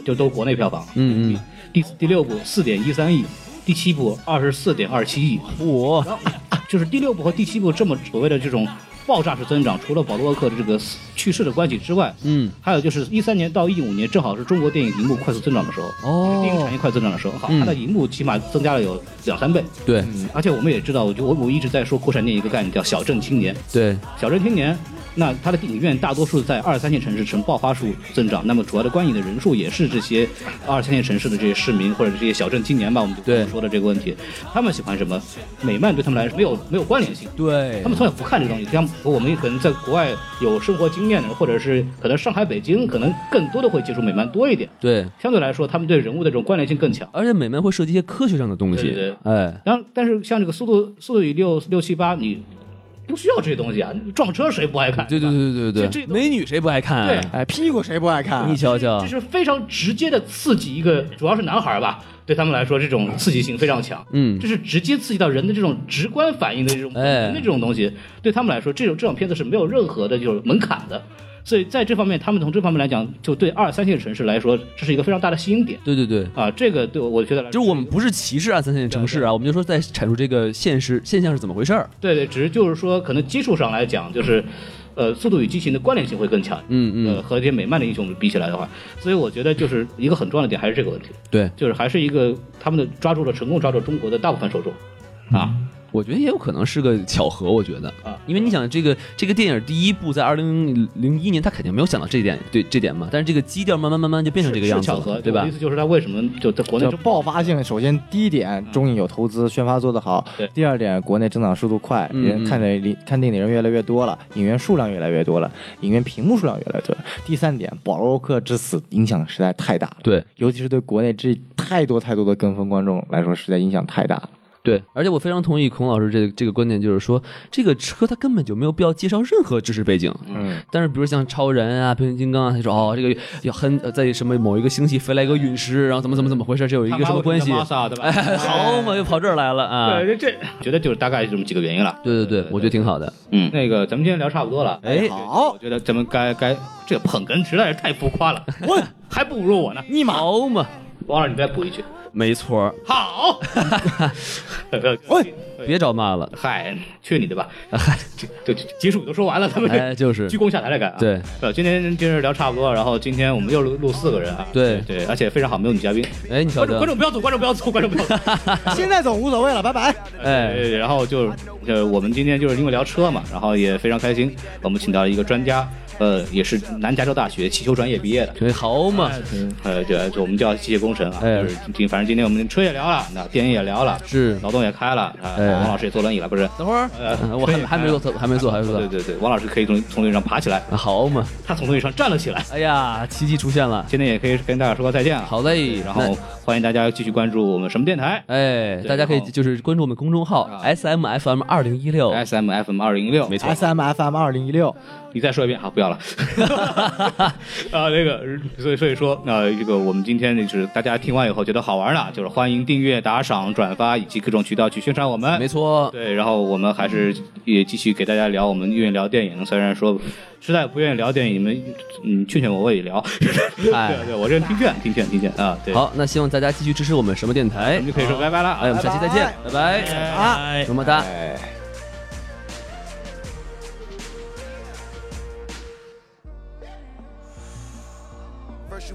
[SPEAKER 2] 就都是国内票房，
[SPEAKER 3] 嗯嗯，
[SPEAKER 2] 第第六部四点一三亿，第七部二十四点二七亿，
[SPEAKER 3] 我
[SPEAKER 2] 就是第六部和第七部这么所谓的这种爆炸式增长，除了保罗沃克的这个去世的关系之外，
[SPEAKER 3] 嗯，
[SPEAKER 2] 还有就是一三年到一五年，正好是中国电影荧幕快速增长的时候，
[SPEAKER 3] 哦
[SPEAKER 2] 电影产业快速增长的时候，好，
[SPEAKER 3] 嗯
[SPEAKER 2] 它的荧幕起码增加了有两三倍。
[SPEAKER 3] 对
[SPEAKER 2] 而且我们也知道，我就我我一直在说国产电影一个概念叫小镇青年，
[SPEAKER 3] 对，
[SPEAKER 2] 小镇青年。那它的影院大多数在二三线城市呈爆发数增长，那么主要的观影的人数也是这些二三线城市的这些市民或者这些小镇青年吧，我们就
[SPEAKER 3] 对
[SPEAKER 2] 说的这个问题，他们喜欢什么？美漫对他们来说没有没有关联性，
[SPEAKER 3] 对
[SPEAKER 2] 他们从小不看这个东西，像我们可能在国外有生活经验的人，或者是可能上海、北京，可能更多的会接触美漫多一点。
[SPEAKER 3] 对，
[SPEAKER 2] 相对来说，他们对人物的这种关联性更强。
[SPEAKER 3] 而且美漫会涉及一些科学上的东西。
[SPEAKER 2] 对对
[SPEAKER 3] 哎，
[SPEAKER 2] 然后，但是像这个速度速度与六六七八，你不需要这些东西啊，撞车谁不爱看？
[SPEAKER 3] 对对
[SPEAKER 2] 吧
[SPEAKER 3] 对对
[SPEAKER 2] 这
[SPEAKER 3] 对，
[SPEAKER 2] 这
[SPEAKER 3] 美女谁不爱看啊？
[SPEAKER 4] 哎，屁股谁不爱看啊？
[SPEAKER 3] 你瞧瞧
[SPEAKER 2] 这，是非常直接的刺激一个，主要是男孩儿吧，对他们来说这种刺激性非常强。
[SPEAKER 3] 嗯
[SPEAKER 2] 这是直接刺激到人的这种直观反应的这种
[SPEAKER 3] 哎
[SPEAKER 2] 人的这种东西，对他们来说，这种这种片子是没有任何的就是门槛的。所以在这方面，他们从这方面来讲，就对二三线城市来说，这是一个非常大的吸引点
[SPEAKER 3] 对对对。
[SPEAKER 2] 啊。这个对我我觉得来
[SPEAKER 3] 就
[SPEAKER 2] 说
[SPEAKER 3] 是我们不是歧视二三线城市啊，我们就说在阐述这个现实现象是怎么回事儿。
[SPEAKER 2] 对对，只是就是说，可能基础上来讲，就是呃，《速度与激情》的关联性会更强。
[SPEAKER 3] 嗯嗯
[SPEAKER 2] 呃，，和这些美漫的英雄比起来的话，所以我觉得就是一个很重要的点还是这个问题。
[SPEAKER 3] 对，
[SPEAKER 2] 就是还是一个他们的抓住了成功抓住中国的大部分受众啊，
[SPEAKER 3] 我觉得也有可能是个巧合，我觉得
[SPEAKER 2] 啊
[SPEAKER 3] 因为你想这个这个电影第一部在二零零一年，他肯定没有想到这一点，对这点嘛。但是这个基调慢慢慢慢嗯就变成这个
[SPEAKER 2] 是
[SPEAKER 3] 样子
[SPEAKER 2] 巧
[SPEAKER 3] 了，
[SPEAKER 2] 合，
[SPEAKER 3] 对
[SPEAKER 2] 我
[SPEAKER 3] 吧
[SPEAKER 2] 的意？思就是他为什么就在国内
[SPEAKER 4] 就
[SPEAKER 2] 就
[SPEAKER 4] 爆发性，首先第一点，中影有投资，宣发做得好
[SPEAKER 2] 对；
[SPEAKER 4] 第二点，国内增长速度快，
[SPEAKER 3] 嗯
[SPEAKER 4] 人看的离看电影的人越来越多了，影院数量越来越多了，影院屏幕数量越来越多了。第三点，保罗沃克之死影响实在太大了，
[SPEAKER 3] 对，
[SPEAKER 4] 尤其是对国内这太多太多的跟风观众来说，实在影响太大了。
[SPEAKER 5] 对，
[SPEAKER 3] 而且我非常同意孔老师这个这个观点，就是说这个车它根本就没有必要介绍任何知识背景。
[SPEAKER 4] 嗯，
[SPEAKER 3] 但是比如像超人啊、变形金刚啊，他说哦，这个要很呃在什么某一个星系飞来一个陨石，然后怎么怎么怎么回事，这有一个什么关系？
[SPEAKER 2] 啊，对吧？
[SPEAKER 3] 哎， 好嘛，又跑这儿来了啊！
[SPEAKER 2] 对，这觉得就是大概这么几个原因了。
[SPEAKER 3] 对对对，我觉得挺好的。
[SPEAKER 2] 嗯，那个咱们今天聊差不多了。
[SPEAKER 3] 哎
[SPEAKER 2] 好，我觉得咱们该该这个捧哏实在是太浮夸了，我还不如我呢。
[SPEAKER 3] 尼玛，好嘛，
[SPEAKER 2] 王老师，你再补一句。
[SPEAKER 3] 没错儿，
[SPEAKER 2] 好，喂，
[SPEAKER 3] 别找骂了。
[SPEAKER 2] 嗨，缺你的吧？ 嗨，这这结束都说完了，咱们
[SPEAKER 3] 哎，
[SPEAKER 2] 这
[SPEAKER 3] 就是
[SPEAKER 2] 鞠躬下台来干啊。
[SPEAKER 3] 对，
[SPEAKER 2] 呃，今天今天聊差不多，然后今天我们又录录四个人啊。
[SPEAKER 3] 对
[SPEAKER 2] 对，而且非常好，没有女嘉宾。
[SPEAKER 3] 哎，你瞧
[SPEAKER 2] 观众观，
[SPEAKER 3] 瞧
[SPEAKER 2] 众不要走，观众不要走，观 众不要走。
[SPEAKER 4] 现在总无所谓了，拜拜。
[SPEAKER 3] 哎，
[SPEAKER 2] 对，然后就呃，我们今天就是因为聊车嘛，然后也非常开心，我们请到了一个专家，呃，也是南加州大学汽修专业毕业的。
[SPEAKER 3] 这好嘛，
[SPEAKER 2] 呃，对，就我们叫机械工程啊，
[SPEAKER 3] 哎
[SPEAKER 2] 就是今反正今天我们车也聊了，那电影也聊了，
[SPEAKER 3] 是。
[SPEAKER 2] 脑洞也开了，啊，
[SPEAKER 3] 哎
[SPEAKER 2] 王老师也坐轮椅了，不是？
[SPEAKER 3] 等会儿，
[SPEAKER 2] 呃
[SPEAKER 3] 我还还没做，还没做，还没做
[SPEAKER 2] 对。对对，王老师可以从从轮椅上爬起来，
[SPEAKER 3] 啊好嘛，
[SPEAKER 2] 他从轮椅上站了起来。
[SPEAKER 3] 哎呀，奇迹出现了。
[SPEAKER 2] 今天也可以跟大家说个再见了，
[SPEAKER 3] 好嘞，
[SPEAKER 2] 然后欢迎大家继续关注我们什么电台
[SPEAKER 3] 那哎，大家可以
[SPEAKER 2] 然后啊哎
[SPEAKER 3] 就是关注我们公众号 S M F M 二零一六，
[SPEAKER 2] ，S M F M 二零一六，没
[SPEAKER 4] S M F M 二零一六，
[SPEAKER 2] 你再说一遍，好，不 要了。啊，那个，所以所以说，呃，这个我们今天就是大家听完以后觉得好玩了，就是欢迎订阅、打赏、转发以及各种渠道去宣传我们。
[SPEAKER 3] 没错，
[SPEAKER 2] 对，然后我们还是也继续给大家聊我们愿意聊电影，虽然说实在不愿意聊电影，你们嗯劝劝我我也聊。
[SPEAKER 3] 哎
[SPEAKER 2] 对对，我这人听劝听劝听劝啊，对，，
[SPEAKER 3] 好，那希望大家继续支持我们什么电台
[SPEAKER 2] 我们。就可以说拜拜哎了啊。
[SPEAKER 3] 哎，我们下期再见，拜拜，
[SPEAKER 4] 啊。
[SPEAKER 1] 哎
[SPEAKER 3] 么么哒。
[SPEAKER 7] First, you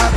[SPEAKER 7] How